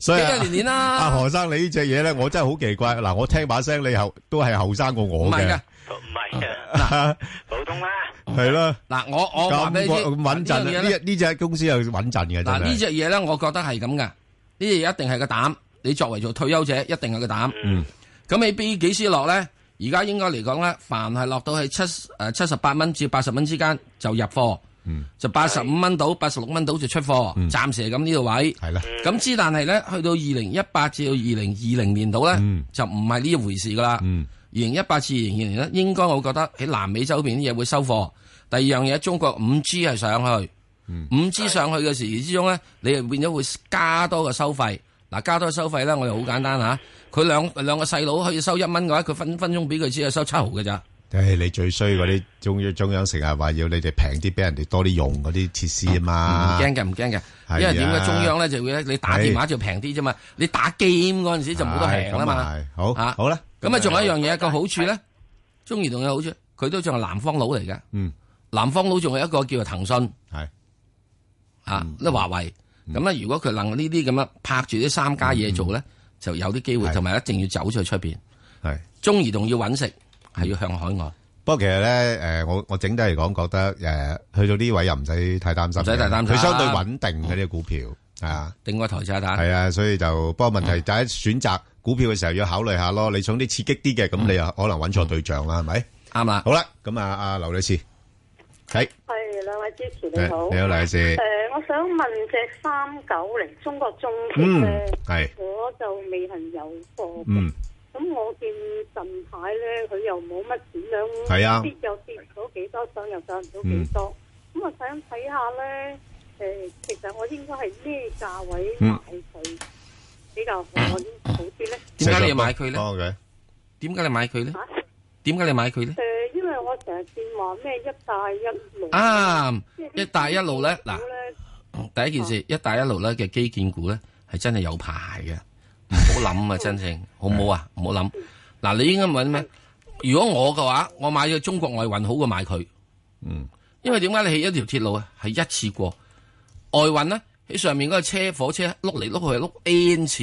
S10: 所以
S11: 幾
S10: 啊
S11: 多年年
S10: 阿
S11: 啦？
S10: 何生，你呢只嘢咧，我真係好奇怪。嗱，我聽把聲，你後都係後生過我
S11: 唔係
S10: 嘅
S11: 㗎，
S13: 唔係啊，
S10: 嗱，
S13: 普通啦。
S10: 係啦。
S11: 嗱，我我話俾你知，
S10: 咁穩陣啊！
S11: 呢樣嘢
S10: 呢
S11: 咧
S10: 一呢只公司又穩陣嘅，真
S11: 嗱呢
S10: 係。
S11: 只嘢咧，我覺得係咁噶，呢只嘢一定係個膽。你作為做退休者，一定係個膽。
S10: 嗯，
S11: 咁你 B 幾時落咧？而家應該嚟講咧，凡係落到去七誒七十八蚊至八十蚊之間就入貨，
S10: 嗯，
S11: 就八十五蚊到八十六蚊到就出貨，暫時係咁呢個位。
S10: 係啦。
S11: 咁之但係咧，去到二零一八至到二零二零年度咧，就唔係呢一回事噶啦。
S10: 嗯
S11: 二零一八至二零二零咧，應該我覺得喺南美洲邊啲嘢會收貨。第二樣嘢，中國五 G 係上去，
S10: 嗯
S11: 五 G 上去嘅時之中咧，你又變咗會加多個收費。嗱，加多個收費咧，我哋好簡單嚇，佢兩兩個細佬可以收一蚊嘅話，佢分分鐘俾佢只係收七毫嘅咋。
S10: 唉，你最衰嗰啲中-中央成日話要你哋平啲，俾人哋多啲用嗰啲設施啊嘛。
S11: 唔驚嘅，唔驚嘅，因為點
S10: 係啊
S11: 解中央咧就會咧，你打電話就平啲啫嘛，你打 game 嗰陣時就冇得平啦嘛。
S10: 係，咁啊係，好，好啦。
S11: 咁啊，仲有一樣嘢個好處咧，中移動有好處，佢都仲係南方佬嚟嘅。
S10: 嗯，
S11: 南方佬仲有一個叫做騰訊。
S10: 係嗯
S11: 啊，呢華為咁咧，如果佢能呢啲咁樣拍住啲三家
S10: 嗯
S11: 嘢做咧，就有啲機會，同埋一定要走出去出邊。
S10: 係嗯
S11: 中移動要揾食，係要向海外。
S10: 不過其實呢，誒，我- dạ, 我整體嚟講覺得，誒，去到呢位又唔使太擔心嘅。
S11: 唔使太擔心。
S10: 佢相對穩定嘅，呢個股票。係啊。係啊，所以就-不過問題
S11: 嗯
S10: 第一選擇股票嘅時候要考慮下咯，你想啲刺激啲嘅，咁
S11: 嗯
S10: 你又可能揾錯對象啦，係咪？啊好啦，咁啊，阿劉女士。係。
S1: 係兩位主持
S10: 係
S1: 你好，
S10: 你好黎女士
S1: 誒、我想問隻三九零中國中鐵
S10: 嗯
S1: 咧，
S10: 係
S1: 我就未係有貨。
S10: 嗯，
S1: 咁我見近排咧，佢又冇乜點樣，
S10: 係啊
S1: 跌又跌唔到幾多，上又上唔到幾多。咁、我想睇下咧，誒、其實我應該係咩價位買佢比較好好啲咧？
S11: 點解你要買佢
S10: 咧？
S11: 點解你買佢咧？點解你買佢咧
S1: 誒、？因為我成日見話咩一帶一路
S11: 啊
S1: 即係呢啲
S11: 一帶一路咧嗱
S1: 股咧
S11: 第一件事，一帶一路咧嘅基建股咧係真係有排嘅，唔好諗啊！真正好唔好啊？唔好諗。嗱，你應該揾咩？如果我嘅話，我買咗中國外運好過買佢。
S10: 嗯，
S11: 因為點解你起一條鐵路啊？係一次過外運咧，喺上面嗰個車火車碌嚟碌去碌 n 次，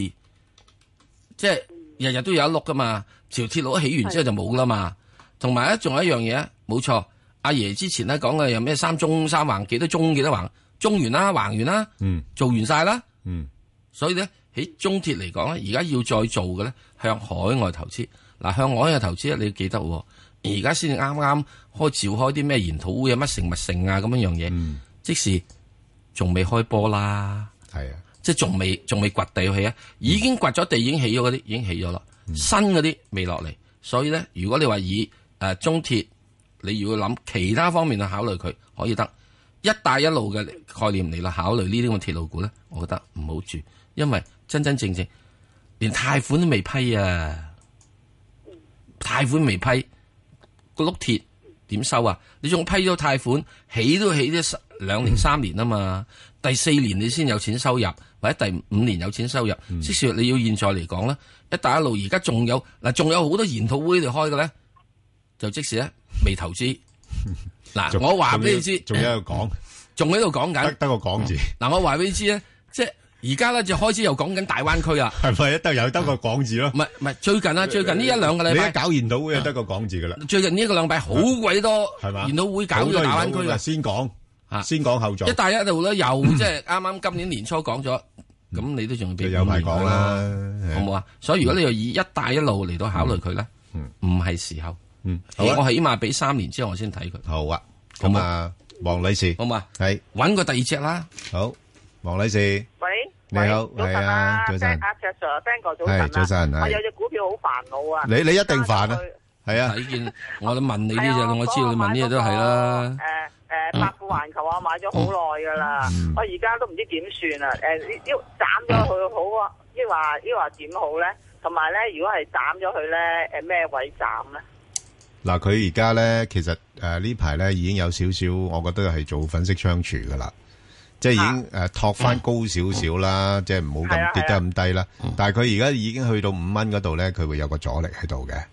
S11: 即係日日都有一碌噶嘛。條鐵路一起完之後就冇啦嘛。同埋咧，仲有一樣嘢啊，冇錯。阿爺之前咧講嘅有咩三中三橫幾多中幾多橫，中完啦，橫完啦，
S10: 嗯，
S11: 做完晒啦。
S10: 嗯，
S11: 所以咧喺中鐵嚟講咧，而家要再做嘅咧，向海外投資。嗱，向海外投資咧，你要記得喎，而家先至啱啱開召開啲咩研討會啊，乜成物成啊咁樣樣嘢，
S10: 嗯
S11: 即是仲未開波啦。
S10: 係啊，嗯
S11: 即係仲未仲未掘地去啊，已經掘咗地已經起咗嗰啲已經起咗啦，新嗰啲未落嚟。所以咧，如果你話以誒、呃中鐵，你要諗其他方面去考慮佢可以得。一帶一路嘅概念嚟啦，考慮呢啲咁嘅鐵路股咧，我覺得唔好住，因為真真正正連貸款都未批啊，貸款未批，個碌鐵點收啊？你仲批咗貸款，起都起咗兩
S10: 嗯
S11: 年三年啊嘛，第四年你先有錢收入，或者第五年有錢收入，
S10: 嗯
S11: 即使你要現在嚟講咧，一帶一路而家仲有嗱，仲有好多研討會嚟開嘅咧，就即使咧未投資。嗱，
S10: 仲
S11: 我話俾你
S10: 仲要仲
S11: 知，
S10: 有一個講，
S11: 仲喺度講緊，
S10: 得個講字。
S11: 嗱，我話俾你知咧，即係而家咧就開始又講緊大灣區啦，
S10: 係咪得有得個講字咯？
S11: 唔係唔係，最近啊，最近呢一兩個禮拜
S10: 你一搞研討會就得個講字噶啦。
S11: 最近呢一個禮拜好鬼多
S10: 係嘛
S11: 研討會搞
S10: 好多
S11: 咗大
S10: 研討
S11: 灣區
S10: 會啊
S11: 啦
S10: 㗎，
S11: 啊
S10: 先講，先講後做
S11: 一。帶一路咧又即係啱啱今年年初講咗，咁你都仲要俾
S10: 有排講啦
S11: 五年好唔好啊？所以如果你又以一帶一路嚟到考慮佢咧，唔係時候，
S10: 嗯，好啊
S11: 我起碼俾三年之後我先睇佢。
S10: 好啊，咁啊，黃女士，
S11: 好嘛，
S10: 係
S11: 揾個第二隻啦。
S10: 好，黃女士，
S2: 喂，
S10: 你好
S2: 早晨
S10: 係啊
S2: 啊，
S10: 早晨
S2: Ben- 阿 Sir Sir Ben 哥早晨啊，
S10: 係早晨係
S2: 我有隻股票好煩惱啊，
S10: 你你一定煩啊，係啊，
S11: 睇見我都問你呢只，我知道你問呢只都係啦。
S2: 誒
S10: 嗯
S2: 誒呃百富環球啊，買咗好耐噶啦，我而家都唔知點算啊，誒要斬咗佢好啊，抑話抑話點好咧？同埋咧，如果係斬咗佢咧，誒咩位斬咧？
S10: 嗱，佢而家咧，其實誒呢排咧已經有少少，我覺得係做粉色窗柱噶啦，即係已經誒托翻高少少啦，即係唔好
S2: 啊嗯係啊
S10: 咁跌得咁低啦。但係佢而家已經去到五蚊嗰度咧，佢會有個阻力喺度嘅。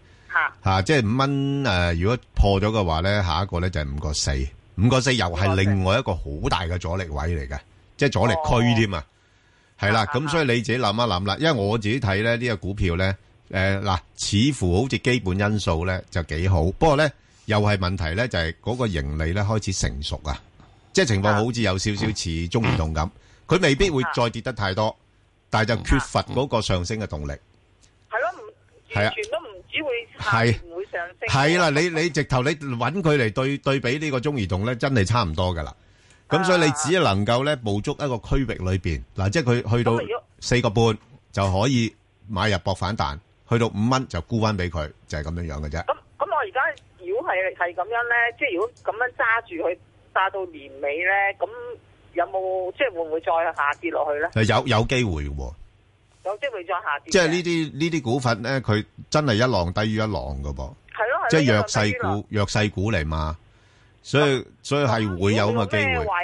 S10: 吓、即係五蚊誒，如果破咗嘅話咧，下一個咧就係五個四，五個四又係另外一個好大嘅阻力位嚟嘅，即係阻力區添啊。係啦，咁所以你自己諗一諗啦，因為我自己睇咧呢個股票咧，誒嗱，似乎好似基本因素咧就幾好，不過咧又係問題咧就係嗰個盈利咧開始成熟啊，啊即係情況好似有少少似中移動咁，佢未必會再跌得太多，但係就缺乏嗰個上升嘅動力。
S2: 係咯，唔
S10: 係啊
S2: 完全都唔知會下
S10: 係
S2: 年啊會上升。
S10: 係啦，你你直頭你揾佢嚟對對比呢個中移動咧，真係差唔多噶啦。咁所以
S2: 啊
S10: 你只能夠咧捕捉一個區域裏邊嗱，即係佢去到
S2: 咁如果
S10: 四個半就可以買入博反彈，去到五蚊就沽翻俾佢，就係咁樣樣嘅啫。
S2: 咁我而家如果係係咁樣咧，即係如果咁樣揸住佢揸到年尾咧，咁有冇即係會唔會再下跌落去咧？
S10: 有有機會喎，
S2: 有機會再下跌嘅？
S10: 即係呢啲呢啲股份咧，佢真係一浪低於一浪噶
S2: 係
S10: 噃。
S2: 咯係咯，
S10: 即係
S2: 因為
S10: 弱
S2: 低
S10: 勢
S2: 落
S10: 股、弱勢股嚟嘛，所以所以係會有咁嘅機
S2: 啊咩
S10: 會。
S2: 位？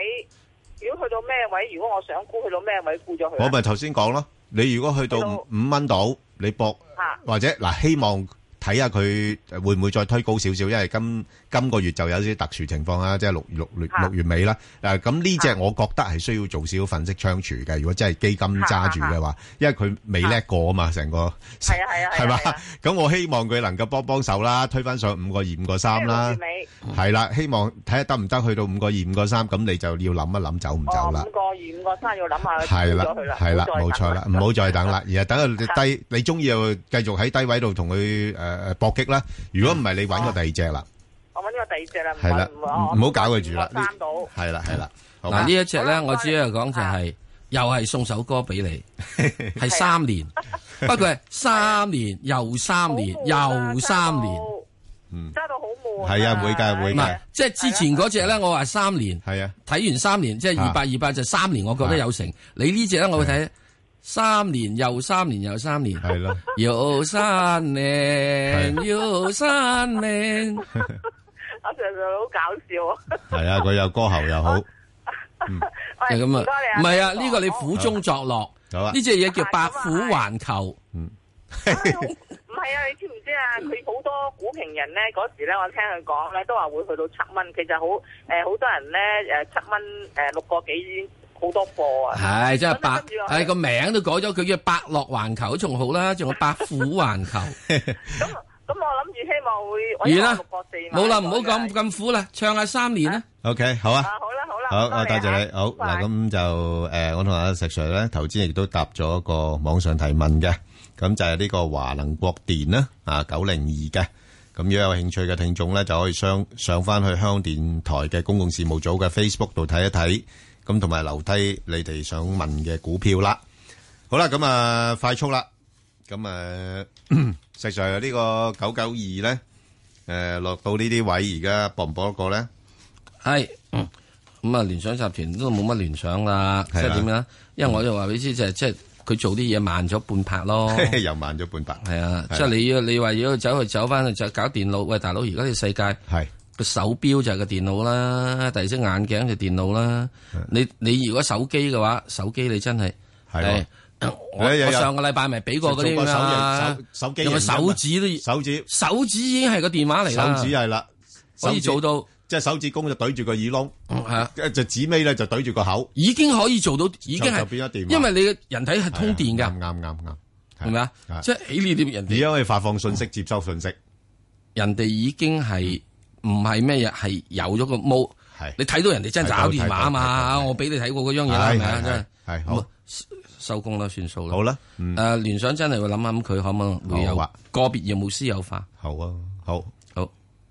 S2: 如果去到咩位？如果我想沽，去到咩位沽咗佢啊？
S10: 我咪頭先講咯，你如果去到五蚊度，你搏
S2: 啊
S10: 或者嗱，希望睇下佢會唔會再推高少少，因為今今個月就有啲特殊情況啦，即係六六六
S2: 啊
S10: 六月尾啦。嗱，咁呢只我覺得係需要做少少分析倉儲嘅，如果真係基金揸住嘅話，因為佢未叻過啊嘛，成個
S2: 係啊啊係啊係啊
S10: 係嘛
S2: 係啊？
S10: 咁我希望佢能夠幫幫手啦，推翻上五個二、五個三啦
S2: 即係六月尾，
S10: 係啦，希望睇下得唔得去到五個二、五個三，咁你就要諗一諗走唔
S2: 哦，
S10: 走啦
S2: 五。個二五個三要諗下
S10: 係啦
S2: 沽咗佢啦，，
S10: 係啦，
S2: 唔好
S10: 冇
S2: 再等
S10: 錯啦，唔好再 等啦，而係等佢低，你中意就繼續喺低位度同佢诶诶搏擊啦。如果唔係，你揾個第二隻啦，
S2: 我揾呢個第二隻啦，唔
S10: 係啦，
S2: 揾唔
S10: 唔好搞佢住啦，
S2: 我三到
S10: 係啦係啦，好
S11: 嗱
S10: 嘛
S11: 呢一隻咧，我只係講就係又係送首歌俾你，係三年，不過係三年又三年又三年，
S2: 揸到好悶。
S10: 嗯係啊，會㗎會
S11: 唔係
S10: 㗎，
S11: 即係之前嗰只咧，我話三年，
S10: 係啊，
S11: 睇完三年即係二百二百就三年，我覺得有成。你呢只咧，我會睇三年又三年又三年，
S10: 係 咯，
S11: 又三年又三年，
S2: 阿 Sir 就好搞笑
S10: 係啊，佢有歌喉 又好，
S2: 啊！
S11: 就咁啊
S2: 唔該你，
S11: 唔係啊，呢個你苦中作樂，
S10: 好啊嗯
S11: 呢只嘢叫百虎環球。
S2: 唔係啊，你知唔知啊？佢好多股評人咧，嗰時咧，我聽佢講咧，都話會去到七蚊。其實好誒，好、多人咧誒七蚊誒六個幾已經好多貨啊。
S11: 系真系百，
S2: 跟住落去
S11: 系个名都改咗，佢叫百樂環球仲好啦，仲有百虎環 球。
S2: 咁我諗住希望會我
S11: 完啦
S2: 六個四買
S11: 冇啦，唔好咁咁苦啦，唱下三年啦。
S10: OK，好啊，
S2: 好啦好啦，
S10: 好
S2: 唔該
S10: 啊，多
S2: 啊
S10: 謝你，好
S2: 拜
S10: 嗱，咁就诶，我同阿石 Sir 咧，頭先亦都答咗一個網上提問嘅，咁就係呢個華能國電啦，啊九零二嘅。咁如果有興趣嘅聽眾咧，就可以上上翻去香港電台嘅公共事務組嘅 Facebook 度睇一睇，咁同埋留低你哋想問嘅股票啦。好啦，咁啊快速啦，咁啊 石 Sir 呢個九九二咧，誒落到呢啲位而家搏唔搏得過咧？
S11: 系咁啊，聯想集團都冇乜聯想啦，即
S10: 嗯係啦
S11: 係點咧？因為我就話俾你知，就係即係佢做啲嘢慢咗半 拍咯。
S10: 又慢咗半拍。
S11: 係啊，
S10: 係
S11: 即
S10: 啊
S11: 係你要你話要走去走翻去就搞電腦，喂大佬，而家呢世界
S10: 係
S11: 個手錶就係個電腦啦，第二隻眼鏡就電腦啦。你你如果手機嘅話，手機你真係
S10: 係喎
S11: 誒我
S10: 哎呀
S11: 我
S10: 呀
S11: 上個禮拜咪俾過嗰啲
S10: 做個手
S11: 嘛
S10: 型手手機
S11: 用個
S10: 型
S11: 手指都
S10: 手指
S11: 手指已經係個電話嚟啦，
S10: 手指係啦，
S11: 可
S10: 手
S11: 以
S10: 指
S11: 做到
S10: 即係手指公就對住個耳窿，
S11: 係啊，
S10: 就指尾咧就對住個口，
S11: 已經可以做到，已經
S10: 就就
S11: 係
S10: 變咗電話啊
S11: 因為你嘅人體係通電
S10: 啱
S11: 㗎，
S10: 啱啱，
S11: 係咪啊
S10: 係？
S11: 即係喺呢啲人
S10: 而
S11: 哋
S10: 家可以發放信息、接收信息，
S11: 人哋已經係唔係咩嘢，係有咗個毛。你睇到人哋真係搞電話啊嘛，我俾你睇過嗰樣嘢啦，係咪啊？真係。
S10: 係係
S11: 咁
S10: 好
S11: 啊，收工啦，算數啦。
S10: 好啦，嗯
S11: 誒聯想真係會諗諗佢可唔可能會
S10: 好
S11: 有
S10: 啊
S11: 個別業務私有化。
S10: 好啊，好，
S11: 好，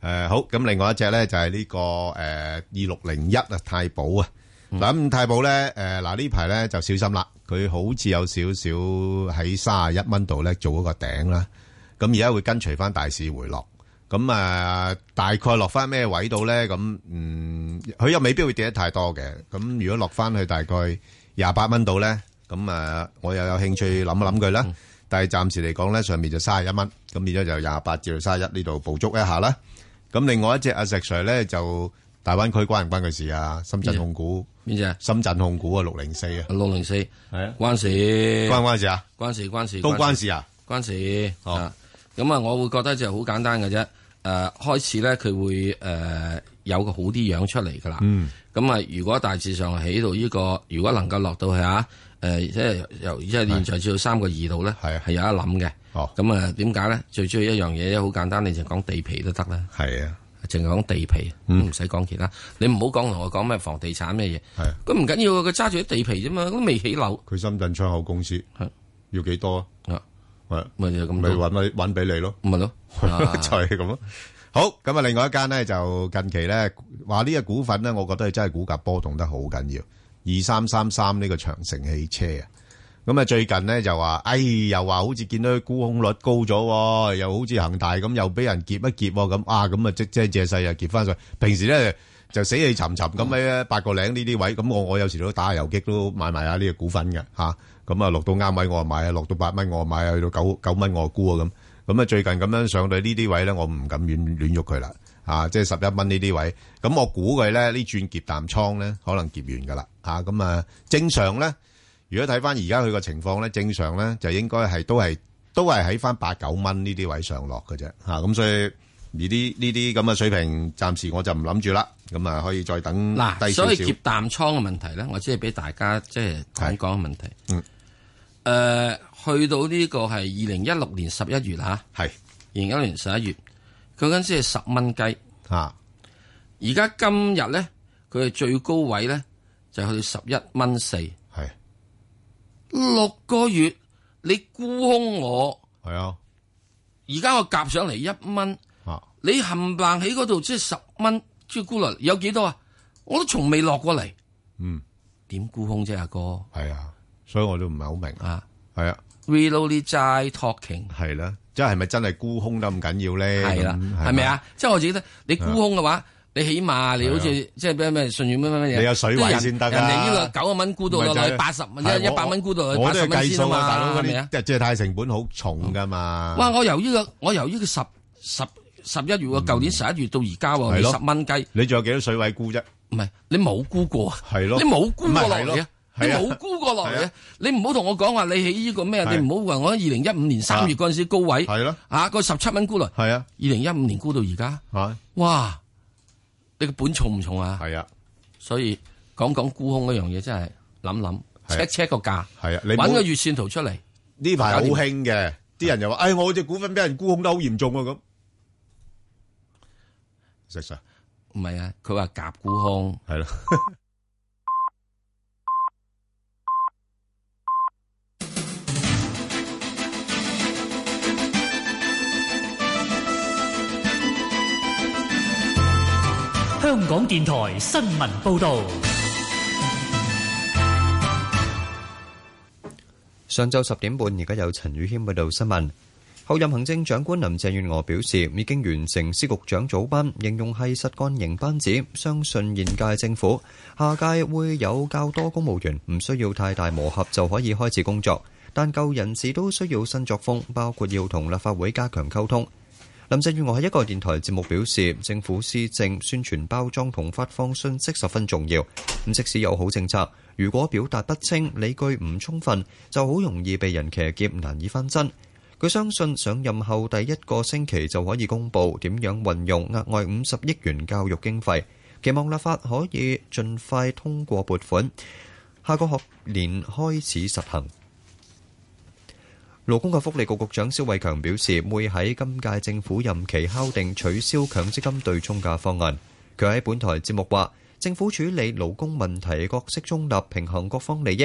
S10: 誒好，咁另外一隻咧就係呢個誒二六零一啊，太保啊。
S11: 嗯
S10: 嗱咁太保咧，誒嗱呢排咧就小心啦，佢好似有少少喺三十一蚊度咧做一個頂啦，咁而家會跟隨翻大市回落，咁啊大概落翻咩位度咧？咁嗯，佢又未必會跌得太多嘅，咁如果落翻去大概廿八蚊度咧，咁啊我又有興趣諗一諗佢啦，但係暫時嚟講咧上面就三十一蚊，咁變咗就廿八至到三十一呢度捕捉一下啦。咁另外一隻阿石 Sir 咧就大灣區關唔關佢事啊？深圳控股
S11: 邊只？
S10: 深圳控股啊，六零四啊，
S11: 六零四系
S10: 啊，
S11: 關事
S10: 關唔關事啊？
S11: 關事關事
S10: 都關事啊？
S11: 關事啊！咁啊，我會覺得就好簡單嘅啫。誒開始咧，佢會誒有個好啲樣出嚟㗎啦。
S4: 嗯
S11: 咁啊，如果大致上喺度呢個，如果能夠落到去啊，誒即係由即係現在至到三個二度咧，係係有一諗嘅。
S10: 啊哦，
S11: 咁啊點解咧？最主要一樣嘢好簡單，你就講地皮都得啦。
S10: 係啊，嗯
S11: 淨係講地皮，唔使講其他。你唔好講同我講咩房地產咩嘢。
S10: 係
S11: 咁唔緊要，啊佢揸住啲地皮啫嘛，都未起樓。
S10: 佢深圳窗口公司要幾多
S11: 啊？
S10: 係
S11: 咪就咁
S10: 咪
S11: 多
S10: 揾咪揾俾你咯？
S11: 咪咯，
S10: 就
S11: 啊
S10: 係咁咯。好，咁啊，另外一間咧就近期咧話呢個股份咧，我覺得佢真係股價波動得好緊要。二三三三呢個長城汽車啊，咁啊最近咧就話，哎又話好似見到佢沽空率高咗喎，又好似恒大咁又俾人劫一劫喎咁啊，咁啊即即係借勢又劫翻上去。平時咧就死氣沉沉咁喺八個零呢啲位，咁我我有時都打下游擊都買埋下呢個股份嘅嚇。咁啊落到啱位我就買啊，落到八蚊我就買啊，去到九九蚊我就沽啊咁。咁咁啊最近咁樣上到呢啲位咧，我唔敢亂亂喐佢啦。啊，即係十一蚊呢啲位，咁我估佢咧呢轉劫淡倉咧，可能劫完噶啦。啊，咁啊正常咧，如果睇翻而家佢個情況咧，正常咧就應該係都係都係喺翻八九蚊呢啲位上落嘅啫。嚇、咁所以。而啲呢啲咁嘅水平，暫時我就唔諗住啦。咁啊，可以再等低
S11: 嗱，
S10: 少
S11: 所以
S10: 少
S11: 劫。淡倉嘅問題咧，我只係俾大家即係講講嘅問題。
S10: 嗯。
S11: 誒、去到呢個係二零一六年十一月嚇，
S10: 係二
S11: 零一六年十一月，佢嗰陣時係十蚊雞
S10: 嚇。
S11: 而家今日咧，佢係最高位咧，就去到十一蚊四。
S10: 係
S11: 六個月，你沽空我。
S10: 係啊。
S11: 而家我夾上嚟一蚊
S10: 啊，
S11: 你冚唪唥喺嗰度即係十蚊朱古力，有幾多啊？我都從未落過嚟。
S10: 嗯，
S11: 點沽空啫，阿哥？
S10: 係啊，所以我都唔係好明
S11: 啊。
S10: 係啊
S11: r e l o a d 齋 talking
S10: 係啦，即係咪真係沽空得咁緊要咧？
S11: 係啦
S10: 咁，
S11: 係咪？啊？即係我覺得你沽空嘅話，你起碼你好
S10: 啊係啊
S11: 似即係咩咩信譽咩咩咩嘢，
S10: 你有水位
S11: 都人
S10: 先得㗎
S11: 人哋呢個九啊蚊沽到落
S10: 咪就
S11: 去
S10: 係
S11: 八十蚊，
S10: 係
S11: 一百蚊沽到
S10: 我
S11: 去
S10: 我
S11: 八
S10: 都
S11: 十
S10: 係
S11: 蚊
S10: 計
S11: 先啊
S10: 數啊，大
S11: 嘛，
S10: 佬嗰
S11: 係咪啊
S10: 啲？嗯即係借貸成本好重㗎嘛。
S11: 哇！我由呢個我由呢個十十十一月喎，舊年十一月到而家喎，
S10: 嗯係
S11: 你
S10: 咯
S11: 十蚊雞。
S10: 你仲有幾多水位沽啫？
S11: 唔係你冇沽過，
S10: 係咯，
S11: 你冇沽過
S10: 唔
S11: 落
S10: 係係咯
S11: 嚟啊！你
S10: 係啊
S11: 冇沽過落嚟
S10: 係
S11: 啊！你唔好同我講話你喺呢個咩？啊
S10: 係啊
S11: 你唔好話我喺二零一五年三月嗰陣時高位，
S10: 係咯，
S11: 啊個十七蚊沽落，
S10: 係啊，
S11: 二零一五年沽到而家，
S10: 啊
S11: 哇！你個本重唔重啊？
S10: 係啊，
S11: 所以講講沽空嗰樣嘢真係諗諗，check check 個價，
S10: 係啊，你唔好
S11: 揾個月線圖出嚟，
S10: 呢排好興嘅，啲人又話：，哎，我只股份俾人沽空得好嚴重啊！咁石 Sir，
S11: 唔係啊，佢話夾沽空，
S10: 係 咯。
S29: 香港电台新闻报道，
S14: 上晝十點半，而家有陳宇軒報道新聞。後任行政長官林鄭月娥表示，已經完成司局長組班，形容係實幹型班子，相信現屆政府下屆會有較多公務員，唔需要太大磨合就可以開始工作。但舊人士都需要新作風，包括要同立法會加強溝通。林鄭月娥喺一個電台節目表示，政府施政宣傳包裝同發放信息十分重要。咁即使有好政策，如果表達不清、理據唔充分，就好容易被人騎劫，難以翻身。佢相信上任後第一個星期就可以公佈點樣運用額外五十億元教育經費，期望立法可以盡快通過撥款，下個學年開始實行。勞工及福利局局長蕭偉強表示，會喺今屆政府任期敲定取消強積金對沖嘅方案。佢喺本台節目話，政府處理勞工問題角色中立，平衡各方利益。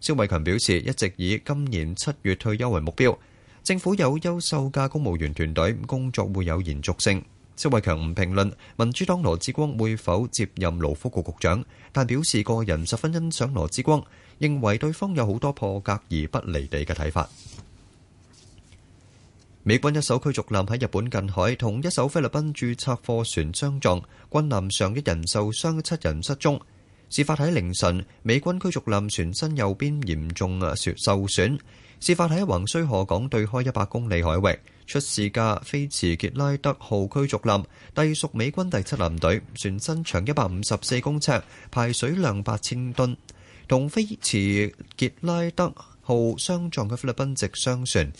S14: 蕭偉強表示，一直以今年七月退休為目標。政府有優秀嘅公務員團隊，工作會有延續性。蕭偉強唔評論民主黨羅致光會否接任勞福局局長，但表示個人十分欣賞羅致光，認為對方有好多破格而不離地嘅睇法。美軍一艘驅逐艦喺日本近海同一艘菲律賓註冊貨船相撞，軍艦上一人受傷，七人失蹤。事發喺凌晨，美軍驅逐艦船身右邊嚴重啊受受損。事發喺橫須賀港對開一百公里海域，出事嘅菲茨傑拉德號驅逐艦隸屬美軍第七艦隊，船身長一百五十四公尺，排水量八千噸。同菲茨傑拉德號相撞嘅菲律賓籍商船，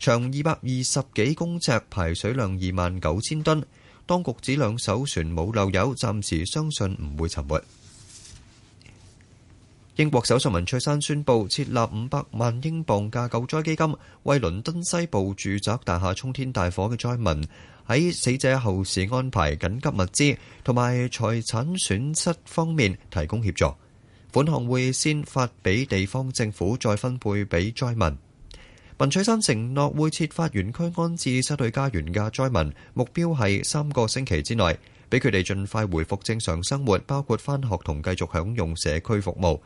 S14: 長二百二十幾公尺，排水量二萬九千噸。當局指兩艘船冇漏油，暫時相信唔會沉沒。英國首相文翠珊宣布設立五百萬英鎊嘅救災基金，為倫敦西部住宅大廈沖天大火嘅災民喺死者後事安排、緊急物資同埋財產損失方面提供協助。款項會先發俾地方政府，再分配俾災民。文翠珊承諾會設法園區安置失去家園嘅災民，目標係三個星期之內，俾佢哋盡快回復正常生活，包括返學同繼續享用社區服務。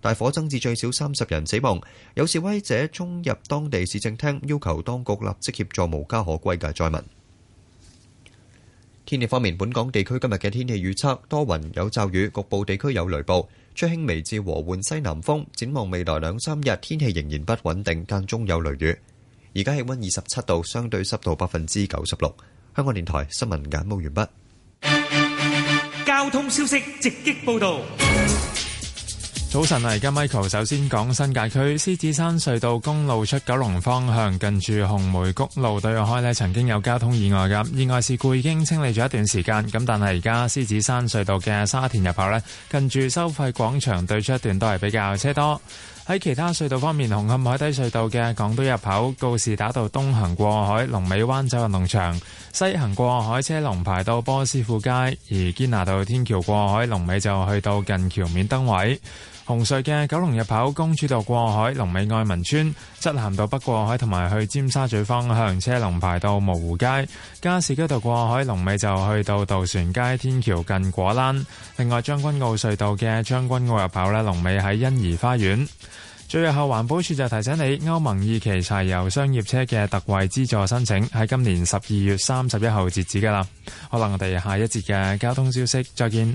S14: 大火增至最少三十人死亡，有示威者衝入當地市政廳，要求當局立即協助無家可歸嘅災民。天氣方面，本港地區今日嘅天氣預測多雲有驟雨，局部地區有雷暴，吹輕微至和緩西南風。展望未來兩三日天氣仍然不穩定，間中有雷雨。而家氣温二十七度，相對濕度百分之九十六。香港電台新聞簡報完畢。
S3: 交通消息直擊報道。
S15: 早晨啊！而家 Michael 首先講新界區獅子山隧道公路出九龍方向，近住紅梅谷路對開呢，曾經有交通意外㗎。意外事故已經清理咗一段時間，咁但係而家獅子山隧道嘅沙田入口呢，近住收費廣場對出一段都係比較車多。喺其他隧道方面，紅磡海底隧道嘅港島入口告士打道東行過海，龍尾灣仔運動場；西行過海車龍排到波斯富街，而堅拿道天橋過海龍尾就去到近橋面燈位。紅隧嘅九龍入口公主道過海，龍尾愛民村；漆咸道北過海同埋去尖沙咀方向車龍排到蕪湖街；加士居道過海龍尾就去到渡船街天橋近果欄。另外將軍澳隧道嘅將軍澳入口咧，龍尾喺欣怡花園。最後，環保署就提醒你，歐盟二期柴油商業車嘅特惠資助申請喺今年十二月三十一號截止㗎啦。可能我哋下一節嘅交通消息再見。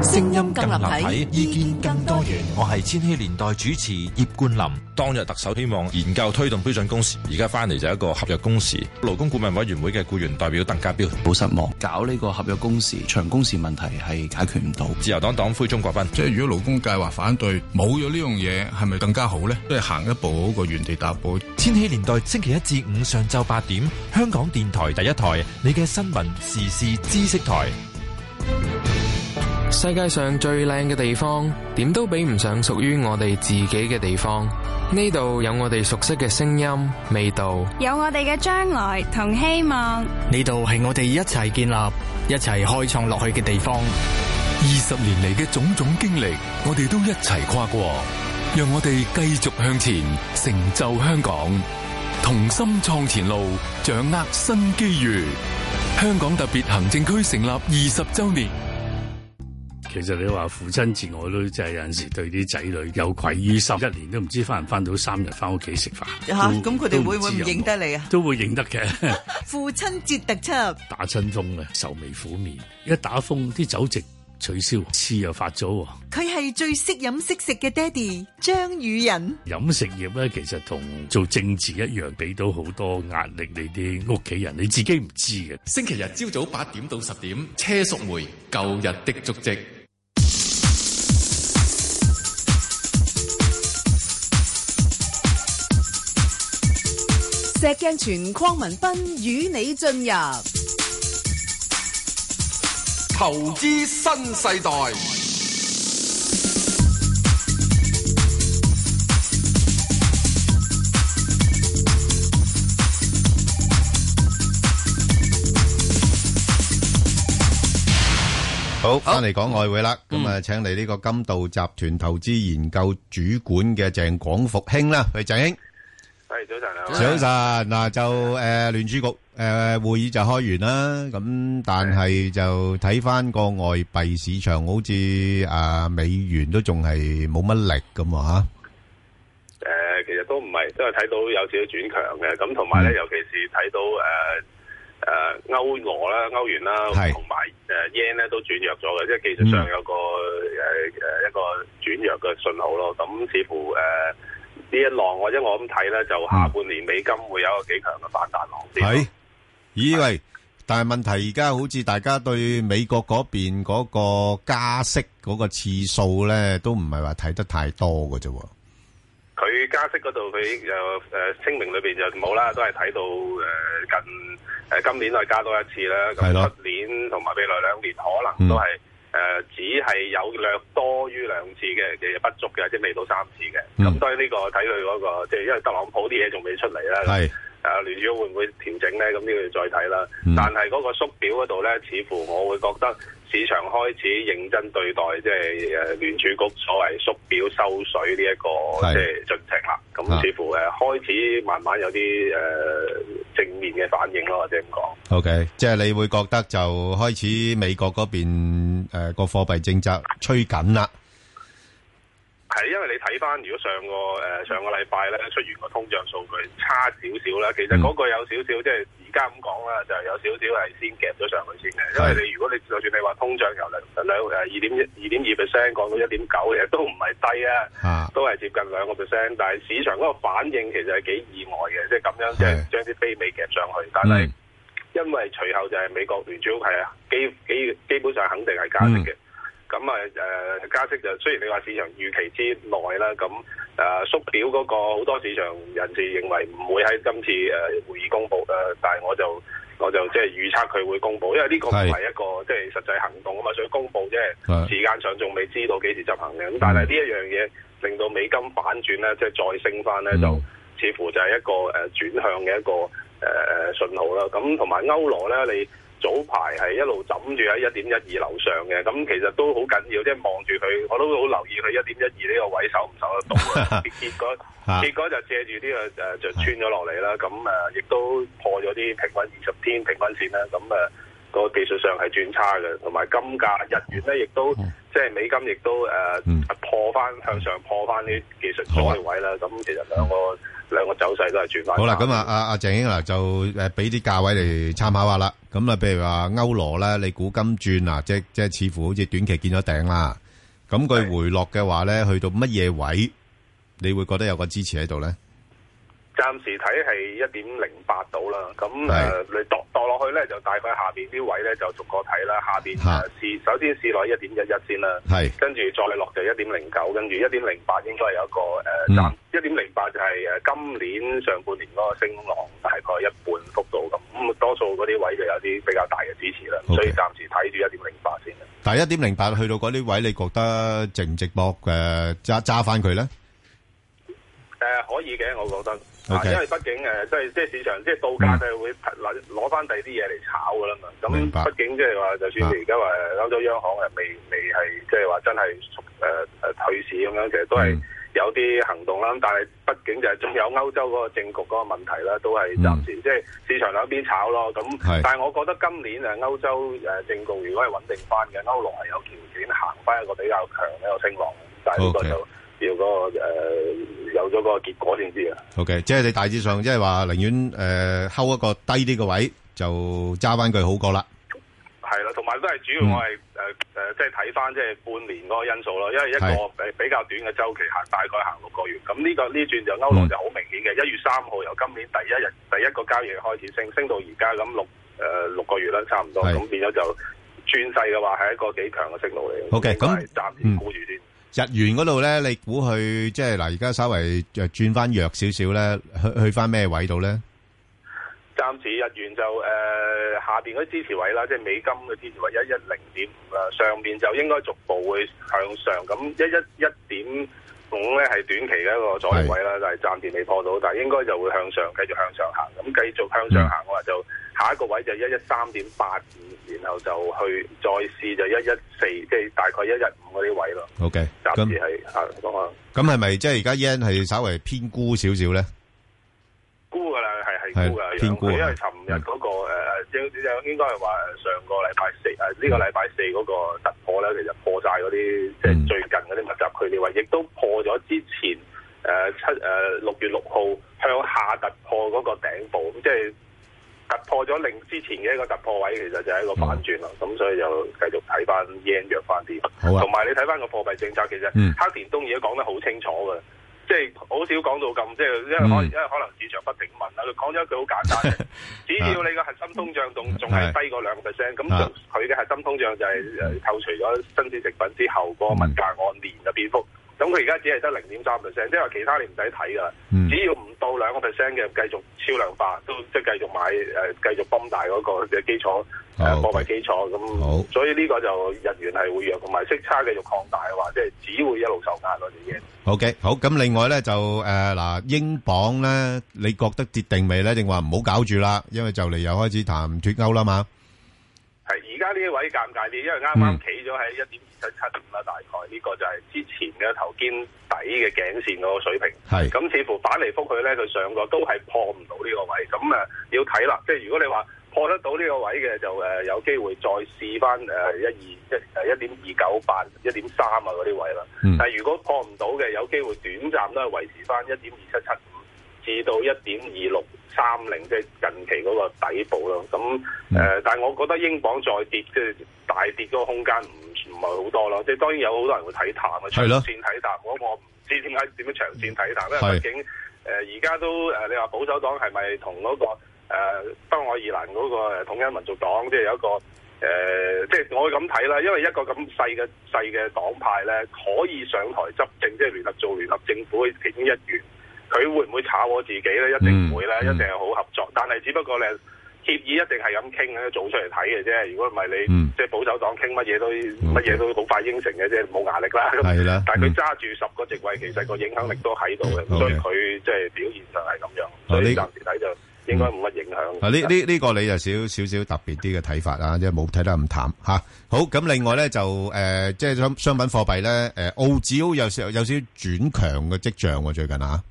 S4: 聲音更立體，
S17: 意見更多元。我係千禧年代主持葉冠霖。
S30: 當日特首希望研究推動標準工時，而家翻嚟就一個合約工時。勞工顧問委員會嘅僱員代表鄧家彪
S31: 好失望，搞呢個合約工時、長工時問題係解決唔到。
S30: 自由黨黨魁鍾國斌，
S27: 即係如果勞工界話反對，冇咗呢樣嘢係咪更加好呢？即係行一步好過原地踏步。
S17: 千禧年代星期一至五上晝八點，香港電台第一台，你嘅新聞時事知識台。
S32: 世界上最靚嘅地方，點都比唔上屬於我哋自己嘅地方。呢度有我哋熟悉嘅聲音、味道，
S23: 有我哋嘅將來同希望。
S2: 呢度係我哋一齊建立、一齊開創落去嘅地方。
S16: 二十年嚟嘅種種經歷，我哋都一齊跨過，讓我哋繼續向前，成就香港，同心創前路，掌握新機遇。香港特別行政區成立二十週年。
S33: 其實你話父親節我都真係有陣時對啲仔女有愧於心，一年都唔知翻唔翻到三日翻屋企食飯。
S34: 嚇！咁佢哋會唔會唔認得你啊？
S33: 都會認得嘅。
S34: 父親節特輯，
S33: 打親風啊，愁眉苦面。一打風，啲酒席取消，黐又發咗喎。
S34: 佢係最識飲識食嘅爹哋張宇人。
S33: 飲食業咧，其實同做政治一樣，俾到好多壓力你啲屋企人，你自己唔知嘅。
S16: 星期日朝早八點到十點，車淑梅舊日的足跡。
S8: 石鏡泉鄺民彬與你進入
S9: 投資新世代。
S10: 好，翻嚟講外匯啦。咁啊，請嚟呢個金道集團投資研究主管嘅鄭廣復興啦，喂，鄭兄。
S35: 係早晨啊！
S10: 早晨嗱，就誒聯儲局誒會議就開完啦，咁但係就睇翻個外幣市場，好似啊美元都仲係冇乜力咁啊
S35: 嚇。誒，其實都唔係，都係睇到有少少轉強嘅，咁同埋咧，尤其是睇到誒誒歐羅啦、歐元啦，同埋誒 yen 咧都轉弱咗嘅，即係技術上有個誒誒一個轉弱嘅信號咯。咁似乎誒。呢一浪或者我咁睇咧，就下半年美金會有一個幾強嘅反彈浪先。
S10: 係，咦喂？但係問題而家好似大家對美國嗰邊嗰個加息嗰個次數咧，都唔係話睇得太多嘅啫。
S35: 佢加息嗰度，佢就誒聲明裏邊就冇啦，都係睇到誒近誒今年再加多一次啦。咁出年同埋未來兩年可能
S22: 嗯
S35: 都係。誒、呃、只係有略多於兩次嘅嘅不足嘅，即係未到三次嘅。咁、嗯、所以呢、這個睇佢嗰個，即係因為特朗普啲嘢仲未出嚟啦。係誒聯儲會唔會調整咧？咁呢個要再睇啦。嗯、但係嗰個縮表嗰度咧，似乎我會覺得市場開始認真對待，即係誒聯儲局所謂縮表收水啊呢、這、一個即係進程啦。咁似乎誒開始慢慢有啲誒、呃、正面嘅反應咯，或者咁講。
S10: OK，即係你會覺得就開始美國嗰邊誒個貨幣政策趨緊啦。
S35: 係因為你睇翻，如果上個誒、呃上個禮拜咧出完個通脹數據差少少啦，其實嗰個有少少即係而家咁講啦，就係有少少係先夾咗上去先嘅。因為你如果你就算你話通脹由兩兩誒二點二點二 percent 降到一點九，其實都唔係低啊，都係接近兩個 percent。但係市場嗰個反應其實係幾意外嘅，即係咁樣即係將啲飛尾夾上去，但係。因為隨後就係美國聯儲局係啊基基基本上肯定係加息嘅。咁啊誒加息就雖然你話市場預期之內啦，咁誒、呃、縮表嗰個好多市場人士認為唔會喺今次誒、呃、會議公佈誒、呃但係我就我就即係預測佢會公佈，因為呢個唔係一個即係實際行動啊嘛，所以公佈即係係時間上仲未知道幾時執行嘅。咁但係呢一樣嘢令到美金反轉咧，即係再升翻咧就。似乎就係一個誒、呃、轉向嘅一個誒、呃、信號啦。咁同埋歐羅咧，你早排係一路枕住喺一點一二樓上嘅，咁其實都好緊要，即係望住佢，我都好留意佢一點一二呢個位守唔守得到啊結結果
S10: 啊
S35: 結果就借住呢、個誒、呃就穿咗落嚟啦。咁呃誒亦都破咗啲平均二十天平均線啦。咁誒。呃個技術上係轉差嘅，同埋金價日元咧，亦都
S10: 嗯
S35: 即係美金，亦都誒、呃破翻向上破翻啲技術阻力位啦。咁其實兩個兩個走勢都係轉翻。
S10: 嗯好啦，咁啊，阿阿鄭英啊，就誒俾啲價位嚟參考下啦。咁啊，譬如話歐羅咧，你估金轉啊，即即係似乎好似短期見咗頂啦。咁佢回落嘅話咧，去到乜嘢位，你會覺得有個支持喺度咧？
S35: 暫時睇係一點零八到啦，咁誒、呃你度度落去咧，就大概下邊啲位咧就逐個睇啦。下邊
S10: 嚇
S35: 誒試首先試落一點一一先啦，
S10: 係
S35: 跟住再落就一點零九，跟住一點零八應該有一個呃
S10: 嗯
S35: 誒暫一點零八就係誒今年上半年嗰個升浪大概一半幅度咁，咁多數嗰啲位就有啲比較大嘅支持啦，所以暫時睇住一點零八先啦。
S10: 但係一點零八去到嗰啲位，你覺得值唔值博誒揸揸翻佢咧？
S35: 誒、呃可以嘅，我覺得。啊
S10: OK
S35: 因為畢竟誒，即係即係市場，即係到價就係會攞攞翻第二啲嘢嚟炒噶啦嘛。咁
S10: 明白啊
S35: 畢竟即係話，就算而家話呃歐洲央行誒未未係即係話真係誒誒退市咁樣，其實都
S10: 嗯
S35: 係有啲行動啦。咁但係畢竟就係仲有歐洲嗰個政局嗰個問題啦，都
S10: 嗯
S35: 係暫時即係市場兩邊炒咯。咁
S1: 係
S35: 但係我覺得今年誒歐洲誒政局如果係穩定翻嘅，歐羅係有條件行翻一個比較強嘅一個升浪。但係呢個
S10: OK
S35: 就要嗰、個、呃、有咗個結果先知啊。
S10: OK，即係你大致上即係話寧願誒睺一個低啲嘅位就揸翻佢好過啦。
S35: 係啦，同埋都係主要我係誒誒，即係睇翻即係半年嗰個因素咯，因為一個
S10: 係
S35: 比比較短嘅周期行，大概行六個月。咁呢、個呢轉就歐羅就好明顯嘅，一月三號由今年第一日第一個交易日開始升，升到而家咁六誒六個月啦，差唔多。
S10: 係
S35: 咁變咗就轉勢嘅話係一個幾強嘅息路嚟嘅。
S10: OK，咁
S35: 但係暫時
S10: 嗯
S35: 估住先。
S10: 日元嗰度咧，你估佢即係嗱，而家稍微誒轉翻弱少少咧，去去翻咩位度咧？
S35: 暫時日元就誒、呃下邊嗰啲支持位啦，即係美金嘅支持位一一零點五啦，上邊就應該逐步會向上。咁一一一點五咧係短期嘅一個阻力位啦，嗯但係暫時未破到，但係應該就會向上繼續向上行。咁繼續向上行嘅話，就下一個位就一一三點八五，然後就去再試就一一四，即係大概一一五嗰啲位咯。
S10: OK，
S35: 暫
S10: 咁
S35: 時係啊講下
S10: 咁係咪即係而家 yen 係稍微偏沽少少咧？
S35: 沽㗎啦，係
S10: 係
S35: 係沽㗎啦，
S10: 偏沽啊
S35: 因為尋日嗰個誒應應應該係話上個禮拜四誒呢個禮拜四嗰個突破咧，其實破晒嗰啲即係最近嗰啲密集區啲位，亦都破咗之前誒七誒六月六號向下突破嗰個頂部，即係突破咗另之前嘅一個突破位，其實就係一個反轉咯。咁、所以就繼續睇翻 yen 弱翻啲，
S1: 好啊
S35: 同埋你睇翻個貨幣政策，其實
S1: 嗯
S35: 黑田東而家講得好清楚㗎。即係好少講到咁，即係因為可
S1: 嗯
S35: 因為可能市場不停問啦。佢講咗一句好簡單 嘅，只要你個核心通脹仲仲係低過兩個 percent，咁
S1: 啊
S35: 佢嘅核心通脹就係誒扣除咗新鮮食品之後嗰個物價按年嘅變幅。
S1: 嗯
S35: 咁佢而家只係得零點三 percent，即係話其他你唔使睇㗎啦。
S1: 嗯
S35: 只要唔到兩個 percent 嘅繼續超量化，都即係繼續買誒、繼續泵大嗰個嘅基礎誒、貨幣基礎咁。所以呢個就日元係會弱，同埋息差繼續擴大嘅話，即係只會一路受壓咯，啲嘢。
S10: 好嘅，好，咁另外呢，就，誒，嗱，英鎊呢，你覺得跌定未呢？定話唔好搞住啦，因為就嚟又開始談脫歐啦嘛。
S35: 係而家呢位尷尬啲，因為啱啱
S10: 嗯
S35: 企咗喺一點二七七五啊啦，大概呢、個就係之前嘅頭肩底嘅頸線嗰個水平。
S10: 係
S35: 咁，似乎反嚟覆去咧，佢上個都係破唔到呢個位。咁誒，呃要睇啦。即係如果你話破得到呢個位嘅，就誒、呃有機會再試翻誒一二呃一誒一點二九八、一點三啊嗰啲位啦。
S10: 嗯
S35: 但係如果破唔到嘅，有機會短暫都係維持翻一點二七七五。至到一點二六三零，即係近期嗰個底部咯。咁誒、
S10: 嗯
S35: 呃但係我覺得英鎊再跌，即係大跌嗰個空間唔唔係好多咯。即係當然有好多人會睇淡啊，長
S10: 係咯
S35: 線睇淡。我我唔知點解點樣長線睇淡，因為畢竟誒而家都誒、呃你話保守黨係咪同嗰個誒、呃、北愛爾蘭嗰個呃統一民族黨，即係有一個誒、呃即係我會咁睇啦，因為一個咁細嘅細嘅黨派咧，可以上台執政，即係聯合做聯合政府嘅其中一員。佢會唔會炒我自己咧？一
S10: 嗯
S35: 定唔會啦，一定係好合作。但係只不過咧，協議一定係咁傾嘅，做出嚟睇嘅啫。如果唔係你、
S10: 嗯
S35: 即係保守黨傾乜嘢都乜嘢都好快應承嘅啫，冇壓力啦。咁
S10: 係啊嗯啦
S35: 但係佢揸住十個席位，其實個影響力都喺度嘅，所以佢即係表現上係咁樣。
S10: 嗯啊
S35: 所以
S10: 呢
S35: 暫時睇就應該冇乜影響。
S10: 啊，呢-呢-呢個你就少-少少特別啲嘅睇法啊，即係冇睇得咁淡，吓。好，咁另外呢，就，誒，即係商-商品貨幣呢，誒，澳紙好有少-有少轉強嘅跡象喎，最近啊。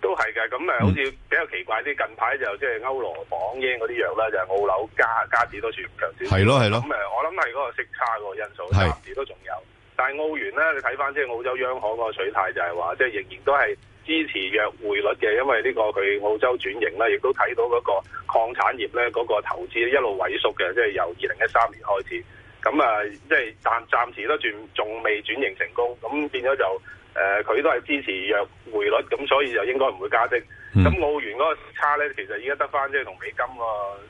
S35: 都係嘅，咁
S10: 嗯
S35: 誒好似比較奇怪啲，近排就即係歐羅、磅英嗰啲樣啦，就係澳紐加加指都算強少少。
S10: 係咯係咯
S35: 咁誒，呃我諗係嗰個息差嗰個因素，
S10: 係
S35: 暫時都仲有。但係澳元咧，你睇翻即係澳洲央行個取態就係話，即係仍然都係支持弱匯率嘅，因為呢個佢澳洲轉型啦，亦都睇到嗰個礦產業咧嗰個投資一路萎縮嘅，即係由二零一三年開始。咁啊，即係暫暫時都轉仲未轉型成功，咁變咗就誒佢、都係支持弱匯率，咁所以就應該唔會加息。咁、澳元嗰個息差咧，其實依家得翻即係同美金個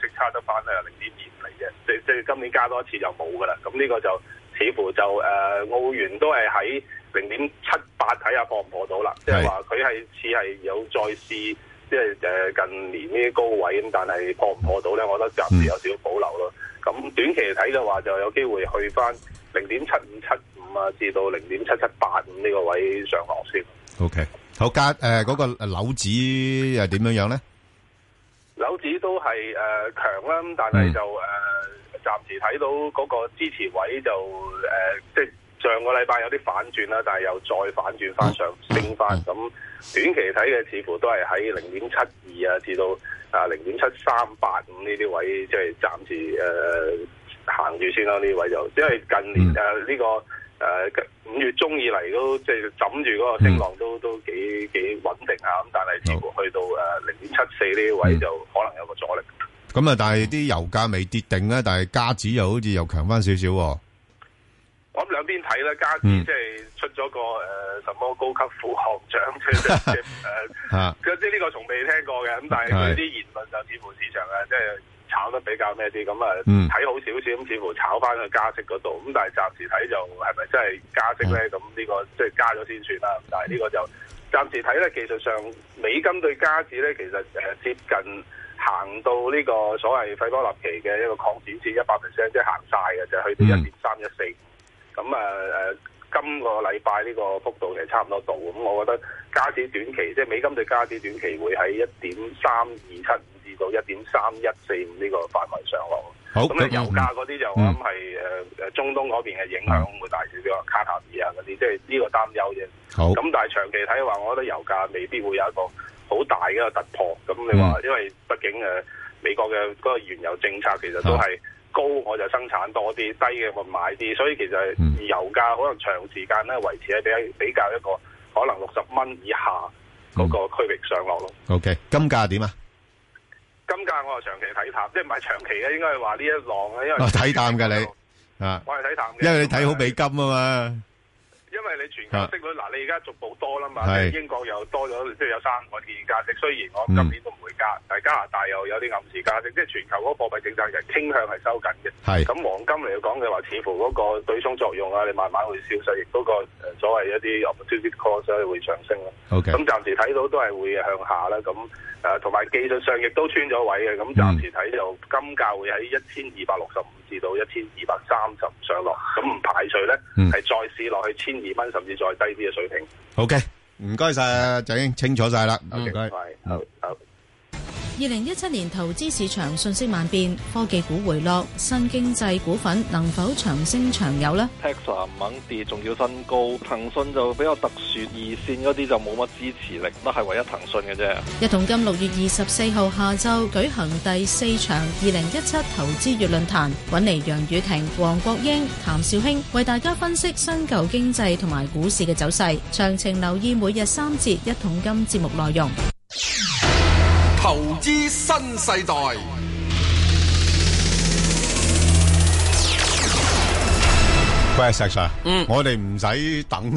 S35: 息差得翻咧零點二嚟嘅，即即係今年加多一次就冇噶啦。咁呢個就似乎就誒、呃澳元都係喺零點七八睇下破唔破到啦，即係話佢係似係有再試。即係誒近年呢啲高位咁，但係破唔破到咧，我覺得暫時有少少保留咯。咁短期嚟睇嘅話，就有機會去翻零點七五七五啊，至到零點七七八五呢個位上落先。
S10: OK。好，加-誒，嗰個樓指又點樣樣呢？
S35: 樓指都係誒、呃、強啦，咁但係就誒、呃、暫時睇到嗰個支持位就誒、呃即係上個禮拜有啲反轉啦，但係又再反轉翻上升翻，咁短期睇嘅似乎都係喺零點七二啊至到啊零點七三八五呢啲位，即係暫時誒、呃行住先啦，呢啲位就因為近年誒呃呢、個。誒五、月中以嚟都即係枕住嗰個升浪都都幾幾穩定下，咁但係似乎去到誒零點七四呢位就可能有個阻力。
S10: 咁啊，但係啲油價未跌定咧，但係加指又好似又強翻少少喎。
S35: 我諗兩邊睇啦，加指
S10: 嗯
S35: 即係出咗個誒、呃什麼高級副行長， 即係即係誒，
S10: 啊
S35: 即係呢個從未聽過嘅，咁但係佢啲言論就似乎市場啊，即係炒得比較咩啲，咁啊
S10: 嗯
S35: 睇好少少，咁似乎炒翻去加息嗰度，咁但係暫時睇就係咪真係加息
S10: 嗯
S35: 咧？咁呢個即係加咗先算啦，但係呢個就暫時睇咧，技術上美金對加指咧，其實誒、呃接近。行到呢個所謂費波納奇嘅一個擴展線一百 percent，即係行晒嘅，就係去到一點三一四。咁啊誒，今個禮拜呢個幅度其實差唔多到，咁我覺得加指短期即係美金對加指短期會喺一點三二七五至到一點三一四五呢個範圍上落。
S10: 好
S35: 咁咧
S10: 咁嗯
S35: 油價嗰啲就我諗係誒誒呃中東嗰邊嘅影響會大少少，卡塔爾啊嗰啲，即係呢個擔憂啫。
S10: 好
S35: 咁但係長期睇嘅話，我覺得油價未必會有一個好大嘅一個突破。咁
S10: 嗯
S35: 你話，因為畢竟誒美國嘅嗰個原油政策其實
S10: 啊
S35: 都係高我就生產多啲，低嘅我買啲，所以其實
S10: 嗯
S35: 油價可能長時間咧維持喺比比較一個可能六十蚊以下嗰
S10: 嗯
S35: 個區域上落咯。
S10: OK，金價點啊？
S35: 金價我係長期睇淡，即係唔係長期嘅，應該係話呢一浪咧，因為
S10: 啊睇淡 㗎你啊，
S35: 我係睇淡嘅，
S10: 因為你睇好美金啊嘛。
S35: 因為你全球息率嗱，你而家逐步多啦嘛，
S10: 啊係嗯
S35: 即係英國又多咗，即係有三個次加息。雖然我今年都唔會加，但係加拿大又有啲暗示加息，即係全球嗰個貨幣政策係傾向係收緊嘅。
S10: 係
S35: 咁黃金嚟講嘅話，似乎嗰個對沖作用啊，你慢慢會消失，亦都個呃所謂一啲 opportunity cost 咧會上升咯。
S10: OK
S35: 咁暫時睇到都係會向下啦。咁誒同埋技術上亦都穿咗
S10: 嗯
S35: 位嘅，咁暫時睇就金價會喺一千二百六十五至到一千二百三十上落，咁唔排除咧
S10: 嗯
S35: 係再試落去千二蚊，甚至再低啲嘅水平。
S10: OK，唔該晒啊，鄭英，清楚晒啦，唔該。
S35: 好。好
S1: 二零一七年投資市場瞬息萬變，科技股回落，新經濟股份能否長升長有呢？
S2: Tesla 唔肯跌，仲要新高。騰訊就比較特殊，二線嗰啲就冇乜支持力，都係唯一騰訊嘅啫。
S1: 一桶金六月二十四號下晝舉行第四場二零一七投資月論壇，揾嚟楊雨婷、黃國英、譚紹興為大家分析新舊經濟同埋股市嘅走勢。詳情留意每日三節一桶金節目內容。
S9: 投資新世代，
S10: 喂，石 Sir，我
S11: 嗯
S10: 哋唔使等，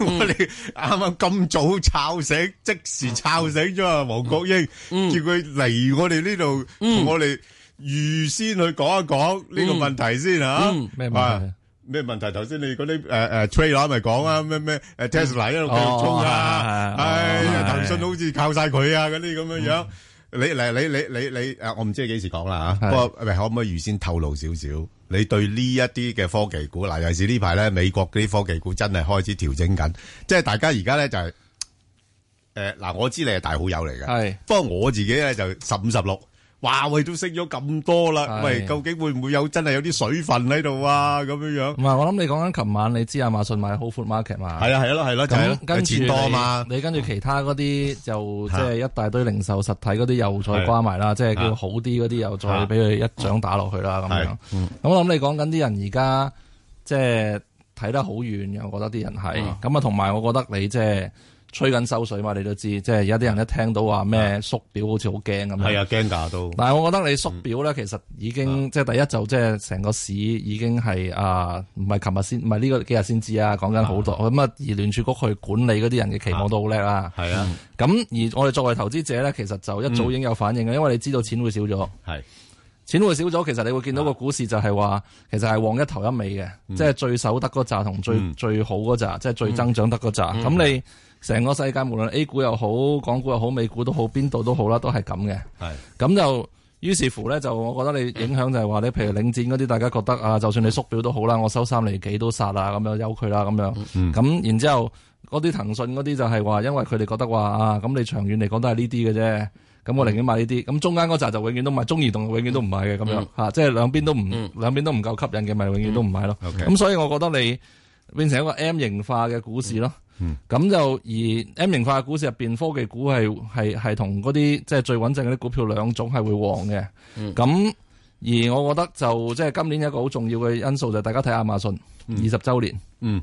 S10: 我哋啱啱咁早抄醒，即時抄醒咗啊！黃國英，叫佢嚟我哋呢度，同我哋預先去講一講呢個
S35: 嗯
S10: 問題先吓。
S11: 嗯咩問題？啊
S10: 咩問題？頭先你嗰啲誒誒 trader 咪講啊，咩咩誒 Tesla 一路繼續衝啊，唉，騰訊好似靠晒佢啊，嗰啲咁樣樣。你嗱你你你你誒，我唔知你幾時講啦嚇。不過喂，可唔可以預先透露少少？你對呢一啲嘅科技股嗱，尤其是呢排咧，美國嗰啲科技股真係開始調整緊，即係大家而家咧就係誒嗱，我知你係大好友嚟嘅，係。不過我自己咧就十五十六。哇！喂，都升咗咁多啦，喂，究竟會唔會有真係有啲水分喺度啊？咁樣樣。
S6: 唔係，我諗你講緊琴晚，你知亞馬遜買 Whole Food Market 嘛？
S10: 係啊，係咯，係咯，就係
S6: 跟住
S10: 多啊嘛。
S6: 你跟住其他嗰啲就即係一大堆零售實體嗰啲又再關埋啦，即係叫好啲嗰啲又再俾佢一掌打落去啦咁樣。咁我諗你講緊啲人而家即係睇得好遠嘅，我覺得啲人
S10: 嗯
S6: 係咁啊，同埋我覺得你即係。吹緊收水嘛，你都知，即係而家啲人一聽到話咩縮表，好似好驚咁樣。
S10: 係啊，驚㗎都。
S6: 但係我覺得你縮表咧，
S10: 嗯
S6: 其實已
S10: 啊
S6: 經即係第一就即係成個市已經係啊，唔係琴日先，唔係呢個幾日先知啊，講緊好多咁啊。而聯儲局去管理嗰啲人嘅期望都好叻啦。
S10: 係啊。
S6: 咁而我哋作為投資者咧，其實就一早已經有反應嘅，因為你知道錢會少咗。
S10: 嗯係。啊
S6: 錢會少咗，其實你會見到個股市就係話，其實係旺一頭一尾嘅，
S10: 嗯
S6: 即係最守得嗰扎同最最好嗰扎，即係最增長得嗰
S10: 嗯
S6: 扎。咁你成個世界無論 A 股又好、港股又好、美股都好，邊度都好啦，都係咁嘅。
S10: 係
S6: 咁就於是乎咧，就我覺得你影響就係話你，譬如領展嗰啲，大家覺得啊，就算你縮表都好啦，我收三厘幾都殺啦，咁樣由佢啦，咁樣。咁然之後嗰啲騰訊嗰啲就係話，因為佢哋覺得話啊，咁你長遠嚟講都係呢啲嘅啫。咁我寧願買呢啲，咁中間嗰扎就永遠都買，中移動永遠都唔買嘅咁樣嚇，即係兩邊都唔兩邊都唔夠吸引嘅，咪永遠都唔買咯。咁所以我覺得你變成一個 M 型化嘅股市咯。咁就而 M 型化嘅股市入邊，科技股係係係同嗰啲即係最穩陣嗰啲股票兩種係會旺嘅。
S11: 嗯
S6: 咁而我覺得就即係今年一個好重要嘅因素就係大家睇亞馬遜二十週年。
S10: 嗯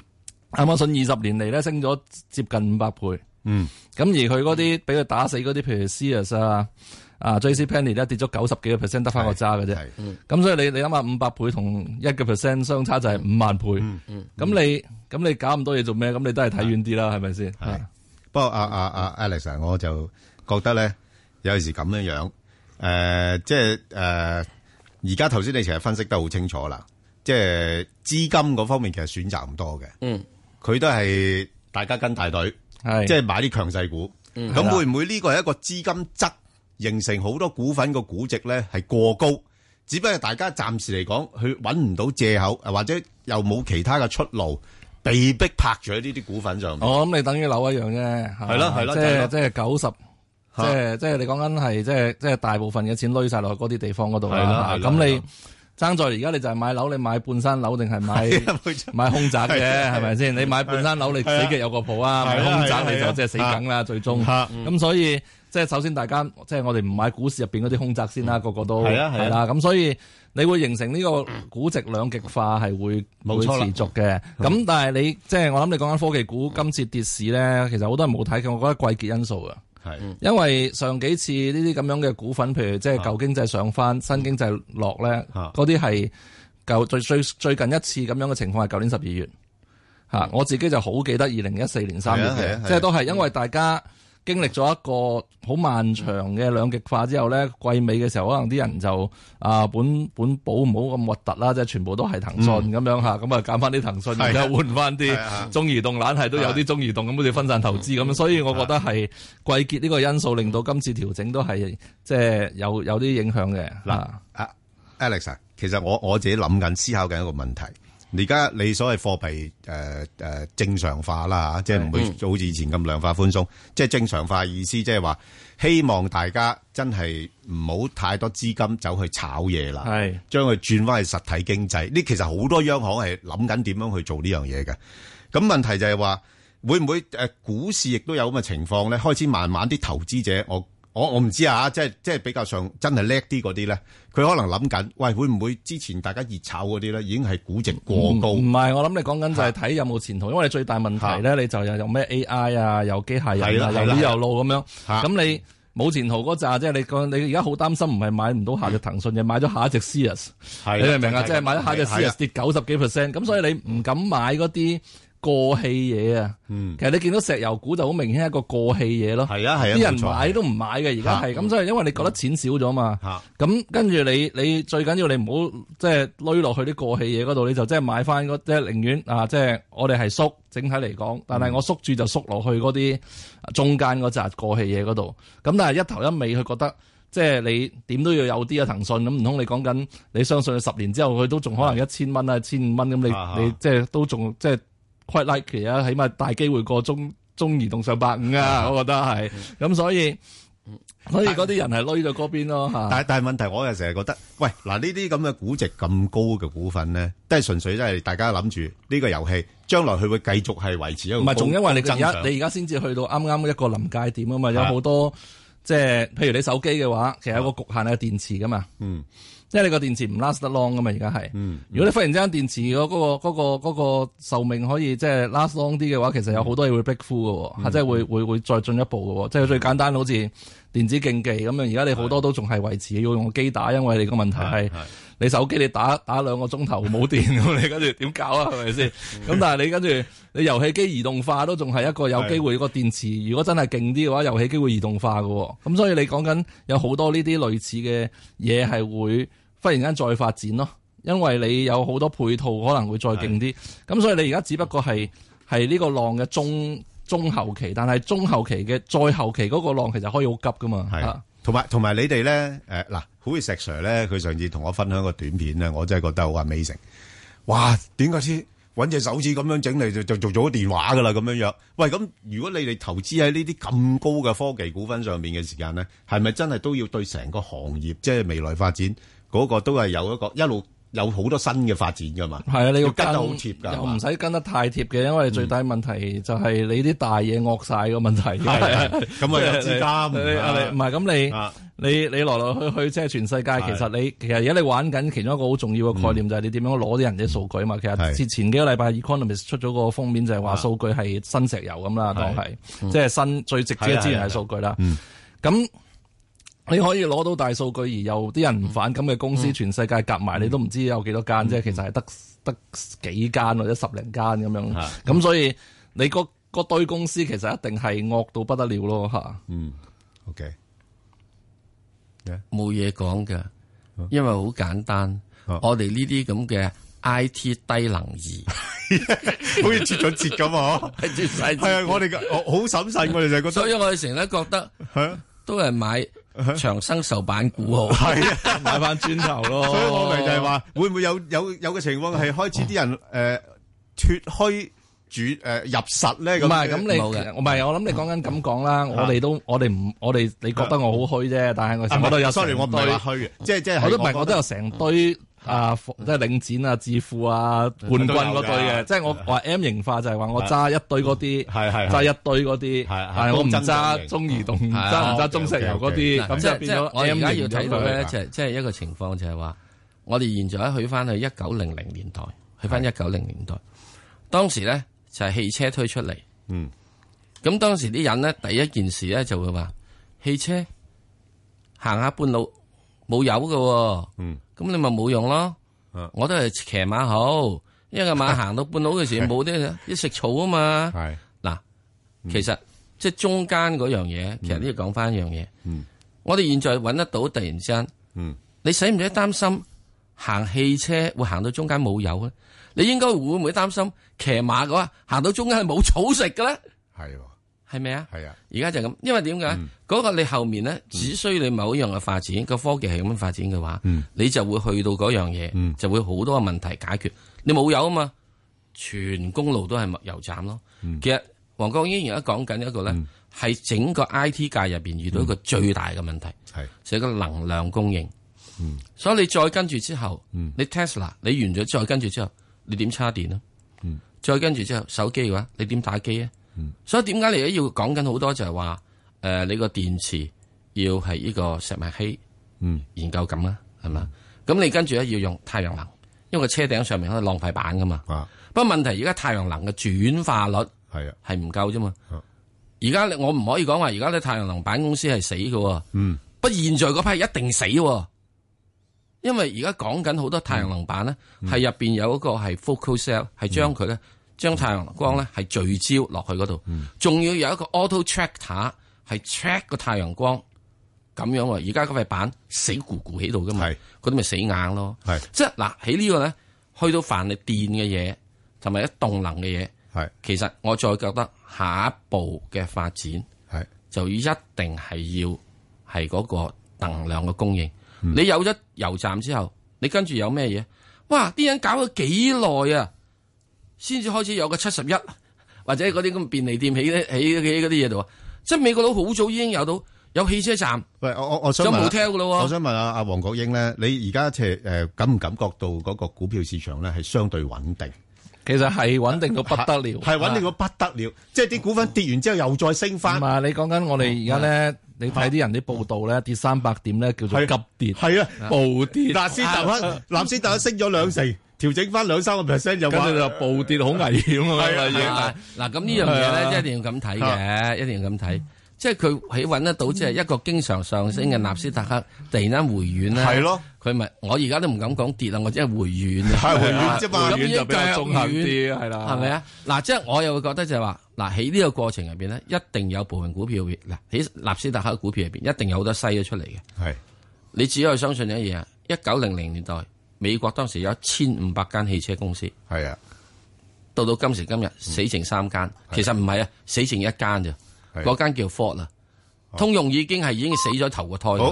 S6: 亞馬遜二十年嚟咧升咗接近五百倍。
S10: 嗯，
S6: 咁而佢嗰啲俾佢打死嗰啲，譬如 Sears 啊、啊 JCPenney 咧跌咗九十幾個 percent，得翻個渣嘅啫。
S11: 嗯
S6: 咁所以你你諗下五百倍同一個 percent 相差就係五萬倍。咁你咁你搞咁多嘢做咩？咁你都係睇遠啲啦，係咪先？啊
S10: 不過阿阿阿 Alex，我啊就覺得咧，有時咁樣樣，誒，即係誒，呃而家頭先你其實分析得好清楚啦，即係資金嗰方面其實選擇唔多嘅。
S11: 嗯，
S10: 佢都係大家跟大隊。
S6: 係，
S10: 即係買啲強勢股。咁會唔會呢個係一個資金質形成好多股份個估值咧係過高？只不過大家暫時嚟講，佢揾唔到藉口，或者又冇其他嘅出路，被逼拍咗喺呢啲股份上面。
S6: 我諗你等於樓一樣啫，
S10: 係咯係咯，
S6: 即係即係九十，即係即係你講緊係即係即係大部分嘅錢攞晒落去嗰啲地方嗰度啦。咁你爭在而家你就係買樓，你買半 山樓定係買買空宅嘅，
S10: 啊
S6: 係咪先？你買半山樓，你死嘅有個譜啊！買空宅你就即係死梗啦，最終。咁所以即係首先大家即係我哋唔買股市入邊嗰啲空宅先啦，個個都
S10: 係啊係
S6: 啦。咁所以你會形成呢個估值兩極化係會
S10: 冇
S6: 會
S10: 錯啦
S6: 持續嘅。咁但係你即係我諗你講緊科技股今次跌市咧，其實好多人冇睇嘅，我覺得季結因素啊。
S10: 係
S11: 嗯
S6: 因為上幾次呢啲咁樣嘅股份，譬如即係
S10: 啊
S6: 舊經濟上翻，新經濟落咧，嗰啲係舊最最最近一次咁樣嘅情況係舊年十二月嚇、我自己就好記得二零一四年三月
S10: 係啊係啊係
S6: 嘅，
S10: 啊
S6: 即係都係因為大家經歷咗一個好漫長嘅兩極化之後咧，季尾嘅時候可能啲人就啊本本保唔好咁核突啦，即係全部都係騰訊咁樣嚇，咁啊減翻啲騰訊，
S10: 嗯係啊
S6: 然之後換翻
S10: 係啊
S6: 啲中移動懶係都有啲中移動咁好似分散投資咁樣，所以我覺得係季結呢個因素令到今次調整都係即係有有啲影響嘅。
S10: 嗱，啊 Alex，啊其實我我自己諗緊、思考緊一個問題，而家你所謂貨幣誒誒正常化啦嚇，啊即係唔會好似以前咁量化寬鬆，即係正常化意思即係話希望大家真係唔好太多資金走去炒嘢啦，
S6: 係
S10: 將佢轉翻去實體經濟。呢其實好多央行係諗緊點樣去做呢樣嘢嘅。咁問題就係話會唔會誒股市亦都有咁嘅情況咧？開始慢慢啲投資者我。我我唔知啊，即係即係比較上真係叻啲嗰啲咧，佢可能諗緊，喂會唔會之前大家熱炒嗰啲咧，已經係估值過高？
S6: 唔唔係，我諗你講緊就係睇有冇前途，因為你最大問題咧，你就又有咩 AI 啊，有機械人啊，
S10: 係啦係
S6: 有
S10: 啦
S6: 呢有路咁樣，
S10: 嚇
S6: 咁你。冇前途嗰扎，即係你講，你而家好擔心，唔係買唔到下隻騰訊，嘅，買咗下一隻 Sears，
S10: 係
S6: 你明唔明啊？即
S10: 就係
S6: 係買咗下隻
S10: 係係啊
S6: Sears 跌九十幾 percent，咁所以你唔敢買嗰啲過氣嘢啊。
S10: 嗯
S6: 其實你見到石油股就好明顯係一個過氣嘢咯。
S10: 係啊係啊
S6: 啲人
S10: 冇錯
S6: 買都唔買嘅，而家係
S10: 嚇
S6: 咁，所以因為你覺得錢少咗嘛。
S10: 嚇
S6: 咁跟住你你最緊要你唔好即係攞落去啲過氣嘢嗰度，你就即係買翻嗰即係寧願啊，即係我哋係縮整體嚟講，但
S10: 嗯
S6: 係我縮住就縮落去嗰啲中間嗰扎過氣嘢嗰度。咁但係一頭一尾，佢覺得。即係你點都要有啲啊騰訊咁，唔通你講緊你相信佢十年之後佢都仲可能一千蚊啊、千五蚊咁，
S10: 啊
S6: 你你即係都仲即係 quite likely 啊，起碼大機會過中中移動上百五啊，我覺得係。咁所以所以嗰啲人係攞咗嗰邊咯嚇。
S10: 但但係問題，我又成日覺得，喂嗱呢啲咁嘅估值咁高嘅股份咧，都係純粹都係大家諗住呢個遊戲將來佢會繼續係維持一個
S6: 唔係，仲因為你
S10: 高
S6: 而
S10: 增長
S6: 家你而家先至去到啱啱一個臨界點啊嘛，有
S10: 係
S6: 好多即係譬如你手機嘅話，其實有個局限係電池噶嘛。
S10: 嗯，
S6: 因為你個電池唔 last 得 long 噶嘛，而家係。
S10: 嗯
S6: 如果你忽然之間電池嗰、個嗰、個嗰、個壽命可以即係 last long 啲嘅話，其實有好多嘢會 break through 嘅喎，即係會會會再進一步嘅喎。即係最簡單好似電子競技咁樣，而家你好多都仲係維持要用個機打，因為你個問題係你手機你打打兩個鐘頭冇電咁，你跟住點搞啊？係咪 先？咁但係你跟住你遊戲機移動化都仲係一個有機會個電池，如果真係勁啲嘅話，遊戲機會移動化嘅喎。咁所以你講緊有好多呢啲類似嘅嘢係會忽然間再發展咯。因為你有好多配套可能會再勁啲，咁所以你而家只不過係係呢個浪嘅中中後期，但係中後期嘅再後期嗰個浪其實可以好急噶嘛。
S10: 係
S6: 啊
S10: 同埋同埋你哋咧，誒嗱，好似石 Sir 咧，佢上次同我分享個短片咧，我真係覺得好 amazing。哇！點解先揾隻手指咁樣整嚟就就做咗電話噶啦咁樣樣？喂，咁如果你哋投資喺呢啲咁高嘅科技股份上面嘅時間咧，係咪真係都要對成個行業即係未來發展嗰個都係有一個一路有好多新嘅發展噶嘛？
S6: 係啊，你
S10: 要
S6: 要
S10: 跟得好貼㗎
S6: 又
S10: 係嘛
S6: 唔使跟得太貼嘅，因為最大問題就係你啲大嘢惡晒個問題。
S10: 係係咁啊有資金
S6: 你
S10: 啊
S6: 你唔係咁你你你來來去去即係全世界，
S10: 係嗯
S6: 其實你其實而家你玩緊其中一個好重要嘅概念就係你點樣攞啲人啲數據啊嘛。其
S10: 係啊
S6: 實前前幾個禮拜 Economist 出咗個封面就係話數據係新石油咁啦，當
S10: 嗯
S6: 係即係新最直接嘅資
S10: 啊
S6: 源係數據啦。咁你可以攞到大數據，而又啲人唔反感嘅公司，全世界夾埋你都唔知有幾多間啫，其實係得得幾間或者十零間咁樣。咁所以你個個堆公司其實一定係惡到不得了咯嚇。
S10: 嗯，OK，
S11: 冇嘢講嘅，
S10: 哦
S11: 因為好簡單。我哋呢啲咁嘅 I T 低能兒，
S10: 好似切咗節咁 啊！
S11: 切晒節
S10: 係啊！我哋嘅我好審慎，我哋就係覺得，啊
S11: 所以我哋成日都 覺得都係買長生壽版股好，
S10: 係啊。
S6: 買翻磚頭咯。
S10: 所以我咪就係話，會唔會有有有嘅情況係開始啲人诶脱虛主诶入實咧咁？
S6: 唔係咁你，唔係我諗你講緊咁講啦，
S10: 啊
S6: 我哋都我哋唔我哋你覺得我好虛啫，但係我其實我都有
S10: sorry，
S6: 成
S10: 啊我唔係
S6: 堆
S10: 話虛嘅，即係即係
S6: 我都唔
S10: 係
S6: 係，我都有成堆啊，即係領展啊、置富啊、
S10: 嗯
S6: 冠軍嗰堆
S10: 都有㗎
S6: 嘅，即係我話 M 型化就係話我揸一堆嗰啲，
S10: 嗯係
S6: 揸一堆嗰啲，但係我唔揸中移動，唔 揸唔揸中石油嗰啲，咁
S11: 嗱
S6: 即
S11: 即
S6: 係
S11: 係即
S6: 變
S11: 係
S6: 咗
S11: 我而
S6: M
S11: 家
S6: 型
S11: 要
S6: 咗
S11: 睇到咧，
S6: 佢
S11: 就係即係一個情況就係話，我哋現在去翻去一九零零年代，去翻一九零年代，當時咧就係汽車推出嚟，
S10: 嗯，
S11: 咁當時啲人咧第一件事咧就會話，汽車行下半路冇油嘅喎，
S10: 嗯，
S11: 咁你咪冇用咯，
S10: 啊
S11: 我都係騎馬好，因為個馬行到半路嘅 時冇啲啲食草啊嘛，
S10: 係嗯
S11: 嗱，其實即係中間嗰樣嘢，其實都要講翻一樣嘢。
S10: 嗯
S11: 我哋現在揾得到，突然之間，
S10: 嗯，
S11: 你使唔使擔心行汽車會行到中間冇油咧？啊你應該會唔會擔心騎馬嘅話行到中間係冇草食嘅咧？
S10: 係喎，
S11: 係咪啊？
S10: 係啊，嗯
S11: 而家就係咁，因為點解嗰個你後面咧，只需你某一樣嘅發
S10: 嗯
S11: 展，個科技係咁樣發展嘅話，你就會去到嗰樣嘢，就會好多問題解決。你冇油啊嘛，全公路都係油站咯。其實黃國英而家講緊一個咧，係整個 I T 界入邊遇到一個最大嘅問題，就係個能量供應。所以你再跟住之後，你 Tesla 你完咗再跟住之後，你點叉電啊？再跟住之後，手機嘅話，你點打機啊？所以點解你而家要講緊好多就係話，誒你個電池要係呢個石墨烯研究咁啦，
S10: 嗯
S11: 係嘛？咁你跟住咧要用太陽能，因為個車頂上面可以浪費板噶嘛。不過問題而家太陽能嘅轉化率
S10: 啊係啊
S11: 係唔夠啫嘛。而家你我唔可以講話，而家啲太陽能板公司係死嘅喎。
S10: 嗯，
S11: 不過現在嗰批一定死喎，因為而家講緊好多太陽能板咧，
S10: 嗯
S11: 係入邊有一個係 focal cell，係將佢咧將太陽光咧係聚焦落去嗰度，
S10: 嗯
S11: 仲要有一個 auto tractor 係 track 個太陽光咁樣喎。而家嗰塊板死咕咕喺度噶嘛，嗰啲咪死硬咯。
S10: 係
S11: 即係嗱喺呢個咧，去到凡係電嘅嘢同埋一動能嘅嘢，
S10: 係
S11: 其實我再覺得下一步嘅發展
S10: 係
S11: 就一定係要。係嗰個能量嘅供應。
S10: 嗯
S11: 你有咗油站之後，你跟住有咩嘢？哇！啲人搞咗幾耐啊，先至開始有個七十一或者嗰啲咁便利店起起起嗰啲嘢度啊。即係美國佬好早已經有到有汽車站，
S10: 喂，我-我-我想
S11: 有
S10: 問啊，
S11: motel 噶咯喎。
S10: 我想問啊，阿黃國英呢，你而家即係，誒，感唔感覺到嗰個股票市場呢係相對穩定？
S6: 其實係穩定到不得了。
S10: 係穩定到不得了，即係啲股份跌完之後又再升返。
S6: 唔係你講緊我哋而家咧，你睇啲人啲報道咧，跌三百點咧叫做急跌，
S10: 係啊
S6: 暴跌。啊
S10: 嗱，斯達克-納斯達克升咗兩成，調整返兩三個percent 又話-
S6: 跟住就暴跌好危險啊！
S10: 係啊，
S6: 已經
S10: 係啊。
S11: 嗱咁呢樣嘢
S10: 啊
S11: 咧，一定要咁睇嘅，一定要咁睇。即係佢喺揾得到，即係一個經常上升嘅納斯達克突然間回軟咧，
S10: 係咯，
S11: 佢咪我而家都唔敢講跌啦，我只係回軟啊，
S10: 係回軟啫嘛
S11: 咁
S10: 回軟就比較
S11: 一腳
S10: 中肯啲
S11: 軟
S10: 係啦
S11: 係咪啊？嗱，即係我又會覺得就係話，嗱喺呢個過程入邊咧，一定有部分股票會嗱喺納斯達克嘅股票入邊，一定有好多西咗出嚟嘅。
S10: 係
S11: 你只可以相信一樣嘢啊！一九零零年代美國當時有一千五百間汽車公司，
S10: 係啊，嗯
S11: 到到今時今日死剩三間，其實唔係啊，啊死剩一間咋，嗰間叫 Ford 啦。通用已經係已經死咗頭個胎。
S10: 哦好，